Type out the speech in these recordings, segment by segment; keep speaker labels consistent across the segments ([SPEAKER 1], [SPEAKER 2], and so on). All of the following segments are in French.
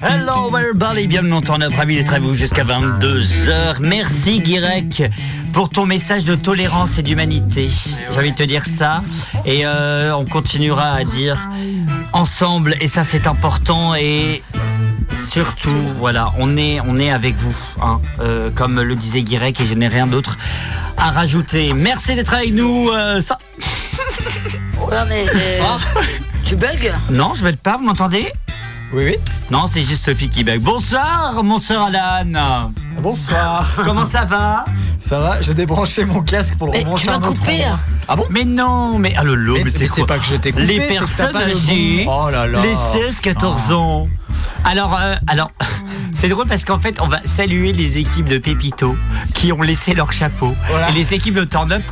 [SPEAKER 1] Hello everybody, bienvenue dans Turn Up, ravi d'être avec vous jusqu'à 22h. Merci Guirec pour ton message de tolérance et d'humanité. J'ai envie de te dire ça. Et euh, on continuera à dire ensemble, et ça c'est important, et surtout, voilà, on est, on est avec vous, hein. Euh, comme le disait Guirec, et je n'ai rien d'autre à rajouter. Merci d'être avec nous. euh, ça... Ah.
[SPEAKER 2] Ouais, mais. euh, Tu bugs
[SPEAKER 1] Non, je ne pas, vous m'entendez
[SPEAKER 3] Oui, oui.
[SPEAKER 1] Non, c'est juste Sophie qui bug. Bonsoir, mon sœur Alan.
[SPEAKER 3] Bonsoir.
[SPEAKER 1] Comment ça va
[SPEAKER 3] Ça va J'ai débranché mon casque pour le
[SPEAKER 2] Mais
[SPEAKER 3] rebrancher
[SPEAKER 2] tu
[SPEAKER 3] à un
[SPEAKER 2] m'as
[SPEAKER 3] autre
[SPEAKER 2] coupé,
[SPEAKER 3] endroit.
[SPEAKER 2] hein.
[SPEAKER 3] Ah bon
[SPEAKER 1] Mais non, mais ah le lot, mais, c'est quoi
[SPEAKER 3] pas que je t'ai coupé.
[SPEAKER 1] Les
[SPEAKER 3] c'est que t'as
[SPEAKER 1] personnes
[SPEAKER 3] pas le bon-
[SPEAKER 1] âgées,
[SPEAKER 3] Oh là là.
[SPEAKER 1] les 16-14 ans. Alors, euh, alors, c'est drôle parce qu'en fait, on va saluer les équipes de Pépito qui ont laissé leur chapeau
[SPEAKER 3] Voilà.
[SPEAKER 1] et les équipes de Turn Up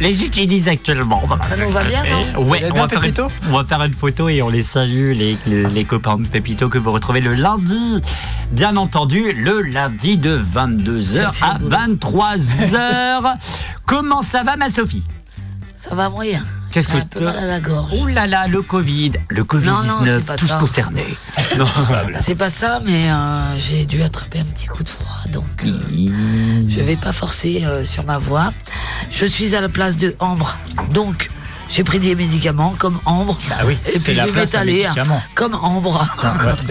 [SPEAKER 1] les utilisent actuellement. Eh,
[SPEAKER 2] Ça nous va bien, non
[SPEAKER 1] Ouais,
[SPEAKER 3] allez
[SPEAKER 1] on
[SPEAKER 3] bien,
[SPEAKER 1] va, faire une,
[SPEAKER 3] Pépito
[SPEAKER 1] on va faire une photo et on les salue, les, les- les copains de Pépito que vous retrouvez le lundi. Bien entendu, le lundi de 22h à 23h. Comment ça va, ma Sophie
[SPEAKER 2] Ça va moyen.
[SPEAKER 1] Qu'est-ce
[SPEAKER 2] J'ai
[SPEAKER 1] que
[SPEAKER 2] un peu
[SPEAKER 1] t'as
[SPEAKER 2] mal à la gorge.
[SPEAKER 1] Oh là là, le Covid, le
[SPEAKER 2] Non, non, c'est pas
[SPEAKER 1] Covid-19, tous
[SPEAKER 2] ça.
[SPEAKER 1] concernés.
[SPEAKER 3] Ah,
[SPEAKER 2] C'est pas ça, mais euh, j'ai dû attraper un petit coup de froid, donc euh,
[SPEAKER 1] Hmm.
[SPEAKER 2] je vais pas forcer euh, sur ma voix. Je suis à la place de Ambre, donc j'ai pris des médicaments comme Ambre.
[SPEAKER 3] Ah oui,
[SPEAKER 2] Et
[SPEAKER 3] c'est
[SPEAKER 2] puis
[SPEAKER 3] la
[SPEAKER 2] je vais
[SPEAKER 3] place à
[SPEAKER 2] t'aller
[SPEAKER 3] médicaments.
[SPEAKER 2] comme Ambre.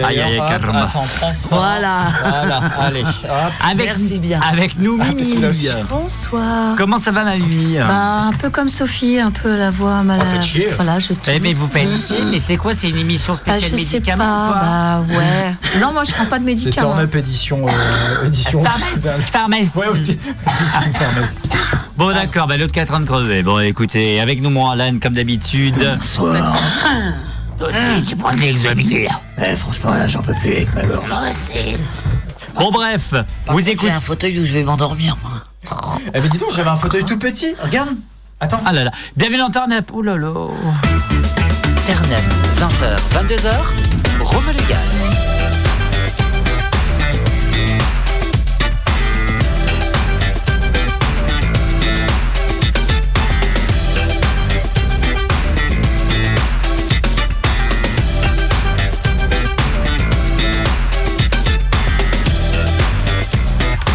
[SPEAKER 1] Aïe, aïe, aïe, karma.
[SPEAKER 3] euh, Attends, prends ça.
[SPEAKER 2] Voilà.
[SPEAKER 3] Voilà, allez. Hop. Ah,
[SPEAKER 1] Avec,
[SPEAKER 2] Merci bien.
[SPEAKER 1] Avec nous, Mimi.
[SPEAKER 3] celui-là aussi.
[SPEAKER 4] Bonsoir.
[SPEAKER 1] Comment ça va, ma Mimi
[SPEAKER 4] Bah, un peu comme Sophie, un peu la voix malade.
[SPEAKER 3] faites chier.
[SPEAKER 4] Voilà, je tousse.
[SPEAKER 1] Eh, mais vous faites chier, mais c'est quoi C'est une
[SPEAKER 3] Ah,
[SPEAKER 1] émission
[SPEAKER 4] Bah,
[SPEAKER 1] spéciale
[SPEAKER 4] je sais pas,
[SPEAKER 1] médicaments ou quoi
[SPEAKER 4] bah ouais. Non, moi je prends pas de
[SPEAKER 3] C'est
[SPEAKER 1] Hein
[SPEAKER 4] médicaments.
[SPEAKER 3] Turn Up édition. euh, édition.
[SPEAKER 1] Pharmacie, pharmacie.
[SPEAKER 3] Ouais, aussi. Édition pharmacie.
[SPEAKER 1] Bon d'accord, bah, l'autre qui est en train de crever. Bon écoutez, avec nous mon Alan comme d'habitude.
[SPEAKER 3] Ah.
[SPEAKER 1] Bonsoir. Toi aussi, tu prends de l'exomil.
[SPEAKER 2] Eh, franchement, là, j'en peux plus avec ma gorge.
[SPEAKER 1] Bon bref, vous
[SPEAKER 2] J'ai
[SPEAKER 1] écoutez.
[SPEAKER 2] un fauteuil où je vais m'endormir. moi.
[SPEAKER 3] Eh, mais dis donc, j'avais un fauteuil tout petit. Regarde. Attends.
[SPEAKER 1] Ah là là, bienvenue dans Turn Up. Oh là là. Turn Up, 20h, 22h, Rome Légal.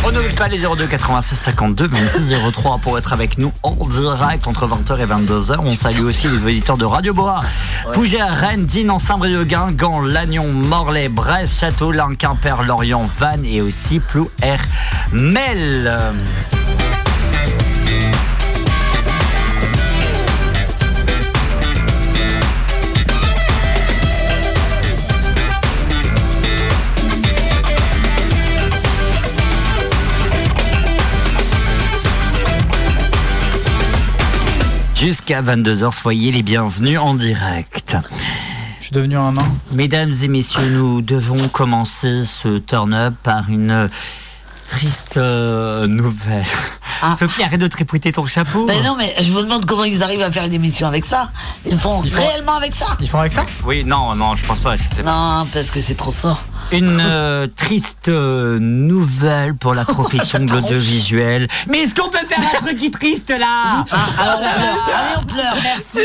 [SPEAKER 1] On n'oublie pas les 02 96 52 26 03 pour être avec nous en direct entre 20h et 22h. On salue aussi les auditeurs de Radio Boa. Fougères, Rennes, Dinan, Saint-Brieuc, Gand, Lannion, Morlaix, Brest, Châteaulin, Quimper, Lorient, Vannes et aussi Plouer, Mel. Jusqu'à 22h, soyez les bienvenus en direct.
[SPEAKER 3] Je suis devenu un nain.
[SPEAKER 1] Mesdames et messieurs, nous devons commencer ce turn-up par une triste euh, nouvelle.
[SPEAKER 2] Ah.
[SPEAKER 1] Sophie, arrête de tripoter ton chapeau.
[SPEAKER 2] Ben non, mais je me demande comment ils arrivent à faire une émission avec ça. Ils le font
[SPEAKER 3] Ils font-
[SPEAKER 2] réellement avec ça
[SPEAKER 3] Ils font avec ça
[SPEAKER 1] Oui, non, non, je pense pas. je sais pas.
[SPEAKER 2] Non, parce que c'est trop fort.
[SPEAKER 1] Une euh, triste euh, nouvelle pour
[SPEAKER 3] Oh,
[SPEAKER 1] la profession de l'audiovisuel. Mais est-ce qu'on peut faire un truc qui est triste là
[SPEAKER 2] Ah, alors on pleure, allez, on pleure, merci.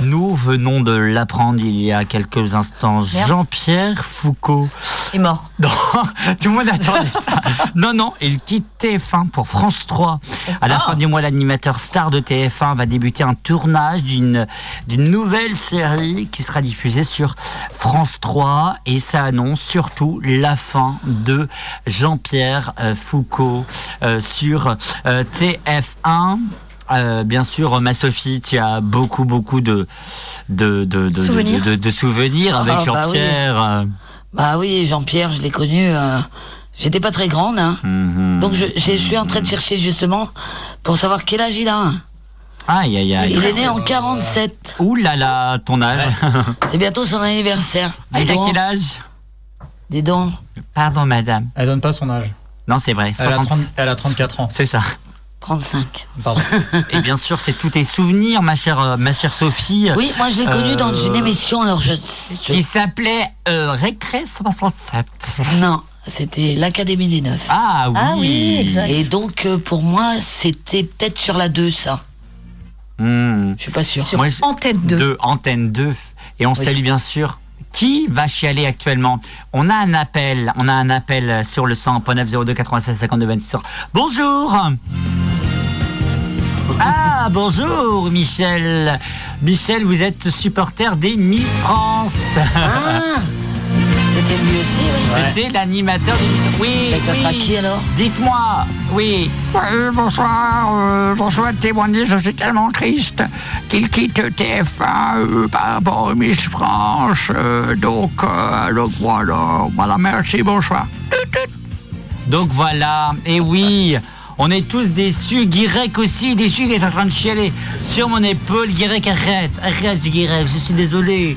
[SPEAKER 1] Nous venons de l'apprendre il y a quelques instants.
[SPEAKER 4] Merde.
[SPEAKER 1] Jean-Pierre Foucault.
[SPEAKER 4] Il est mort.
[SPEAKER 1] Non, tout le monde attendait ça. Non, non, il quitte TF1 pour France 3. À
[SPEAKER 2] Ah.
[SPEAKER 1] la fin du mois, l'animateur star de TF1 va débuter un tournage d'une d'une nouvelle série qui sera diffusée sur France 3 et ça annonce surtout la fin de Jean-Pierre euh, Foucault euh, sur euh, TF1. Euh, bien sûr, ma Sophie, tu as beaucoup, beaucoup de, de, de, de-
[SPEAKER 4] Souvenirs.
[SPEAKER 1] de- de- de souvenirs avec
[SPEAKER 2] Ah, bah oui.
[SPEAKER 1] Jean-Pierre. euh,
[SPEAKER 2] Bah oui, Jean-Pierre, je l'ai connu. euh, J'étais pas très grande, hein.
[SPEAKER 1] mhm.
[SPEAKER 2] Donc je, je- je suis en train de chercher justement pour savoir quel âge il a. hein.
[SPEAKER 1] Aïe, aïe, aïe.
[SPEAKER 2] Il est né en 47.
[SPEAKER 1] Ouh là là, ton âge.
[SPEAKER 2] C'est bientôt son anniversaire.
[SPEAKER 1] Ah,
[SPEAKER 2] Dis
[SPEAKER 1] il a
[SPEAKER 2] donc,
[SPEAKER 1] quel âge
[SPEAKER 2] dis donc.
[SPEAKER 1] Pardon, madame.
[SPEAKER 3] Elle donne pas son âge.
[SPEAKER 1] Non, c'est vrai.
[SPEAKER 3] Elle a,
[SPEAKER 1] 60.
[SPEAKER 3] 30 elle a 34 ans.
[SPEAKER 1] C'est ça.
[SPEAKER 2] 35.
[SPEAKER 3] Pardon.
[SPEAKER 1] Et bien sûr, c'est tous tes souvenirs, ma chère, euh, ma chère Sophie,
[SPEAKER 2] Oui, moi je l'ai connu
[SPEAKER 1] Euh,
[SPEAKER 2] dans une émission, alors je. je-
[SPEAKER 1] qui s'appelait euh, Récré 67.
[SPEAKER 2] Non, c'était l'Académie des Neufs.
[SPEAKER 1] Ah oui.
[SPEAKER 4] Ah oui, exact.
[SPEAKER 2] Et donc euh, pour moi, c'était peut-être sur la 2, ça.
[SPEAKER 1] Hmm.
[SPEAKER 2] Je suis pas sûr.
[SPEAKER 4] Sur
[SPEAKER 1] Moi, je-
[SPEAKER 4] Antenne 2.
[SPEAKER 1] Deux, antenne 2. Et on
[SPEAKER 2] Oui.
[SPEAKER 1] salue bien sûr Qui va chialer actuellement On a un appel. On a un appel sur le 100.9 02 96 52 26. Bonjour Ah, bonjour Michel Michel, vous êtes supporter des Miss France
[SPEAKER 2] Ah C'était lui aussi, oui.
[SPEAKER 1] C'était l'animateur du lycée. Oui,
[SPEAKER 2] Et ça
[SPEAKER 1] oui.
[SPEAKER 2] sera qui, alors
[SPEAKER 1] Dites-moi, oui.
[SPEAKER 5] bonsoir, euh, bonsoir témoigner, je suis tellement triste qu'il quitte TF1 euh, par rapport à Miss France. euh, donc, euh, donc voilà, voilà, merci, bonsoir.
[SPEAKER 1] Donc voilà, et oui, on est tous déçus. Guirec aussi est déçu, il est en train de chialer sur mon épaule. Guirec, arrête, arrête Guirec, je suis désolé.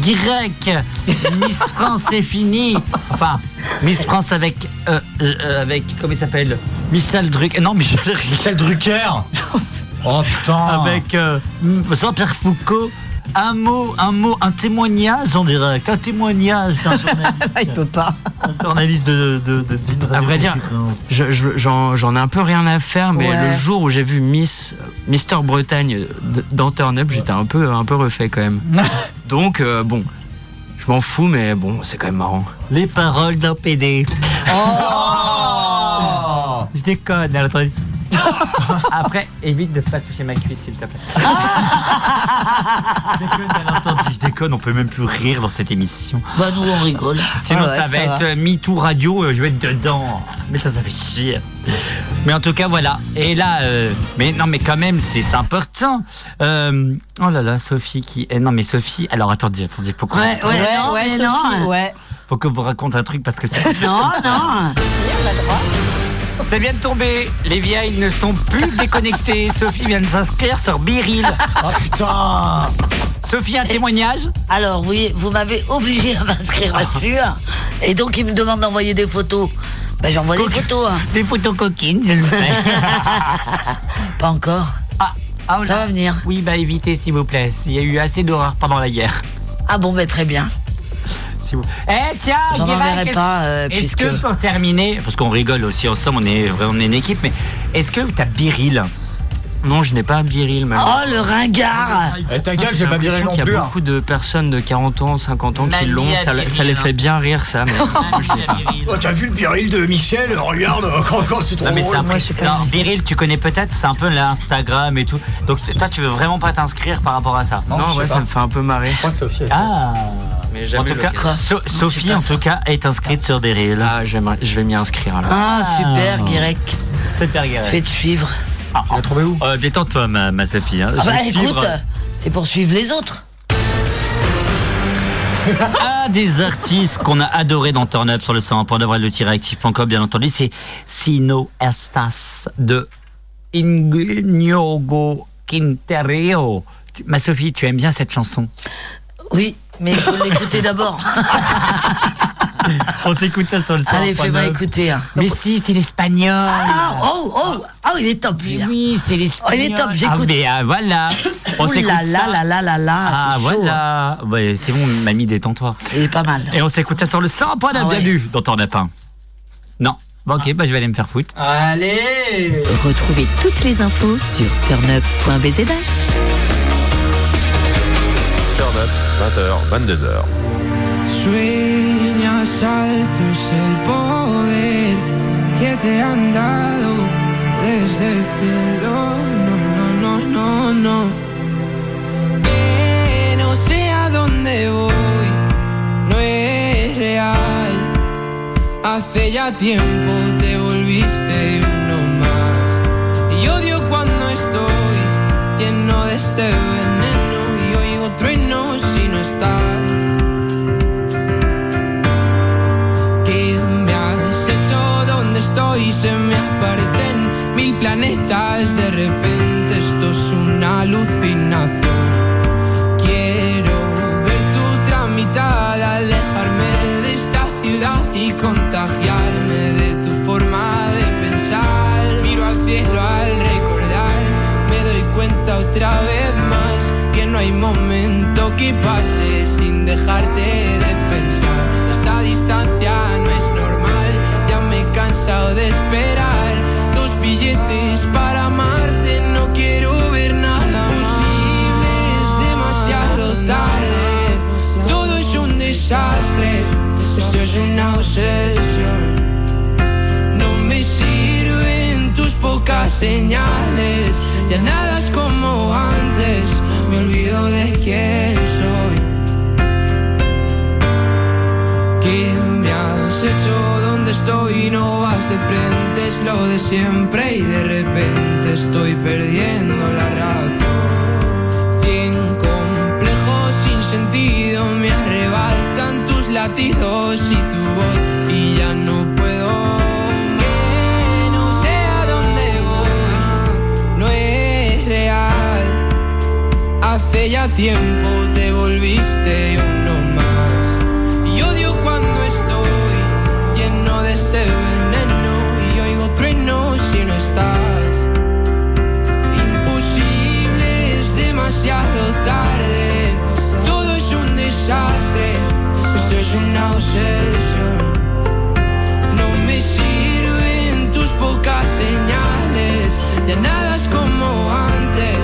[SPEAKER 1] Guirec, Miss France, c'est fini. Enfin, Miss France avec, euh, euh, avec, comment il s'appelle Michel Druck. euh, Non, Michel
[SPEAKER 3] Michel Drucker Oh putain
[SPEAKER 1] avec euh, Jean-Pierre Foucault. Un mot, un mot, un témoignage en direct, un témoignage d'un journaliste,
[SPEAKER 4] Il peut pas.
[SPEAKER 1] un journaliste de, de, de- d'une
[SPEAKER 6] À
[SPEAKER 1] radio
[SPEAKER 6] vrai dire,
[SPEAKER 1] différente.
[SPEAKER 6] je- je- j'en j'en ai un peu rien à faire, mais
[SPEAKER 4] Ouais.
[SPEAKER 6] le jour où j'ai vu Miss Mister Bretagne d- dans Turn Up, j'étais un peu un peu refait quand même. Donc euh, bon, je m'en fous, mais bon, c'est quand même marrant.
[SPEAKER 1] les paroles d'un PD. Je déconne, elle a entendu. Après, évite de pas toucher ma cuisse, s'il te plaît. je déconne, elle a entendu. Je déconne, on peut même plus rire dans cette émission.
[SPEAKER 2] Bah, nous, on rigole.
[SPEAKER 1] Sinon,
[SPEAKER 4] Ah ouais,
[SPEAKER 1] ça
[SPEAKER 4] ça
[SPEAKER 1] va
[SPEAKER 4] va.
[SPEAKER 1] être euh, MeToo Radio, euh, je vais être dedans. Mais ça, ça fait chier. Mais en tout cas, voilà. Et là, euh, mais non, mais quand même, c'est c'est important. Euh, oh là là, Sophie qui. eh non, mais Sophie, alors attendez, attendez, faut qu'on-
[SPEAKER 2] Ouais, ouais, non, mais
[SPEAKER 4] Sophie,
[SPEAKER 2] non.
[SPEAKER 4] ouais.
[SPEAKER 1] faut que vous raconte un truc parce que c'est.
[SPEAKER 2] Non, non.
[SPEAKER 1] Ça vient de tomber. Les vieilles ne sont plus déconnectées. Sophie vient de s'inscrire sur Biril.
[SPEAKER 3] Oh putain
[SPEAKER 1] Sophie, un témoignage Ah.
[SPEAKER 2] Alors oui, vous m'avez obligé à m'inscrire là-dessus. hein. Et donc il me demande d'envoyer des photos. Ben j'envoie des photos, hein.
[SPEAKER 1] Des photos coquines, je le sais.
[SPEAKER 2] pas encore.
[SPEAKER 1] Ah, ah, on
[SPEAKER 2] Ça
[SPEAKER 1] a-
[SPEAKER 2] va venir.
[SPEAKER 1] Oui, bah évitez, s'il vous plaît. Il y a eu assez d'horreur pendant la guerre.
[SPEAKER 2] Ah bon, ben très bien.
[SPEAKER 1] S'il vous- Eh, tiens,
[SPEAKER 2] J'en
[SPEAKER 1] Guérin,
[SPEAKER 2] enverrai
[SPEAKER 1] qu'est-ce-
[SPEAKER 2] pas, euh,
[SPEAKER 1] Est-ce
[SPEAKER 2] puisque... Oh,
[SPEAKER 1] que pour terminer, parce qu'on rigole aussi ensemble, on est, on est une équipe, mais est-ce que t'as Biril
[SPEAKER 6] Non, je n'ai pas viril.
[SPEAKER 2] Oh le ringard
[SPEAKER 3] Eh, Ta gueule, j'ai
[SPEAKER 6] J'ai
[SPEAKER 3] pas viré
[SPEAKER 6] l'impression
[SPEAKER 3] non
[SPEAKER 6] qu'il y a
[SPEAKER 3] plus hein.
[SPEAKER 6] beaucoup de personnes de 40 ans, 50 ans qui
[SPEAKER 1] Mamie
[SPEAKER 6] l'ont.
[SPEAKER 1] a
[SPEAKER 6] Ça,
[SPEAKER 1] viril,
[SPEAKER 6] ça les fait
[SPEAKER 1] hein.
[SPEAKER 6] bien rire, ça. Mais...
[SPEAKER 3] Oh, T'as vu le viril de Michel Regarde, oh, oh, c'est trop
[SPEAKER 1] Non mais c'est
[SPEAKER 3] drôle.
[SPEAKER 1] un
[SPEAKER 4] moi, je suis pas
[SPEAKER 1] non,
[SPEAKER 4] une-
[SPEAKER 1] Biril, tu connais peut-être, c'est un peu l'Instagram et tout. Donc toi, tu veux vraiment pas t'inscrire par rapport à ça
[SPEAKER 3] Non, je
[SPEAKER 6] non,
[SPEAKER 3] sais
[SPEAKER 6] ouais,
[SPEAKER 3] pas.
[SPEAKER 6] ça me fait un peu marrer.
[SPEAKER 3] Je crois que Sophie, elle sait.
[SPEAKER 1] Ah
[SPEAKER 6] Mais
[SPEAKER 1] En
[SPEAKER 6] jamais
[SPEAKER 1] tout cas,
[SPEAKER 2] l'occasion.
[SPEAKER 1] So- Sophie en tout cas est inscrite sur Biril.
[SPEAKER 6] Là, Ah, je vais m'in- je vais m'y inscrire. Là.
[SPEAKER 2] Ah super Guirec,
[SPEAKER 1] Super
[SPEAKER 2] je vais te suivre.
[SPEAKER 3] Tu l'as trouvé où
[SPEAKER 1] euh, Détends-toi ma, ma Sophie. hein.
[SPEAKER 2] Ah
[SPEAKER 1] Je
[SPEAKER 2] bah
[SPEAKER 1] vais
[SPEAKER 2] écoute,
[SPEAKER 1] suivre
[SPEAKER 2] c'est pour suivre les autres.
[SPEAKER 1] Un des artistes qu'on a adoré dans Turn Up sur le 100.9 le tirer actif.com bien entendu, c'est Sino Estas de Ingeniogo Quintero. Tu- Ma Sophie, tu aimes bien cette chanson
[SPEAKER 2] Oui, mais il faut l'écouter d'abord.
[SPEAKER 1] On s'écoute ça sur le 100.9.
[SPEAKER 2] Allez, fais-moi écouter. hein.
[SPEAKER 1] Mais si, c'est l'espagnol.
[SPEAKER 2] Ah oh oh oh il est top lui. hein.
[SPEAKER 1] oui, c'est l'espagnol.
[SPEAKER 2] Oh, il est top, j'écoute.
[SPEAKER 1] Ah, mais ah, voilà. On
[SPEAKER 2] Ouh
[SPEAKER 1] s'écoute
[SPEAKER 2] là là
[SPEAKER 1] ça.
[SPEAKER 2] là là là là,
[SPEAKER 1] Ah,
[SPEAKER 2] c'est chaud. hein.
[SPEAKER 1] voilà. Ouais, c'est bon, mamie, détends-toi.
[SPEAKER 2] Il est pas mal.
[SPEAKER 1] Et on s'écoute ça sur le 100.9.
[SPEAKER 2] Ah ouais.
[SPEAKER 1] Bienvenue dans Turn Up 1. Non. Bah, ok, bah, je vais aller me faire foutre.
[SPEAKER 3] Allez
[SPEAKER 7] Retrouvez toutes les infos sur turnup.bzdash.
[SPEAKER 8] Turn Up, 20h, 22h.
[SPEAKER 9] Sueñas altos el poder que te han dado desde el cielo. No, no, no, no, no. Que no sé a dónde voy, no es real. Hace ya tiempo te volviste uno más. Y odio cuando estoy lleno de este veneno y oigo truenos si no estás. que me has hecho donde estoy se me aparecen mil planetas de repente esto es una alucinación quiero ver tu tramitar alejarme de esta ciudad y contagiarme de tu forma de pensar miro al cielo al recordar me doy cuenta otra vez más que no hay momento que pase sin dejarte de pensar esta distancia no es normal ya me he cansado de esperar dos billetes para amarte no quiero ver nada más posible, es demasiado tarde. Todo es un desastre. desastre, esto es una obsesión. No me sirven tus pocas señales, ya nada es como antes, me olvido de quién soy. ¿Qué me has hecho? ¿Dónde estoy? No vas de frente, es lo de siempre y de repente estoy perdiendo la razón. Cien complejos sin sentido me arrebatan tus latidos y tu voz y ya no puedo. Que no sé a dónde voy, no es real. Hace ya tiempo te volviste uno más. Y odio cuando estoy lleno de este veneno y oigo truenos si no estás. Imposible, es demasiado tarde. Todo es un desastre, esto es una obsesión. No me sirven tus pocas señales, ya nada es como antes,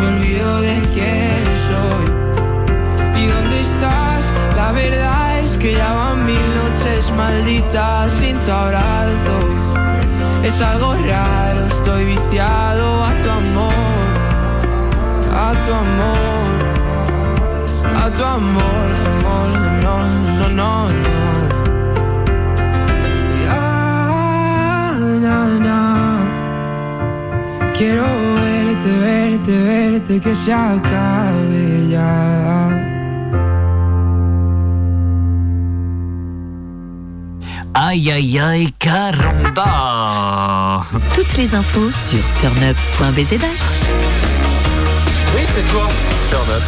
[SPEAKER 9] me olvido de quién soy. ¿Y dónde estás? La verdad es que ya van mil noches malditas sin tu abrazo. Es algo raro, estoy viciado a tu amor, a tu amor, a tu amor, amor, no, no, no, no. Ah, na, na. Quiero verte, verte, verte, que se acabe ya.
[SPEAKER 1] Aïe aïe aïe caramba
[SPEAKER 7] Toutes les infos sur turnup.bzdash.
[SPEAKER 3] Oui, c'est toi.
[SPEAKER 8] Turn Up,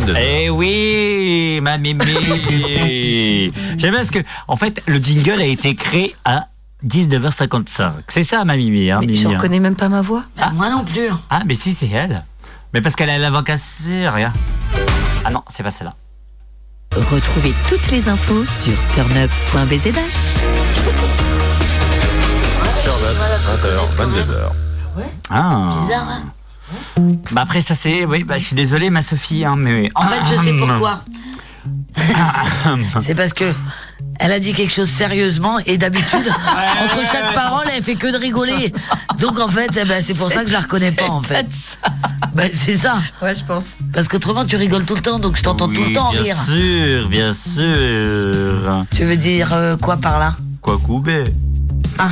[SPEAKER 8] 20h, 22h.
[SPEAKER 1] Eh oui, ma mémé J'aime bien ce que... En fait, le jingle a été créé à 19h55. C'est ça, ma mémé. Hein,
[SPEAKER 4] Mais
[SPEAKER 1] Mimi,
[SPEAKER 4] je
[SPEAKER 1] hein.
[SPEAKER 4] reconnais même pas ma voix.
[SPEAKER 2] Bah, Moi non plus. hein.
[SPEAKER 1] Ah, mais si, c'est elle. Mais parce qu'elle a la voix cassée, regarde. Ah non, c'est pas celle-là.
[SPEAKER 7] Retrouvez toutes les infos sur turnup.bzdash.
[SPEAKER 8] Turn Up,
[SPEAKER 2] mal à te reconnaître quand
[SPEAKER 8] 20h,
[SPEAKER 2] même.
[SPEAKER 8] 22h.
[SPEAKER 1] Ah.
[SPEAKER 2] Bizarre, hein
[SPEAKER 1] Bah après, ça c'est... Oui, bah je suis désolé, ma Sophie, hein, mais...
[SPEAKER 2] En fait, je sais pourquoi. C'est parce que elle a dit quelque chose sérieusement et d'habitude, entre chaque parole, elle fait que de rigoler. Donc en fait, eh ben, c'est pour ça que je la reconnais pas en fait. Ben, c'est ça.
[SPEAKER 4] Ouais, je pense.
[SPEAKER 2] Parce qu'autrement, tu rigoles tout le temps, donc je t'entends tout
[SPEAKER 1] Oui,
[SPEAKER 2] le temps
[SPEAKER 1] bien
[SPEAKER 2] rire.
[SPEAKER 1] sûr, bien sûr.
[SPEAKER 2] Tu veux dire euh, quoi par là
[SPEAKER 1] Quoi couper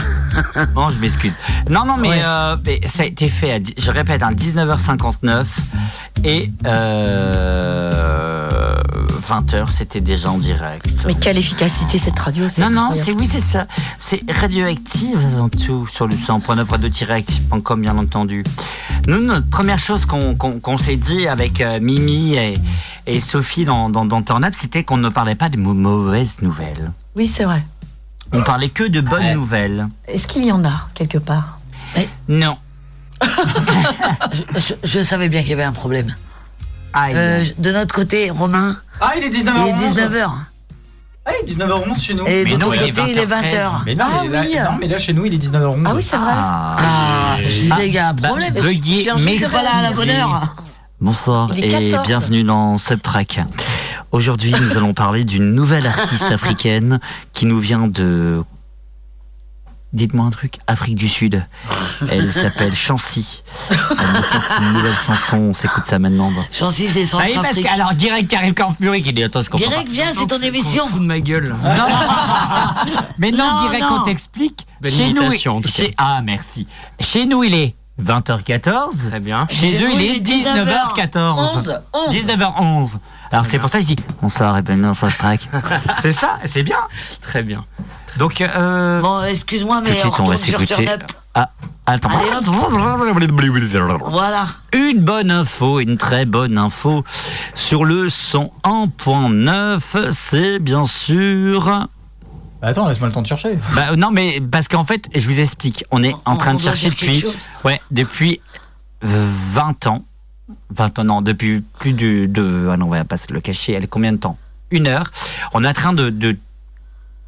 [SPEAKER 1] Bon, je m'excuse. Non, non, mais,
[SPEAKER 2] Ah. Ouais.
[SPEAKER 1] euh, mais ça a été fait, à, dix- je répète, hein, à 19h59 et euh, 20h, c'était déjà en direct.
[SPEAKER 4] Mais quelle efficacité cette radio, c'est
[SPEAKER 1] Non, non,
[SPEAKER 4] incroyable.
[SPEAKER 1] c'est oui, c'est ça. C'est radioactive avant tout sur le 100.9 radioactive.com, bien entendu. Nous, notre première chose qu'on qu'on- qu'on s'est dit avec euh, Mimi et, et Sophie dans, dans, dans Turn Up, c'était qu'on ne parlait pas de mau- mauvaises nouvelles.
[SPEAKER 4] Oui, c'est vrai.
[SPEAKER 1] On parlait que de bonnes nouvelles.
[SPEAKER 4] Est-ce qu'il y en a quelque part
[SPEAKER 1] Non.
[SPEAKER 2] je, je savais bien qu'il y avait un problème.
[SPEAKER 1] Aïe.
[SPEAKER 2] Euh, je- de notre côté, Romain,
[SPEAKER 3] Ah, il est
[SPEAKER 2] il est
[SPEAKER 3] 19h11.
[SPEAKER 2] 19h.
[SPEAKER 3] Ah, il est 19h11 chez nous.
[SPEAKER 2] Et
[SPEAKER 1] Mais
[SPEAKER 2] de
[SPEAKER 1] non,
[SPEAKER 2] ton
[SPEAKER 1] il est
[SPEAKER 2] côté, il est 20h.
[SPEAKER 1] 20h13.
[SPEAKER 3] Mais non,
[SPEAKER 4] Ah
[SPEAKER 3] mais là,
[SPEAKER 4] oui.
[SPEAKER 3] non, mais là, chez nous, il est 19h11.
[SPEAKER 4] Ah oui, c'est vrai.
[SPEAKER 2] Ah, je disais, il y a un
[SPEAKER 1] bah,
[SPEAKER 2] problème.
[SPEAKER 1] Veuillez
[SPEAKER 4] je suis
[SPEAKER 1] m'excuser.
[SPEAKER 4] pas là à la bonne
[SPEAKER 2] heure.
[SPEAKER 1] Bonsoir
[SPEAKER 4] Il est
[SPEAKER 1] et
[SPEAKER 4] 14.
[SPEAKER 1] bienvenue dans Subtrack. Aujourd'hui, nous allons parler d'une nouvelle artiste africaine qui nous vient de. Dites-moi un truc, Afrique du Sud. Elle s'appelle Chancy. Elle nous fait une nouvelle chanson, on s'écoute ça maintenant.
[SPEAKER 2] Chancy, c'est
[SPEAKER 1] Bah
[SPEAKER 2] sans Afrique.
[SPEAKER 1] alors, direct, arrive en furie qui dit Attends, je
[SPEAKER 2] Guérec, viens, c'est ton émission.
[SPEAKER 6] Fous de ma gueule.
[SPEAKER 1] Mais non,
[SPEAKER 2] Non,
[SPEAKER 1] direct,
[SPEAKER 2] non.
[SPEAKER 1] on t'explique.
[SPEAKER 6] Belle
[SPEAKER 1] Chez nous,
[SPEAKER 6] imitation, en tout
[SPEAKER 1] chez- ah, merci. Chez nous, il est 20h14.
[SPEAKER 6] Très bien.
[SPEAKER 1] Chez eux, il est 19h14. 19h11. Alors, c'est pour ça que je dis bonsoir et bienvenue dans Soft Track. c'est ça, c'est bien.
[SPEAKER 6] Très bien.
[SPEAKER 1] Donc, euh,
[SPEAKER 2] Bon, excuse-moi,
[SPEAKER 1] tout de
[SPEAKER 2] mais on
[SPEAKER 1] suite, on va
[SPEAKER 2] retourne sur
[SPEAKER 1] s'écouter.
[SPEAKER 2] Turn Up.
[SPEAKER 1] Ah, attends.
[SPEAKER 2] Allez, Voilà.
[SPEAKER 1] Une bonne info, une très bonne info sur le 101.9, c'est bien sûr.
[SPEAKER 3] Bah, Attends, laisse-moi le temps de chercher.
[SPEAKER 1] Bah, non, mais parce qu'en fait, je vous explique, on est en
[SPEAKER 2] On-
[SPEAKER 1] train
[SPEAKER 2] on
[SPEAKER 1] de
[SPEAKER 2] doit
[SPEAKER 1] chercher
[SPEAKER 2] faire quelque
[SPEAKER 1] depuis,
[SPEAKER 2] chose.
[SPEAKER 1] ouais, depuis 20 ans. 20 ans, non, depuis plus de. de ah non, on va pas se le cacher, elle est combien de temps Une heure. On est en train de, de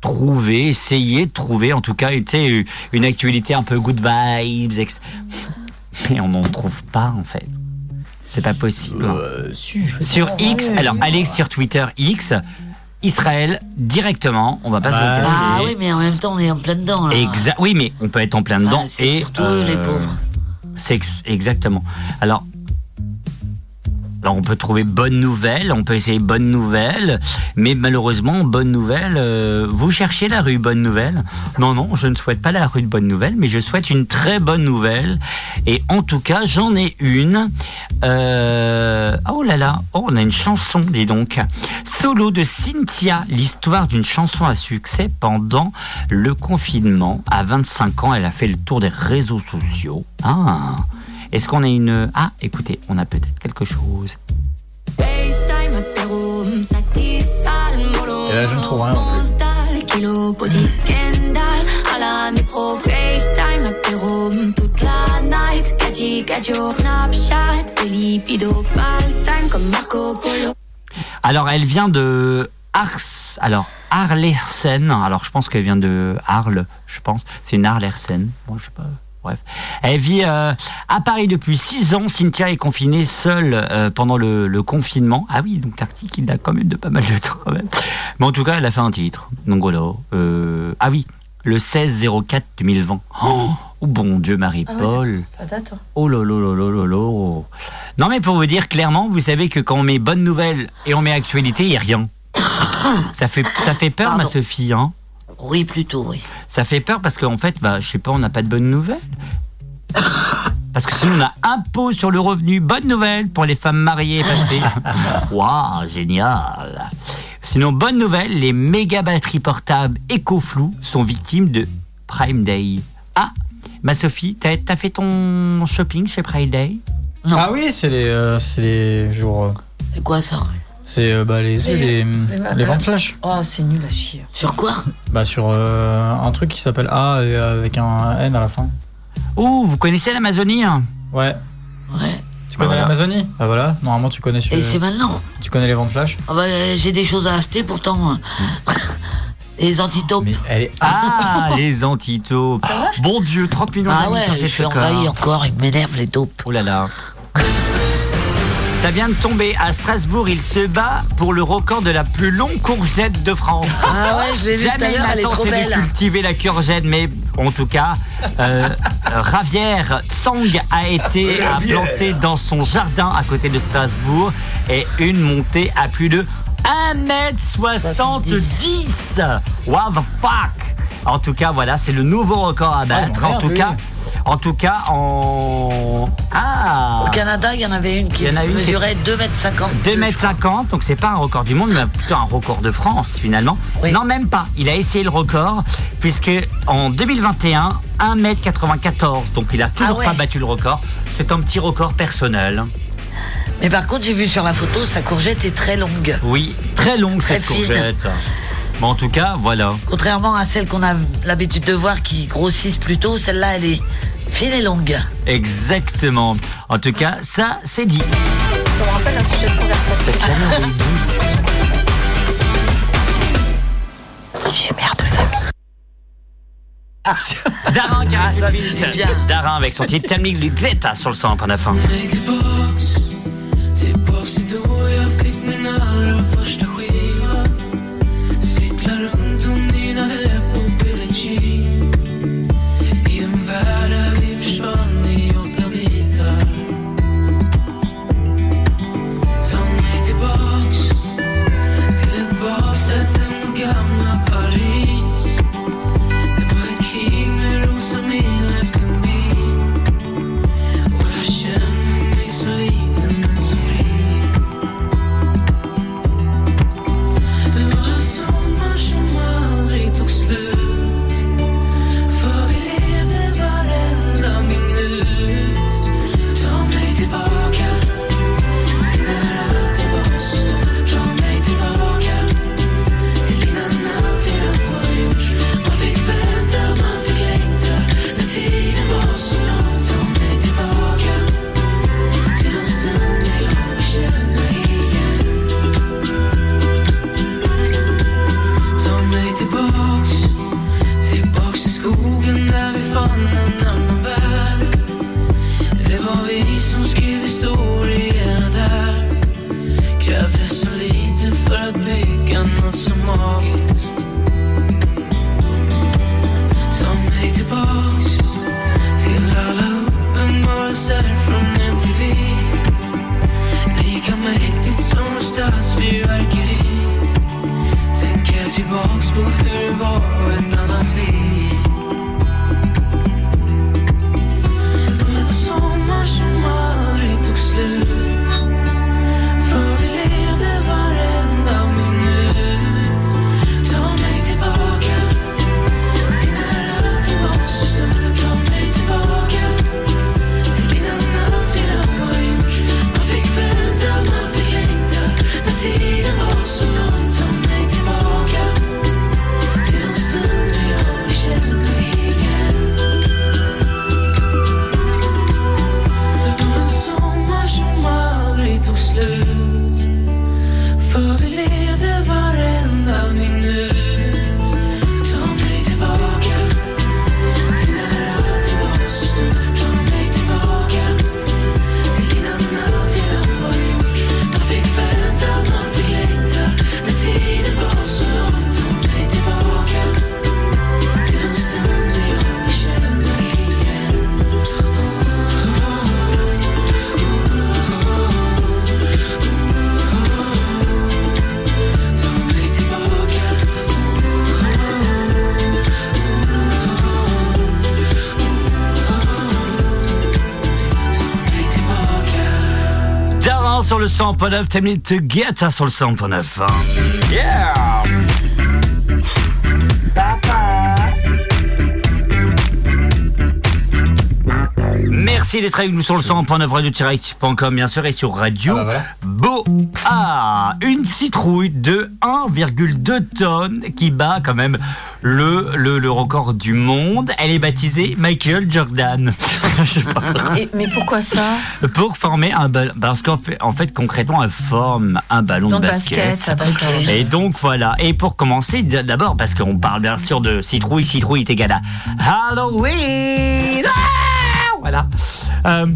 [SPEAKER 1] trouver, essayer de trouver, en tout cas, tu sais, une actualité un peu good vibes. ex- Mais on n'en trouve pas, en fait. C'est pas possible. sur X, alors Alex sur Twitter X, Israël directement. On va pas se le cacher.
[SPEAKER 2] Ah oui, mais en même temps, on est en plein dedans. Là.
[SPEAKER 1] Exa- oui, mais on peut être en plein dedans.
[SPEAKER 2] Ah, c'est
[SPEAKER 1] et, euh,
[SPEAKER 2] surtout eux, les pauvres.
[SPEAKER 1] C'est ex- exactement. Alors, alors, on peut trouver bonne nouvelle, on peut essayer bonne nouvelle, mais malheureusement, bonne nouvelle, euh, vous cherchez la rue bonne nouvelle Non, non, je ne souhaite pas la rue de bonne nouvelle, mais je souhaite une très bonne nouvelle. Et en tout cas, j'en ai une. Euh, oh là là, oh, on a une chanson, dis donc. Solo de Cynthia, l'histoire d'une chanson à succès pendant le confinement. À 25 ans, elle a fait le tour des réseaux sociaux. Ah, est-ce qu'on a une... Ah, écoutez, on a peut-être quelque chose.
[SPEAKER 10] hum,
[SPEAKER 3] Et là, je hein, ne trouve rien non
[SPEAKER 10] hum,
[SPEAKER 1] Alors, elle vient de Ars. Alors, Arlersen. Alors, je pense qu'elle vient de Arles. Je pense. C'est une Arlersen. Bon, je sais pas. Bref. Elle vit euh, à Paris depuis 6 ans. Cynthia est confinée seule euh, pendant le, le confinement. Ah oui, donc l'article, il a quand même de pas mal de temps. quand même. Mais en tout cas, elle a fait un titre. Donc voilà. Euh, ah oui, le 16-04-2020. Oh, oh, bon Dieu,
[SPEAKER 3] Ah
[SPEAKER 1] Marie-Paul.
[SPEAKER 4] Ah Ça date. hein.
[SPEAKER 1] Oh là là là là là là. Non mais pour vous dire clairement, vous savez que quand on met bonnes nouvelles et on met actualité, il n'y a rien. Ça fait, ça fait peur,
[SPEAKER 2] Pardon.
[SPEAKER 1] ma Sophie. Hein.
[SPEAKER 2] Oui, plutôt, oui.
[SPEAKER 1] Ça fait peur parce qu'en fait, bah, je sais pas, on n'a pas de bonnes nouvelles. Parce que sinon, on a impôt sur le revenu. Bonne nouvelle pour les femmes mariées et passées. Waouh, génial. Sinon, bonne nouvelle, les méga batteries portables EcoFlou sont victimes de Prime Day. Ah, ma Sophie, t'as t'as fait ton shopping chez Prime Day
[SPEAKER 2] Non.
[SPEAKER 3] Ah oui, c'est les, euh, c'est les jours. euh,
[SPEAKER 2] C'est quoi ça
[SPEAKER 3] C'est euh, bah, les,
[SPEAKER 4] Et-
[SPEAKER 3] les,
[SPEAKER 4] et-
[SPEAKER 3] les ventes flash.
[SPEAKER 4] Oh, c'est nul à chier.
[SPEAKER 2] Sur quoi
[SPEAKER 3] Bah, sur euh, un truc qui s'appelle A et euh, avec un N à la fin.
[SPEAKER 1] Oh, vous connaissez l'Amazonie hein
[SPEAKER 3] Ouais.
[SPEAKER 2] Ouais.
[SPEAKER 3] Tu connais
[SPEAKER 1] Bah, voilà.
[SPEAKER 3] l'Amazonie Bah voilà, normalement tu connais, sur-
[SPEAKER 2] Et c'est maintenant
[SPEAKER 3] tu connais les ventes flash.
[SPEAKER 2] Ah bah, euh, J'ai des choses à acheter pourtant. hein. Les antitaupes.
[SPEAKER 3] Mais elle est.
[SPEAKER 1] Hmm. Ah, les antitaupes Bon Dieu, 30 millions
[SPEAKER 2] Ah
[SPEAKER 1] d'amis
[SPEAKER 2] ouais,
[SPEAKER 1] sur
[SPEAKER 2] je
[SPEAKER 1] cette
[SPEAKER 2] suis
[SPEAKER 1] chocolat.
[SPEAKER 2] envahi encore, ils m'énervent les taupes.
[SPEAKER 1] Oh là là ça vient de tomber à Strasbourg. Il se bat pour le record de la plus longue courgette de France.
[SPEAKER 2] Ah ouais, je l'ai vu tout à
[SPEAKER 1] Jamais
[SPEAKER 2] l'heure, elle est
[SPEAKER 1] n'a
[SPEAKER 2] trop
[SPEAKER 1] tenté de
[SPEAKER 2] belle.
[SPEAKER 1] cultiver la courgette, mais en tout cas, euh, Ravière Tsang a été implantée dans son jardin à côté de Strasbourg et une montée à plus de 1m70. What the fuck En tout cas, voilà, c'est le nouveau record à battre.
[SPEAKER 3] Ah,
[SPEAKER 1] bah, en tout
[SPEAKER 3] merde,
[SPEAKER 1] cas, en tout cas, en... Ah
[SPEAKER 2] Au Canada, il y en avait une qui
[SPEAKER 1] Il y en a une qui-
[SPEAKER 2] mesurait 2m50.
[SPEAKER 1] 2 mètres 50, donc c'est pas un record du monde, mais plutôt un record de France finalement.
[SPEAKER 2] Oui.
[SPEAKER 1] Non, même pas. Il a essayé le record, puisque en 2021, 1 mètre 94, donc il a toujours
[SPEAKER 2] Ah ouais.
[SPEAKER 1] pas battu le record. C'est un petit record personnel.
[SPEAKER 2] Mais par contre, j'ai vu sur la photo, sa courgette est très longue.
[SPEAKER 1] Oui, très longue
[SPEAKER 2] Très
[SPEAKER 1] cette
[SPEAKER 2] fine.
[SPEAKER 1] courgette. Mais en tout cas, voilà.
[SPEAKER 2] Contrairement à celle qu'on a l'habitude de voir qui grossissent plutôt, celle-là, elle est fine et longue.
[SPEAKER 1] Exactement. En tout cas, ça, c'est dit.
[SPEAKER 4] Ça me rappelle un sujet de conversation. Je suis mère de famille.
[SPEAKER 1] Darin, Karas,
[SPEAKER 2] Ah, Ça, c'est
[SPEAKER 1] Smith.
[SPEAKER 2] bien.
[SPEAKER 1] Darin avec son titre Tammy Gletta sur le 101.9.
[SPEAKER 9] Xbox Tillbaks till då jag fick min allra första skiva Cyklar runt och nynade på Billie Jean I en värld där vi försvann i åtta bitar Ta mig tillbaks till ett baksäte mot gamla Paris Det var ett krig med rosa mil efter mil och jag känner mig så liten
[SPEAKER 10] August. Some made to box, till all open more set from MTV. Lika mäktigt som stadsfyrverkeri. Tänker jag tillbaks på hur det var ett annat liv. Det var en sommar som aldrig tog slut. För vi levde varenda minut. Ta mig tillbaka till när allting var så stort. Ta mig tillbaka till innan allt redan var gjort. Man fick vänta, man fick längta när tiden var så lång. Ta mig tillbaka till de stunder jag känner mig igen. Det var en sommar som aldrig tog slut För vi levde varenda minut Ta mig tillbaka till när allting var så stort Ta mig tillbaka till innan allt redan var gjort Man fick vänta, man fick längta när tiden var så lång Ta mig tillbaka till de stunder jag känner mig igen
[SPEAKER 1] Daran sur le 100.9, t'as mis te get ça sur le 100.9. hein. Yeah! Merci d'être avec nous sur le 100.9 radio-direct.com bien sûr et sur Radio Beau Ah Une citrouille de 1,2 tonnes qui bat quand même le, le, le record du monde. Elle est baptisée Michael Jordan. Je sais pas.
[SPEAKER 4] Et- mais pourquoi ça
[SPEAKER 1] Pour former un ballon. Parce qu'en fait, en fait, concrètement, elle forme un ballon
[SPEAKER 4] Dans
[SPEAKER 1] de
[SPEAKER 4] le
[SPEAKER 1] basket.
[SPEAKER 4] basket, ah, d'accord. Ok.
[SPEAKER 1] Et donc voilà. Et pour commencer, d- d'abord, parce qu'on parle bien sûr de citrouille, citrouille, t'es gada. Halloween Ah Voilà. Euh,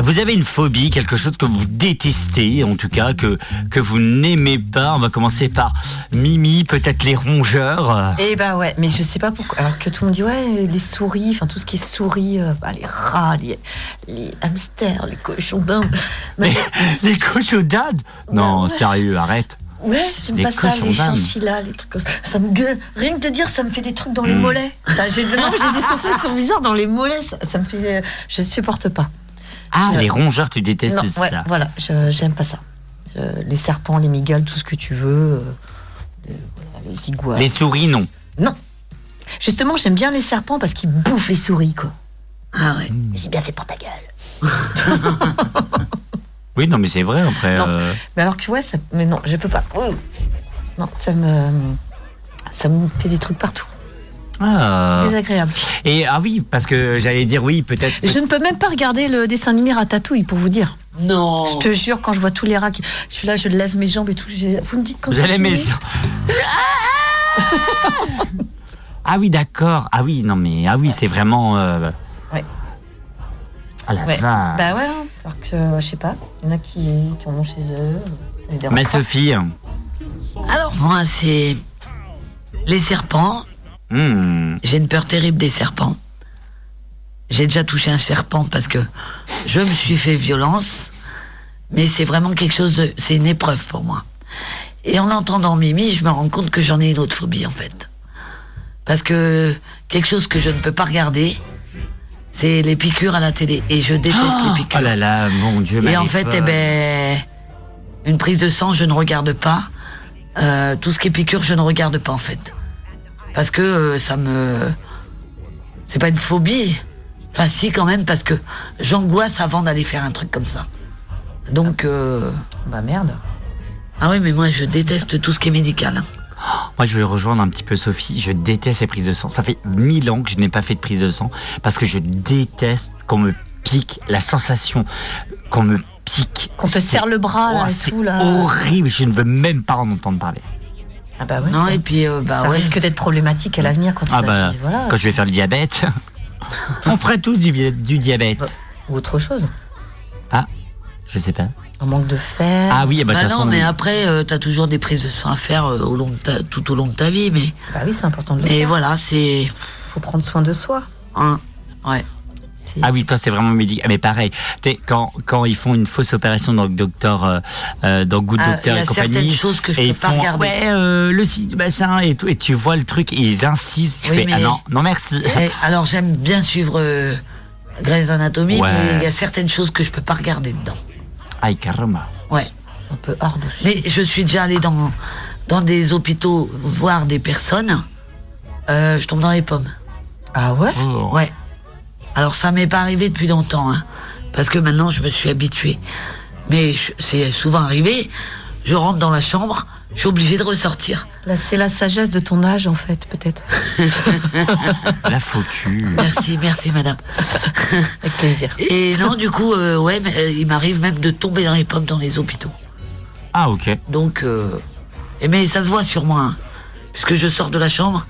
[SPEAKER 1] vous avez une phobie, quelque chose que vous détestez, en tout cas que, que vous n'aimez pas. On va commencer par Mimi, peut-être les rongeurs. euh,
[SPEAKER 4] Eh ben ouais, mais je sais pas pourquoi. Alors que tout le monde dit ouais, les souris, enfin tout ce qui est souris, euh, bah, les rats, les, les hamsters, les cochons d'Inde. Mais
[SPEAKER 1] Les cochonnades Non, sérieux, arrête.
[SPEAKER 4] ouais, j'aime
[SPEAKER 1] Les
[SPEAKER 4] pas ça,
[SPEAKER 1] cochons
[SPEAKER 4] les
[SPEAKER 1] d'Inde.
[SPEAKER 4] chinchillas, les trucs comme ça. Ça me gueule. Rien que de dire, ça me fait des trucs dans les
[SPEAKER 1] Mm.
[SPEAKER 4] mollets. Enfin, j'ai- non, mais j'ai des sensations qui sont bizarres dans les mollets. Ça, ça me faisait, je supporte pas.
[SPEAKER 1] Ah,
[SPEAKER 4] Je-
[SPEAKER 1] les rongeurs, tu détestes
[SPEAKER 4] non,
[SPEAKER 1] ça.
[SPEAKER 4] ouais, Voilà, je- j'aime pas ça. Je- les serpents, les migales, tout ce que tu veux. euh, les- voilà, les iguanes.
[SPEAKER 1] Les souris, non.
[SPEAKER 4] Non. Justement, j'aime bien les serpents parce qu'ils bouffent les souris, quoi. Ah ouais. J'ai
[SPEAKER 1] Hmm.
[SPEAKER 4] bien fait pour ta gueule.
[SPEAKER 1] Oui, non, mais c'est vrai, après. euh,
[SPEAKER 4] Mais alors que ouais, ça... mais non, je peux pas. Ouh. Non, ça me, ça me fait des trucs partout.
[SPEAKER 1] ah.
[SPEAKER 4] Désagréable.
[SPEAKER 1] Et ah oui, parce que j'allais dire oui, peut-être.
[SPEAKER 4] Je ne peux même pas regarder le dessin animé Ratatouille pour vous dire.
[SPEAKER 2] Non.
[SPEAKER 4] Je te jure, quand je vois tous les rats, qui... je suis là, je lève mes jambes et tout. j'ai- Vous me dites quand
[SPEAKER 1] Vous
[SPEAKER 4] c'est
[SPEAKER 1] allez
[SPEAKER 4] fini
[SPEAKER 1] aimer ça. Ah oui, d'accord. Ah oui, non, mais ah oui, c'est vraiment. euh,
[SPEAKER 4] Ouais.
[SPEAKER 1] Ah la
[SPEAKER 4] Ouais.
[SPEAKER 1] vache.
[SPEAKER 4] Bah ouais. hein. Alors que euh, je sais pas, il y en a qui, qui en ont chez eux. Ça les dérange
[SPEAKER 1] Ma
[SPEAKER 4] pas.
[SPEAKER 1] Sophie.
[SPEAKER 2] Alors, moi, c'est les serpents. J'ai une peur terrible des serpents. J'ai déjà touché un serpent parce que je me suis fait violence, mais c'est vraiment quelque chose de. C'est une épreuve pour moi. Et en entendant Mimi, je me rends compte que j'en ai une autre phobie en fait. Parce que quelque chose que je ne peux pas regarder, c'est les piqûres à la télé. Et je déteste les piqûres.
[SPEAKER 1] Oh là là, mon Dieu.
[SPEAKER 2] Et
[SPEAKER 1] ma
[SPEAKER 2] en fait,
[SPEAKER 1] Lépole.
[SPEAKER 2] eh ben, une prise de sang, je ne regarde pas. Euh, tout ce qui est piqûre, je ne regarde pas en fait. Parce que euh, ça me. C'est pas une phobie. Enfin, si, quand même, parce que j'angoisse avant d'aller faire un truc comme ça. Donc. euh,
[SPEAKER 4] Bah merde. Bah,
[SPEAKER 2] Ah oui, mais moi, je déteste tout ce qui est médical. hein.
[SPEAKER 1] Moi, je vais rejoindre un petit peu Sophie. Je déteste les prises de sang. Ça fait mille ans que je n'ai pas fait de prise de sang parce que je déteste qu'on me pique la sensation qu'on me pique.
[SPEAKER 4] Qu'on te
[SPEAKER 1] C'est-
[SPEAKER 4] serre le bras là
[SPEAKER 1] Oh,
[SPEAKER 4] et
[SPEAKER 1] c'est
[SPEAKER 4] tout là.
[SPEAKER 1] horrible. Je ne veux même pas en entendre parler.
[SPEAKER 4] Ah bah ouais,
[SPEAKER 2] non,
[SPEAKER 4] ça-
[SPEAKER 2] et puis, euh, bah
[SPEAKER 4] ça
[SPEAKER 2] ouais.
[SPEAKER 4] risque d'être problématique à l'avenir quand on
[SPEAKER 1] Ah
[SPEAKER 4] a
[SPEAKER 1] bah,
[SPEAKER 4] fini, voilà.
[SPEAKER 1] quand je vais faire le diabète, on ferait tous du, bi- du diabète.
[SPEAKER 4] Ou autre chose.
[SPEAKER 1] Ah, je sais pas.
[SPEAKER 4] Un manque de fer.
[SPEAKER 1] Ah oui, eh ben, de
[SPEAKER 2] bah
[SPEAKER 1] toute
[SPEAKER 2] non,
[SPEAKER 1] façon,
[SPEAKER 2] mais
[SPEAKER 1] oui.
[SPEAKER 2] après, euh, t'as toujours des prises de soins à faire euh, au long de ta- tout au long de ta vie, mais.
[SPEAKER 4] Bah oui, c'est important de le
[SPEAKER 2] Mais
[SPEAKER 4] faire.
[SPEAKER 2] voilà, c'est.
[SPEAKER 4] Faut prendre soin de soi.
[SPEAKER 2] Hein, ouais.
[SPEAKER 1] Ah oui, toi, c'est vraiment médical. Mais pareil, t'es- quand, quand ils font une fausse opération dans le docteur, euh, euh, dans Good
[SPEAKER 2] Ah,
[SPEAKER 1] Doctor
[SPEAKER 2] il y a
[SPEAKER 1] et compagnie.
[SPEAKER 2] certaines choses que je
[SPEAKER 1] et
[SPEAKER 2] peux
[SPEAKER 1] ils
[SPEAKER 2] pas
[SPEAKER 1] font,
[SPEAKER 2] regarder.
[SPEAKER 1] Ouais, euh, le site, machin, et tout. Et tu vois le truc, et ils insistent. Tu
[SPEAKER 2] Oui,
[SPEAKER 1] fais, ah
[SPEAKER 2] mais-
[SPEAKER 1] non, non, merci.
[SPEAKER 2] Eh, alors j'aime bien suivre euh, Grey's Anatomy,
[SPEAKER 1] Ouais.
[SPEAKER 2] mais il y a certaines choses que je peux pas regarder dedans.
[SPEAKER 1] Aïe, caramba.
[SPEAKER 2] Ouais.
[SPEAKER 4] Un peu hors de
[SPEAKER 2] Mais je suis déjà allée dans, dans des hôpitaux voir des personnes. Euh, je tombe dans les pommes.
[SPEAKER 4] Ah ouais
[SPEAKER 1] Oh.
[SPEAKER 2] Ouais. Alors ça m'est pas arrivé depuis longtemps, hein, parce que maintenant je me suis habituée. Mais je- c'est souvent arrivé. Je rentre dans la chambre, je suis obligée de ressortir.
[SPEAKER 4] Là, c'est la sagesse de ton âge, en fait, peut-être.
[SPEAKER 1] La faux cul.
[SPEAKER 2] Merci, merci madame.
[SPEAKER 4] Avec plaisir.
[SPEAKER 2] Et non, du coup, euh, ouais, mais, euh, il m'arrive même de tomber dans les pommes dans les hôpitaux.
[SPEAKER 1] Ah, ok.
[SPEAKER 2] Donc, euh, et mais ça se voit sur moi, hein, puisque je sors de la chambre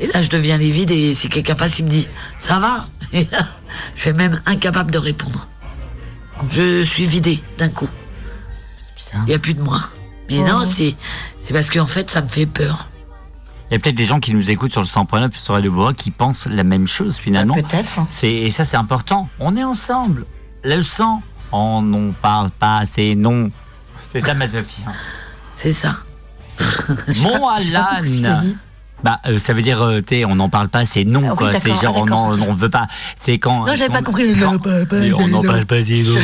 [SPEAKER 2] et là je deviens les vides et si quelqu'un passe, il me dit ça va. Et là, je suis même incapable de répondre. Je suis vidé d'un coup. Il n'y a plus de moi. Mais
[SPEAKER 4] Oh.
[SPEAKER 2] non, c'est c'est parce qu'en fait ça me fait peur.
[SPEAKER 1] Il y a peut-être des gens qui nous écoutent sur le 100.9 sur Radio Bois qui pensent la même chose finalement.
[SPEAKER 4] Peut-être. hein.
[SPEAKER 1] C'est et ça c'est important. On est ensemble. Le sang, on n'en parle pas assez. Non, c'est ça ma Sophie. hein.
[SPEAKER 2] C'est ça.
[SPEAKER 1] Mon
[SPEAKER 4] Je sais pas
[SPEAKER 1] Alan.
[SPEAKER 4] pourquoi je l'ai dit.
[SPEAKER 1] Bah, euh, ça veut dire, euh, t'es, on n'en parle pas, c'est non,
[SPEAKER 4] Ah oui,
[SPEAKER 1] quoi. C'est
[SPEAKER 4] d'accord,
[SPEAKER 1] genre,
[SPEAKER 4] ah,
[SPEAKER 1] on
[SPEAKER 4] d'accord,
[SPEAKER 1] n'en
[SPEAKER 4] ok.
[SPEAKER 1] on veut pas. C'est quand.
[SPEAKER 4] Non, j'avais
[SPEAKER 1] quand-
[SPEAKER 4] pas compris. Non, pas- pas-
[SPEAKER 1] Et on n'en
[SPEAKER 4] non.
[SPEAKER 1] parle pas, c'est non.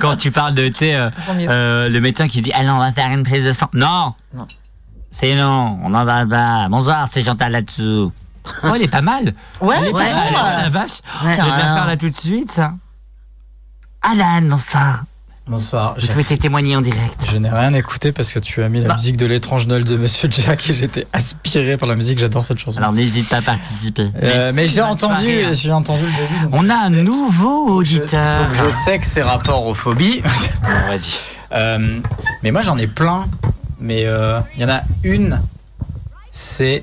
[SPEAKER 1] Quand tu parles de, tu sais, euh,
[SPEAKER 4] comprends mieux.
[SPEAKER 1] euh, le médecin qui dit, allez, on va faire une prise de sang. Non!
[SPEAKER 4] Non.
[SPEAKER 1] C'est non, on n'en parle pas. Bonsoir, c'est Chantal là-dessous. Oh, elle est pas mal.
[SPEAKER 4] Ouais,
[SPEAKER 1] Elle est
[SPEAKER 4] t'as
[SPEAKER 1] pas
[SPEAKER 2] ouais.
[SPEAKER 1] mal,
[SPEAKER 4] raison,
[SPEAKER 1] oh, la
[SPEAKER 4] ouais.
[SPEAKER 1] vache.
[SPEAKER 2] Ouais.
[SPEAKER 1] Je vais la faire là tout de suite, ça. Alan, bonsoir.
[SPEAKER 3] Bonsoir.
[SPEAKER 1] Je
[SPEAKER 3] j'ai-
[SPEAKER 1] souhaitais témoigner en direct. Bah.
[SPEAKER 3] Je n'ai rien écouté parce que tu as mis la musique de l'étrange Noël de Monsieur Jack et j'étais aspiré par la musique. J'adore cette chanson.
[SPEAKER 1] Alors, n'hésite pas à participer.
[SPEAKER 3] Euh, mais
[SPEAKER 1] Merci,
[SPEAKER 3] j'ai
[SPEAKER 1] bonne soirée,
[SPEAKER 3] entendu,
[SPEAKER 1] hein.
[SPEAKER 3] j'ai entendu le début. donc-
[SPEAKER 1] On a un nouveau
[SPEAKER 3] Je-
[SPEAKER 1] auditeur.
[SPEAKER 3] donc je sais que c'est rapport aux phobies.
[SPEAKER 1] Bon, Ah. vas-y.
[SPEAKER 3] Euh, mais moi j'en ai plein. Mais euh, il y en a une, c'est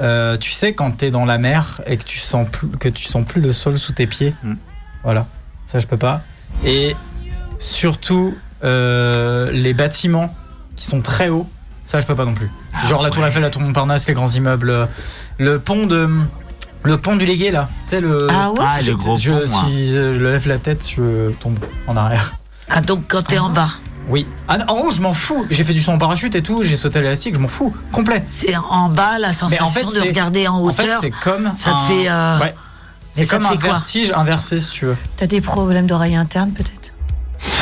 [SPEAKER 3] euh, tu sais quand t'es dans la mer et que tu sens plus, que tu sens plus le sol sous tes pieds.
[SPEAKER 1] Mm.
[SPEAKER 3] Voilà, ça je peux pas. Et surtout euh, les bâtiments qui sont très hauts, ça je peux pas non plus.
[SPEAKER 1] Ah
[SPEAKER 3] Genre la Tour Eiffel, la Tour Montparnasse, les grands immeubles, euh, le pont de le pont du Légué là, tu sais le
[SPEAKER 4] Ah ouais
[SPEAKER 1] Ah, le gros
[SPEAKER 3] je,
[SPEAKER 1] pont, hein.
[SPEAKER 3] si je lève la tête, je tombe en arrière.
[SPEAKER 2] Ah donc quand t'es en bas,
[SPEAKER 3] Oui. Ah, non, en haut, je m'en fous. J'ai fait du saut en parachute et tout, j'ai sauté à l'élastique, je m'en fous. Complet.
[SPEAKER 2] c'est en bas la
[SPEAKER 3] Mais
[SPEAKER 2] sensation
[SPEAKER 3] en fait,
[SPEAKER 2] de
[SPEAKER 3] c'est-
[SPEAKER 2] regarder en
[SPEAKER 3] en fait,
[SPEAKER 2] hauteur.
[SPEAKER 3] c'est comme.
[SPEAKER 2] ça te
[SPEAKER 3] un-
[SPEAKER 2] fait, euh,
[SPEAKER 3] Ouais. C'est
[SPEAKER 2] ça
[SPEAKER 3] comme
[SPEAKER 2] te
[SPEAKER 3] un
[SPEAKER 2] fait quoi
[SPEAKER 3] vertige inversé, si tu veux.
[SPEAKER 4] T'as des problèmes d'oreille interne, peut-être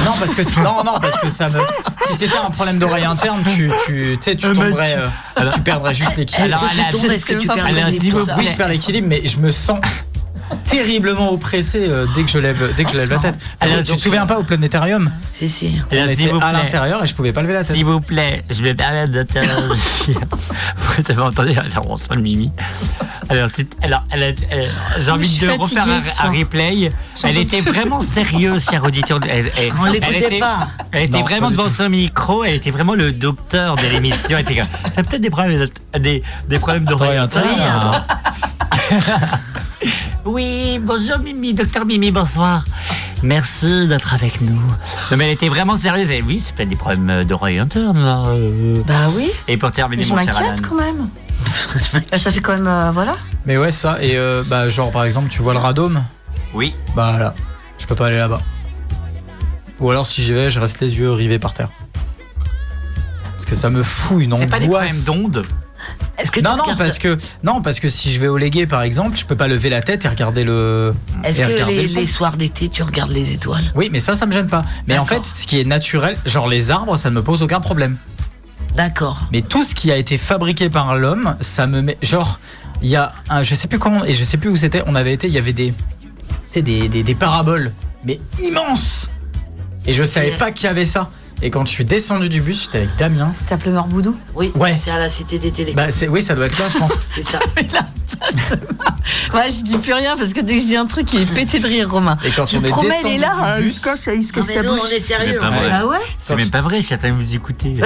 [SPEAKER 3] Non, parce que, non, non, parce que ça me. Si c'était un problème d'oreille interne, tu, tu, tu sais, tu tomberais. euh, tu perdrais juste l'équilibre.
[SPEAKER 1] Alors,
[SPEAKER 2] Est-ce que
[SPEAKER 1] Alan,
[SPEAKER 2] tu tombes Est-ce que tu perds
[SPEAKER 1] Alan,
[SPEAKER 2] les
[SPEAKER 1] s'il vous
[SPEAKER 2] épaules
[SPEAKER 3] Oui, je perds l'équilibre, mais je me sens terriblement oppressé euh, dès que je lève, dès que je lève la tête. Euh,
[SPEAKER 1] Alors,
[SPEAKER 3] tu
[SPEAKER 1] donc,
[SPEAKER 3] te souviens pas au planétarium
[SPEAKER 2] Ah Si si.
[SPEAKER 3] On
[SPEAKER 1] Là, s'il
[SPEAKER 3] était
[SPEAKER 1] vous
[SPEAKER 3] à
[SPEAKER 1] plaît.
[SPEAKER 3] l'intérieur et je pouvais pas lever la tête.
[SPEAKER 1] S'il vous plaît, je vais permettre d'interagir. Vous avez entendu Alors, on sent le mimi. Alors, c'est- alors, elle a- elle- j'ai envie
[SPEAKER 4] suis
[SPEAKER 1] de
[SPEAKER 4] fatiguée
[SPEAKER 1] refaire
[SPEAKER 4] ce
[SPEAKER 1] un, un
[SPEAKER 4] soir.
[SPEAKER 1] replay. Elle était vraiment sérieuse, chère auditeur. Elle, elle-
[SPEAKER 2] On
[SPEAKER 1] elle
[SPEAKER 2] l'écoutait
[SPEAKER 1] était-
[SPEAKER 2] pas.
[SPEAKER 1] Elle était
[SPEAKER 3] Non,
[SPEAKER 1] vraiment
[SPEAKER 3] pas du
[SPEAKER 1] devant
[SPEAKER 3] tout.
[SPEAKER 1] son micro. Elle était vraiment le docteur de l'émission. Elle était comme, Ça a peut-être des problèmes, des, des problèmes d'oreille
[SPEAKER 3] Attends,
[SPEAKER 1] interne.
[SPEAKER 3] il y a un-
[SPEAKER 1] Oui, bonjour Mimi, docteur Mimi, bonsoir. Merci d'être avec nous. Non mais elle était vraiment sérieuse. Elle, oui, c'est peut-être des problèmes euh, d'oreille interne. là, euh.
[SPEAKER 4] Bah oui.
[SPEAKER 1] Et pour terminer,
[SPEAKER 4] Mais je
[SPEAKER 1] mon cher Alan.
[SPEAKER 4] m'inquiète quand même. Bah, ça fait quand même. euh, voilà.
[SPEAKER 3] Mais ouais, ça. Et euh, bah, genre, par exemple, tu vois le radome
[SPEAKER 1] Oui.
[SPEAKER 3] Bah là, je peux pas aller là-bas. Ou alors si j'y vais, je reste les yeux rivés par terre. Parce que ça me fout une
[SPEAKER 1] C'est pas des problèmes
[SPEAKER 3] angoisse.
[SPEAKER 1] d'ondes.
[SPEAKER 2] Est-ce que
[SPEAKER 3] non
[SPEAKER 2] tu
[SPEAKER 3] non
[SPEAKER 2] regardes-
[SPEAKER 3] parce que non parce que si je vais au légué par exemple, je peux pas lever la tête et regarder le.
[SPEAKER 2] Est-ce
[SPEAKER 3] et
[SPEAKER 2] que
[SPEAKER 3] regarder
[SPEAKER 2] les,
[SPEAKER 3] le pont.
[SPEAKER 2] les soirs d'été tu regardes les étoiles
[SPEAKER 3] Oui mais ça ça me gêne pas. Mais en fait
[SPEAKER 2] D'accord.
[SPEAKER 3] ce qui est naturel, genre les arbres, ça ne me pose aucun problème.
[SPEAKER 2] D'accord.
[SPEAKER 3] Mais tout ce qui a été fabriqué par l'homme, ça me met. Genre, il y a un. Je sais plus quand, et je sais plus où c'était, on avait été, il y avait des. Tu sais, des, des, des paraboles, mais immenses Et je savais
[SPEAKER 2] C'est-
[SPEAKER 3] pas qu'il y avait ça. Et quand je suis descendu du bus, j'étais avec Damien.
[SPEAKER 4] C'était à Pleumeur-Boudou.
[SPEAKER 2] Oui,
[SPEAKER 3] Ouais.
[SPEAKER 2] c'est à la Cité des Télés.
[SPEAKER 3] Bah, c'est, oui, ça doit être là, je pense.
[SPEAKER 2] c'est ça.
[SPEAKER 4] Ouais, je dis plus rien parce que dès que je dis un truc, il est pété de rire, Romain.
[SPEAKER 3] Et quand
[SPEAKER 4] Je
[SPEAKER 3] on est
[SPEAKER 4] promets,
[SPEAKER 3] descendu
[SPEAKER 4] elle est là,
[SPEAKER 3] du
[SPEAKER 4] euh,
[SPEAKER 3] bus-
[SPEAKER 4] jusqu'à ce jusqu'à
[SPEAKER 2] Non,
[SPEAKER 4] ce que
[SPEAKER 2] mais
[SPEAKER 4] ça
[SPEAKER 2] nous, on
[SPEAKER 4] bouge.
[SPEAKER 2] est sérieux.
[SPEAKER 1] pas
[SPEAKER 2] en fait.
[SPEAKER 1] vrai.
[SPEAKER 4] Ah ouais
[SPEAKER 1] C'est même pas vrai, chacun vous écouter.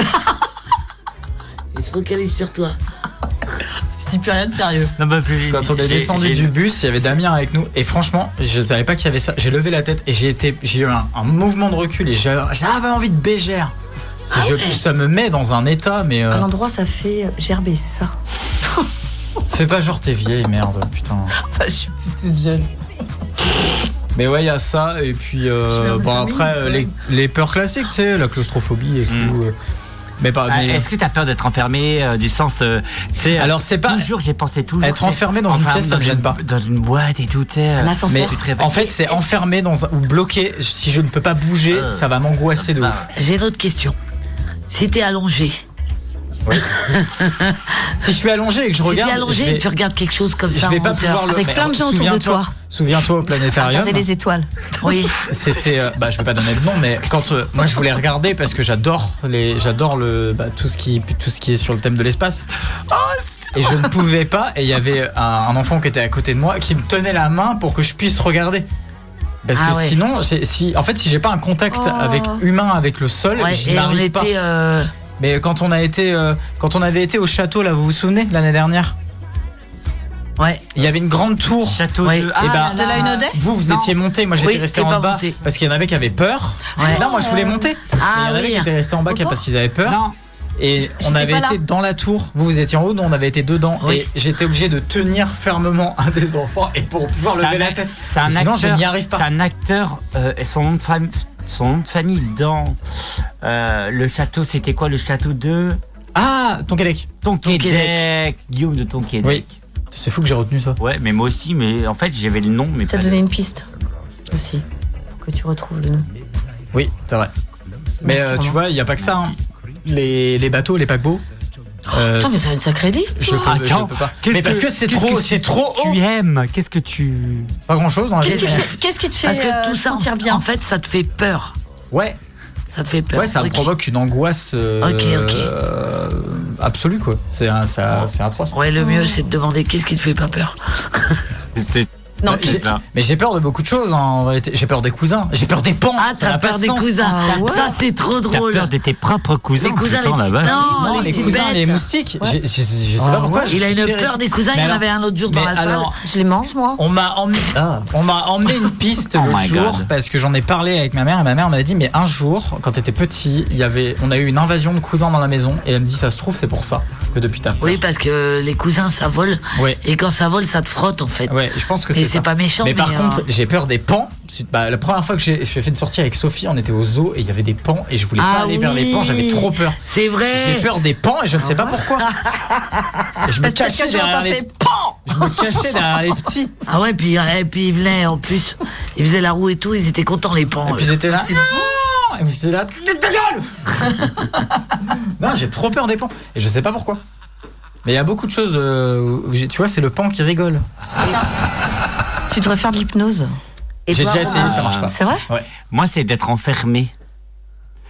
[SPEAKER 2] Il se focalise sur toi. Je
[SPEAKER 4] dis plus rien de sérieux.
[SPEAKER 3] Quand on est
[SPEAKER 4] j'ai-
[SPEAKER 3] descendu
[SPEAKER 4] j'ai-
[SPEAKER 3] du bus, il y avait Damien avec nous. Et franchement, je savais pas qu'il y avait ça. J'ai levé la tête et j'ai été, j'ai eu un, un mouvement de recul et j'ai- j'avais envie de bégère.
[SPEAKER 1] Ah
[SPEAKER 3] C'est- je- Ça me met dans un état, mais euh,
[SPEAKER 4] À l'endroit, ça fait euh, gerber, c'est ça
[SPEAKER 3] fais pas genre t'es vieille, merde, putain.
[SPEAKER 4] Enfin, je suis plus toute jeune.
[SPEAKER 3] Mais ouais, il y a ça. Et puis, euh,
[SPEAKER 1] Je vais
[SPEAKER 3] bon,
[SPEAKER 1] en famille,
[SPEAKER 3] après, euh, les, les peurs classiques, tu sais, la claustrophobie et
[SPEAKER 4] Mm.
[SPEAKER 3] tout. euh. Mais pas.
[SPEAKER 1] Ah,
[SPEAKER 3] mais-
[SPEAKER 1] Est-ce que t'as peur d'être enfermé euh, du sens euh, tu sais,
[SPEAKER 3] Alors, c'est pas-
[SPEAKER 1] toujours j'ai pensé toujours
[SPEAKER 3] Être
[SPEAKER 1] tu sais,
[SPEAKER 3] enfermé dans une
[SPEAKER 1] enfermé
[SPEAKER 3] pièce, ça
[SPEAKER 1] dans
[SPEAKER 3] me gêne
[SPEAKER 1] une-
[SPEAKER 3] pas.
[SPEAKER 1] dans une boîte et tout tu sais, euh,
[SPEAKER 3] Mais
[SPEAKER 1] tu te réveilles.
[SPEAKER 3] en fait, c'est enfermé dans un, ou bloqué. Si je ne peux pas bouger,
[SPEAKER 1] Ah.
[SPEAKER 2] Euh,
[SPEAKER 3] ça va m'angoisser de
[SPEAKER 2] ça.
[SPEAKER 3] ouf.
[SPEAKER 2] J'ai une autre question. Si t'es allongé.
[SPEAKER 3] si je suis allongé et que je regarde,
[SPEAKER 2] Si t'es allongé
[SPEAKER 3] je vais-
[SPEAKER 2] et tu regardes quelque chose comme
[SPEAKER 3] Je
[SPEAKER 2] ça
[SPEAKER 3] vais
[SPEAKER 2] en
[SPEAKER 3] pas
[SPEAKER 2] hauteur.
[SPEAKER 3] pouvoir le- mais on- souviens-toi- Souviens-toi au planétarium.
[SPEAKER 4] Regardez les étoiles.
[SPEAKER 2] Oui.
[SPEAKER 3] C'était, euh, bah, je vais pas donner le nom, mais quand euh, moi je voulais regarder parce que j'adore les, j'adore le, bah, tout ce qui, tout ce qui est sur le thème de l'espace.
[SPEAKER 2] Oh,
[SPEAKER 3] Et je ne pouvais pas. Et il y avait un, un enfant qui était à côté de moi qui me tenait la main pour que je puisse regarder. Parce
[SPEAKER 2] Ah
[SPEAKER 3] que
[SPEAKER 2] ouais.
[SPEAKER 3] sinon, j'ai- si, en fait, si j'ai pas un contact
[SPEAKER 2] Oh.
[SPEAKER 3] avec humain avec le sol,
[SPEAKER 2] Ouais,
[SPEAKER 3] je
[SPEAKER 2] et on
[SPEAKER 3] n'arrive
[SPEAKER 2] était.
[SPEAKER 3] pas.
[SPEAKER 2] euh,
[SPEAKER 3] Mais quand on a été, euh, quand on avait été au château là, vous vous souvenez l'année dernière
[SPEAKER 2] Ouais.
[SPEAKER 3] Il y avait une grande tour.
[SPEAKER 1] Château
[SPEAKER 2] Ouais.
[SPEAKER 3] Et bah,
[SPEAKER 2] Ah là là. De la Inaudet
[SPEAKER 3] Eh ben, Vous, vous
[SPEAKER 2] Non.
[SPEAKER 3] étiez monté. Moi, j'étais
[SPEAKER 2] Oui,
[SPEAKER 3] resté
[SPEAKER 2] t'es
[SPEAKER 3] en
[SPEAKER 2] pas
[SPEAKER 3] bas
[SPEAKER 2] monté.
[SPEAKER 3] parce qu'il y en avait qui avaient peur.
[SPEAKER 2] Ouais.
[SPEAKER 3] Là, moi, je voulais monter. Mais
[SPEAKER 2] Ah
[SPEAKER 3] il y en avait
[SPEAKER 2] oui.
[SPEAKER 3] qui étaient restés en bas parce qu'ils avaient peur.
[SPEAKER 1] Non.
[SPEAKER 3] Et on
[SPEAKER 2] j'étais
[SPEAKER 3] avait
[SPEAKER 2] pas là.
[SPEAKER 3] été dans la tour. Vous, vous étiez en haut. Nous, on avait été dedans.
[SPEAKER 2] Oui.
[SPEAKER 3] Et j'étais obligé de tenir fermement un des enfants et pour pouvoir
[SPEAKER 1] C'est
[SPEAKER 3] lever
[SPEAKER 1] un
[SPEAKER 3] la
[SPEAKER 1] ac-
[SPEAKER 3] tête.
[SPEAKER 1] c'est un
[SPEAKER 3] Sinon, je
[SPEAKER 1] acteur-
[SPEAKER 3] n'y arrive
[SPEAKER 1] C'est
[SPEAKER 3] pas.
[SPEAKER 1] un acteur euh, et son nom de famille, son nom de famille dans euh, le château, c'était quoi le château de
[SPEAKER 3] Ah, Tonquédec.
[SPEAKER 1] Tonquédec, Guillaume de Tonquédec.
[SPEAKER 3] Oui. C'est fou que j'ai retenu ça.
[SPEAKER 1] Ouais, mais moi aussi, mais en fait j'avais le nom, mais
[SPEAKER 4] T'as
[SPEAKER 1] pas
[SPEAKER 4] donné une piste aussi pour que tu retrouves le nom.
[SPEAKER 3] Oui, c'est vrai. Mais
[SPEAKER 4] Merci,
[SPEAKER 3] euh, tu
[SPEAKER 4] Romain.
[SPEAKER 3] vois, il y a pas que ça. hein. Les, les bateaux, les paquebots. euh,
[SPEAKER 4] Putain, mais t'as une sacrée liste.
[SPEAKER 3] je
[SPEAKER 4] toi.
[SPEAKER 3] peux, je peux pas.
[SPEAKER 1] qu'est-ce
[SPEAKER 3] Mais parce que c'est
[SPEAKER 1] qu'est-ce
[SPEAKER 3] trop,
[SPEAKER 1] que
[SPEAKER 3] c'est
[SPEAKER 1] tu-
[SPEAKER 3] trop haut.
[SPEAKER 1] Tu aimes Qu'est-ce que tu
[SPEAKER 3] Pas hein, grand chose dans la vie.
[SPEAKER 4] Qu'est-ce qui te fait- qu'est-ce qui te fait
[SPEAKER 2] Parce que tout
[SPEAKER 4] euh,
[SPEAKER 2] ça,
[SPEAKER 4] sentir
[SPEAKER 2] en,
[SPEAKER 4] bien
[SPEAKER 2] en fait, ça te fait peur.
[SPEAKER 3] Ouais,
[SPEAKER 2] Ça te fait peur.
[SPEAKER 3] ouais, ça me
[SPEAKER 2] Ok.
[SPEAKER 3] provoque une angoisse euh,
[SPEAKER 2] Ok, ok.
[SPEAKER 3] euh, absolue quoi. C'est un- ça- c'est atroce.
[SPEAKER 2] Ouais, le mieux, c'est de demander qu'est-ce qui te fait pas peur.
[SPEAKER 4] Non,
[SPEAKER 3] Bah,
[SPEAKER 4] c'est-
[SPEAKER 3] j'ai- mais j'ai peur de beaucoup de choses hein, en vérité. J'ai peur des cousins, j'ai peur des pans.
[SPEAKER 2] Ah,
[SPEAKER 3] ça n'a
[SPEAKER 2] t'as
[SPEAKER 3] pas
[SPEAKER 2] peur
[SPEAKER 3] de
[SPEAKER 2] des
[SPEAKER 3] sens.
[SPEAKER 2] cousins.
[SPEAKER 4] Ah ouais.
[SPEAKER 2] Ça, c'est trop
[SPEAKER 1] T'as
[SPEAKER 2] drôle.
[SPEAKER 1] peur de tes propres cousins
[SPEAKER 2] Les cousins,
[SPEAKER 1] putain,
[SPEAKER 2] les
[SPEAKER 1] la
[SPEAKER 2] petits-
[SPEAKER 1] vache.
[SPEAKER 2] Non,
[SPEAKER 3] Non,
[SPEAKER 2] les
[SPEAKER 3] les
[SPEAKER 2] petites
[SPEAKER 3] cousins,
[SPEAKER 2] bêtes.
[SPEAKER 3] les moustiques.
[SPEAKER 4] Ouais.
[SPEAKER 3] j'ai- j'ai- Je sais
[SPEAKER 2] Ah
[SPEAKER 3] pas pourquoi.
[SPEAKER 2] ouais.
[SPEAKER 3] je
[SPEAKER 2] Il a
[SPEAKER 3] suis
[SPEAKER 2] une
[SPEAKER 3] terrorisé.
[SPEAKER 2] peur des cousins,
[SPEAKER 3] Mais
[SPEAKER 2] il en
[SPEAKER 3] alors-
[SPEAKER 2] avait un l'autre jour dans
[SPEAKER 3] mais
[SPEAKER 2] la salle.
[SPEAKER 3] alors,
[SPEAKER 4] Je les mange, moi.
[SPEAKER 3] On m'a emmené,
[SPEAKER 1] Ah.
[SPEAKER 3] on m'a emmené une piste
[SPEAKER 1] Oh
[SPEAKER 3] l'autre
[SPEAKER 1] my
[SPEAKER 3] jour
[SPEAKER 1] God.
[SPEAKER 3] parce que j'en ai parlé avec ma mère et ma mère m'a dit mais un jour quand t'étais petit il y avait on a eu une invasion de cousins dans la maison et elle me dit ça se trouve c'est pour ça que depuis ta
[SPEAKER 2] Oui, parce que les cousins, ça vole.
[SPEAKER 3] Ouais.
[SPEAKER 2] Et quand ça vole, ça te frotte, en fait.
[SPEAKER 3] Ouais, je pense que
[SPEAKER 2] Mais
[SPEAKER 3] c'est
[SPEAKER 2] c'est
[SPEAKER 3] ça.
[SPEAKER 2] pas méchant,
[SPEAKER 3] Mais, par
[SPEAKER 2] mais,
[SPEAKER 3] contre,
[SPEAKER 2] euh,
[SPEAKER 3] j'ai peur des pans. C'est- bah, la première fois que j'ai j'ai fait une sortie avec Sophie, on était au zoo et il y avait des pans et je voulais pas
[SPEAKER 2] Ah
[SPEAKER 3] aller vers les pans,
[SPEAKER 2] oui.
[SPEAKER 3] j'avais trop peur.
[SPEAKER 2] C'est vrai. Ah
[SPEAKER 3] J'ai peur des pans et je ne sais pas pourquoi. Et je me
[SPEAKER 4] Parce que
[SPEAKER 3] cachais
[SPEAKER 4] quelqu'un
[SPEAKER 3] derrière
[SPEAKER 4] t'a
[SPEAKER 3] les
[SPEAKER 4] fait PAN
[SPEAKER 3] je me cachais derrière les petits.
[SPEAKER 2] Ah ouais, puis, et puis ils venaient en plus, ils faisaient la roue et tout, ils étaient contents les euh. pans.
[SPEAKER 3] Et puis ils étaient là. Non Et vous étiez là. Ta gueule Non, j'ai trop peur des pans et je sais pas pourquoi. Mais il y a beaucoup de choses euh, où j'ai- tu vois, c'est le pan qui rigole.
[SPEAKER 4] Tu devrais faire de l'hypnose. euh,
[SPEAKER 2] Et
[SPEAKER 3] J'ai
[SPEAKER 2] toi,
[SPEAKER 3] déjà essayé,
[SPEAKER 2] Romain
[SPEAKER 3] ça marche pas.
[SPEAKER 4] C'est vrai
[SPEAKER 3] Ouais.
[SPEAKER 1] euh, Moi, c'est d'être enfermé.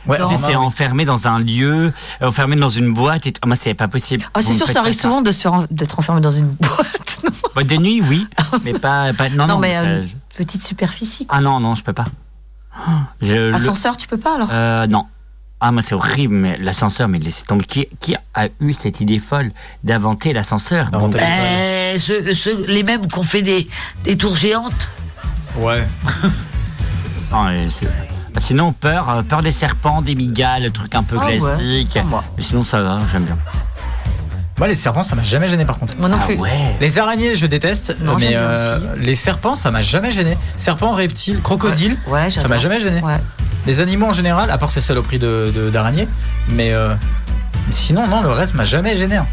[SPEAKER 3] Ouais,
[SPEAKER 1] Tu sais,
[SPEAKER 3] Romain,
[SPEAKER 1] c'est
[SPEAKER 3] oui.
[SPEAKER 1] enfermé dans un lieu, enfermé dans une boîte. Et... Ah, moi, c'est pas possible.
[SPEAKER 4] Ah,
[SPEAKER 1] Vous
[SPEAKER 4] c'est
[SPEAKER 1] me
[SPEAKER 4] sûr,
[SPEAKER 1] faites
[SPEAKER 4] ça arrive
[SPEAKER 1] pas
[SPEAKER 4] souvent de se faire en- d'être enfermé dans une boîte. Non,
[SPEAKER 1] Bah, des nuits, oui, mais pas. pas- non, non,
[SPEAKER 4] Non, mais
[SPEAKER 1] ça-
[SPEAKER 4] euh, petite superficie. quoi.
[SPEAKER 1] Ah non, non, je peux pas. Je, Ah. Euh, le-
[SPEAKER 4] Ascenseur, tu peux pas alors
[SPEAKER 1] euh, non. Ah, moi, c'est horrible, mais l'ascenseur, mais laissez tomber. Qui, qui a eu cette idée folle d'inventer l'ascenseur
[SPEAKER 3] D'inventer
[SPEAKER 1] Bon,
[SPEAKER 2] Euh, ceux- ceux- les mêmes qu'on fait des, des tours géantes.
[SPEAKER 3] Ouais.
[SPEAKER 1] non, mais c'est- Ah, Sinon, peur, euh, peur des serpents, des migales, le truc un peu
[SPEAKER 4] Ah ouais,
[SPEAKER 1] classique.
[SPEAKER 4] comme moi.
[SPEAKER 1] Mais sinon, ça va, j'aime bien.
[SPEAKER 3] Moi les serpents ça m'a jamais gêné par contre.
[SPEAKER 4] Moi non
[SPEAKER 1] Ah
[SPEAKER 4] plus.
[SPEAKER 1] ouais.
[SPEAKER 3] Les araignées, je déteste,
[SPEAKER 4] Non, j'aime
[SPEAKER 3] mais
[SPEAKER 4] bien
[SPEAKER 3] euh, les serpents, ça m'a jamais gêné. Serpents, reptiles, crocodiles,
[SPEAKER 4] Ouais,
[SPEAKER 3] ça
[SPEAKER 4] j'adore.
[SPEAKER 3] m'a jamais gêné.
[SPEAKER 4] Ouais.
[SPEAKER 3] Les animaux en général, à part ces saloperies de, de- d'araignées, mais euh, sinon, non, le reste m'a jamais gêné. hein.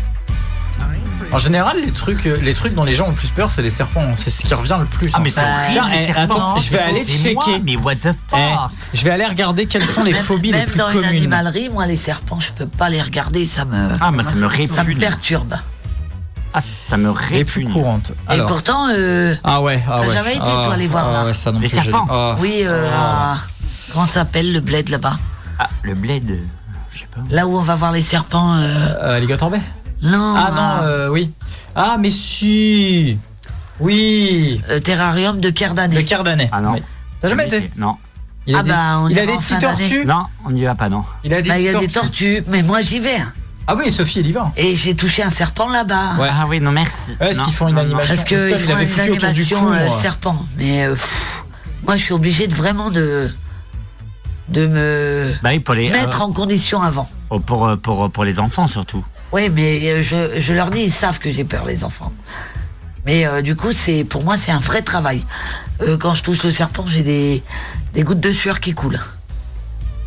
[SPEAKER 3] En général, les trucs, euh, les trucs dont les gens ont le plus peur, c'est les serpents. hein. C'est ce qui revient le plus.
[SPEAKER 1] Ah,
[SPEAKER 3] en
[SPEAKER 1] mais
[SPEAKER 3] fait.
[SPEAKER 1] c'est horrible,
[SPEAKER 3] Tiens,
[SPEAKER 1] les
[SPEAKER 3] eh,
[SPEAKER 1] serpents.
[SPEAKER 3] attends, je vais
[SPEAKER 1] C'est-
[SPEAKER 3] aller
[SPEAKER 1] c'est moi,
[SPEAKER 3] checker.
[SPEAKER 1] mais what the
[SPEAKER 3] Eh,
[SPEAKER 1] fuck
[SPEAKER 3] je vais aller regarder quelles sont les phobies les
[SPEAKER 2] Même
[SPEAKER 3] plus
[SPEAKER 2] dans une
[SPEAKER 3] communes.
[SPEAKER 2] animalerie, moi les serpents, je peux pas les regarder, ça me,
[SPEAKER 1] Ah, mais ça me
[SPEAKER 2] ça me
[SPEAKER 1] répugne.
[SPEAKER 2] perturbe.
[SPEAKER 1] Ah, ça me
[SPEAKER 3] les plus
[SPEAKER 1] répugne.
[SPEAKER 3] courantes. Alors.
[SPEAKER 2] Et pourtant, euh,
[SPEAKER 3] Ah ouais, ah
[SPEAKER 2] T'as
[SPEAKER 3] ouais.
[SPEAKER 2] jamais été,
[SPEAKER 3] Ah,
[SPEAKER 2] toi, les voir,
[SPEAKER 3] ah
[SPEAKER 2] là
[SPEAKER 3] ouais, ça non
[SPEAKER 1] Les
[SPEAKER 3] plus, j'ai-
[SPEAKER 1] serpents.
[SPEAKER 3] ah.
[SPEAKER 2] oui, euh, à- comment ça s'appelle le bled là-bas
[SPEAKER 1] Ah, le bled, euh, je sais pas.
[SPEAKER 2] Là où on va voir les serpents. euh,
[SPEAKER 3] Euh, Alligator Bay
[SPEAKER 2] Non,
[SPEAKER 3] Ah
[SPEAKER 2] à-
[SPEAKER 3] non, euh, oui. Ah mais si Oui
[SPEAKER 2] le Euh, terrarium de Cardanet.
[SPEAKER 3] Le cardanet.
[SPEAKER 1] Ah non.
[SPEAKER 3] Oui. T'as jamais été
[SPEAKER 1] Non.
[SPEAKER 3] Il a
[SPEAKER 2] Ah
[SPEAKER 3] des,
[SPEAKER 2] bah, on
[SPEAKER 3] il a
[SPEAKER 2] ira
[SPEAKER 3] des
[SPEAKER 2] en
[SPEAKER 3] petites
[SPEAKER 2] fin d'année.
[SPEAKER 3] tortues
[SPEAKER 1] Non, on n'y va Ah, pas, non.
[SPEAKER 3] Il a des
[SPEAKER 2] Bah, il y a des
[SPEAKER 3] petites tortues.
[SPEAKER 2] tortues, mais moi j'y vais. hein.
[SPEAKER 3] Ah oui, Sophie, elle y va.
[SPEAKER 2] Et j'ai touché un serpent là-bas.
[SPEAKER 1] Ah oui, non merci.
[SPEAKER 3] Ouais, est-ce
[SPEAKER 1] Non,
[SPEAKER 3] qu'ils font une
[SPEAKER 1] non, non.
[SPEAKER 3] animation
[SPEAKER 2] Parce qu'ils
[SPEAKER 3] Putain, il
[SPEAKER 2] font
[SPEAKER 3] avait
[SPEAKER 2] une
[SPEAKER 3] foutu autour du
[SPEAKER 2] animation
[SPEAKER 3] cou,
[SPEAKER 2] euh,
[SPEAKER 3] moi.
[SPEAKER 2] serpent. Mais euh, pff, moi, je suis obligé de vraiment de, de me
[SPEAKER 1] Bah oui, pour les,
[SPEAKER 2] mettre
[SPEAKER 1] euh,
[SPEAKER 2] en condition avant.
[SPEAKER 1] oh, pour, euh, pour, euh, pour les enfants surtout.
[SPEAKER 2] Oui, mais euh, je, je leur dis, ils savent que j'ai peur, les enfants. Mais euh, du coup, c'est pour moi, c'est un vrai travail. Euh, quand je touche le serpent, j'ai des, des gouttes de sueur qui coulent.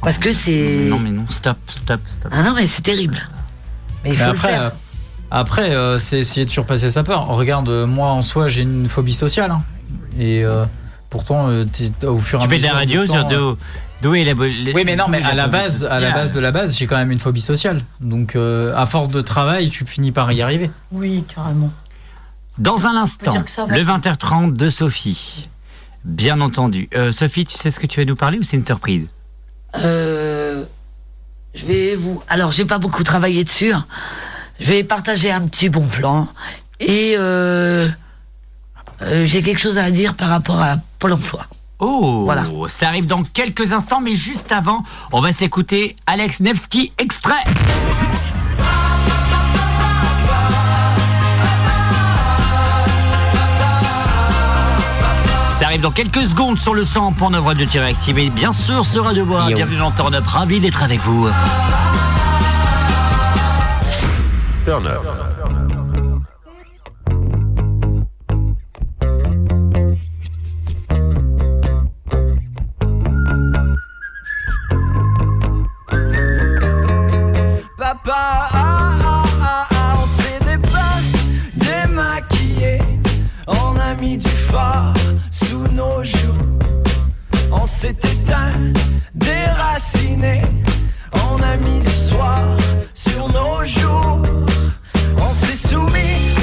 [SPEAKER 2] Parce que c'est.
[SPEAKER 1] Non mais non, stop, stop, stop.
[SPEAKER 2] Ah non, mais c'est terrible. Mais
[SPEAKER 3] Mais
[SPEAKER 2] il faut
[SPEAKER 3] après,
[SPEAKER 2] le faire.
[SPEAKER 3] euh, après euh, c'est essayer de surpasser sa peur. Regarde, euh, moi en soi, j'ai une phobie sociale. hein. Et euh, pourtant, euh, t'es- au fur et à
[SPEAKER 1] Tu fais de la
[SPEAKER 3] mesure du
[SPEAKER 1] radio
[SPEAKER 3] temps,
[SPEAKER 1] sur
[SPEAKER 3] euh,
[SPEAKER 1] d'où d'où est la Oui
[SPEAKER 3] Oui, mais non, mais à la base, à la base de la base, j'ai quand même une phobie sociale. Donc, euh, à force de travail, tu finis par y arriver.
[SPEAKER 4] Oui, carrément.
[SPEAKER 1] Dans un instant,
[SPEAKER 4] dire que ça va.
[SPEAKER 1] le 20h30 de Sophie. Bien entendu. Euh, Sophie, tu sais ce que tu vas nous parler ou c'est une surprise
[SPEAKER 2] Euh, je vais vous. Alors, j'ai pas beaucoup travaillé dessus. hein. Je vais partager un petit bon plan. Et euh, euh, j'ai quelque chose à dire par rapport à Pôle emploi.
[SPEAKER 1] Oh,
[SPEAKER 2] Voilà.
[SPEAKER 1] ça arrive dans quelques instants, mais juste avant, on va s'écouter Alex Nevsky extrait. Ça arrive dans quelques secondes sur le 100 pour œuvre de tir activé. Bien sûr, sur Radio Bois. Bienvenue dans Turn Up. Ravi d'être avec vous.
[SPEAKER 8] Turn up.
[SPEAKER 11] Papa, ah, ah, ah, ah, on s'est dépeint, démaquillé. On a mis du fort sous nos joues. On s'est éteint, déraciné. On a mis du soir sur nos jours. On s'est soumis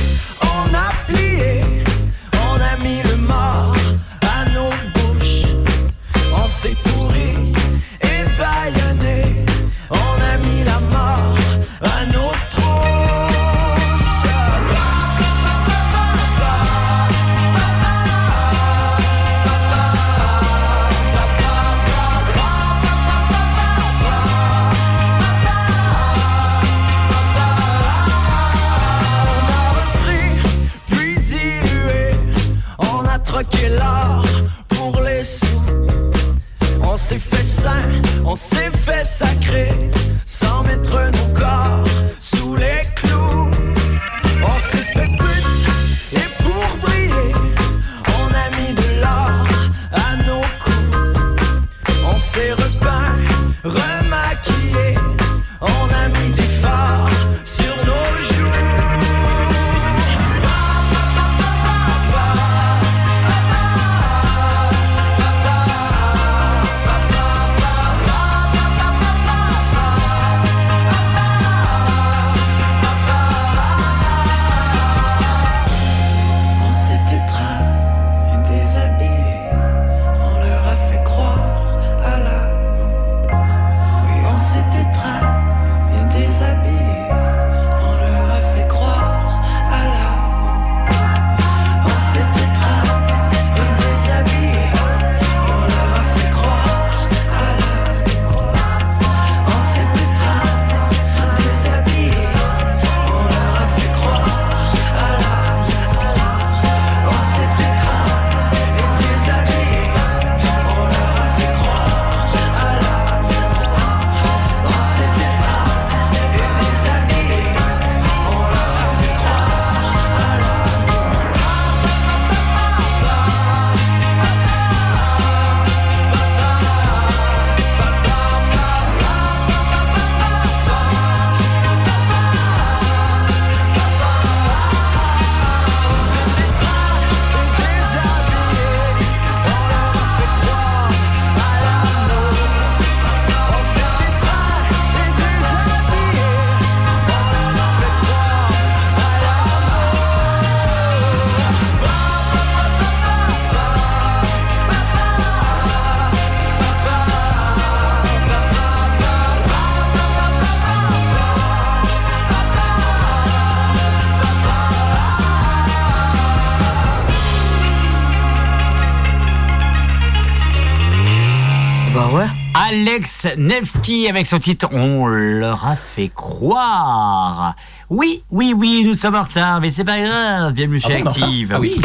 [SPEAKER 1] Bah Alex Nevsky avec son titre On leur a fait croire. Oui, oui, oui, nous sommes en retard, mais c'est pas grave. Bienvenue chez
[SPEAKER 2] Ah bon, on est en
[SPEAKER 1] Active.
[SPEAKER 2] retard Ah oui.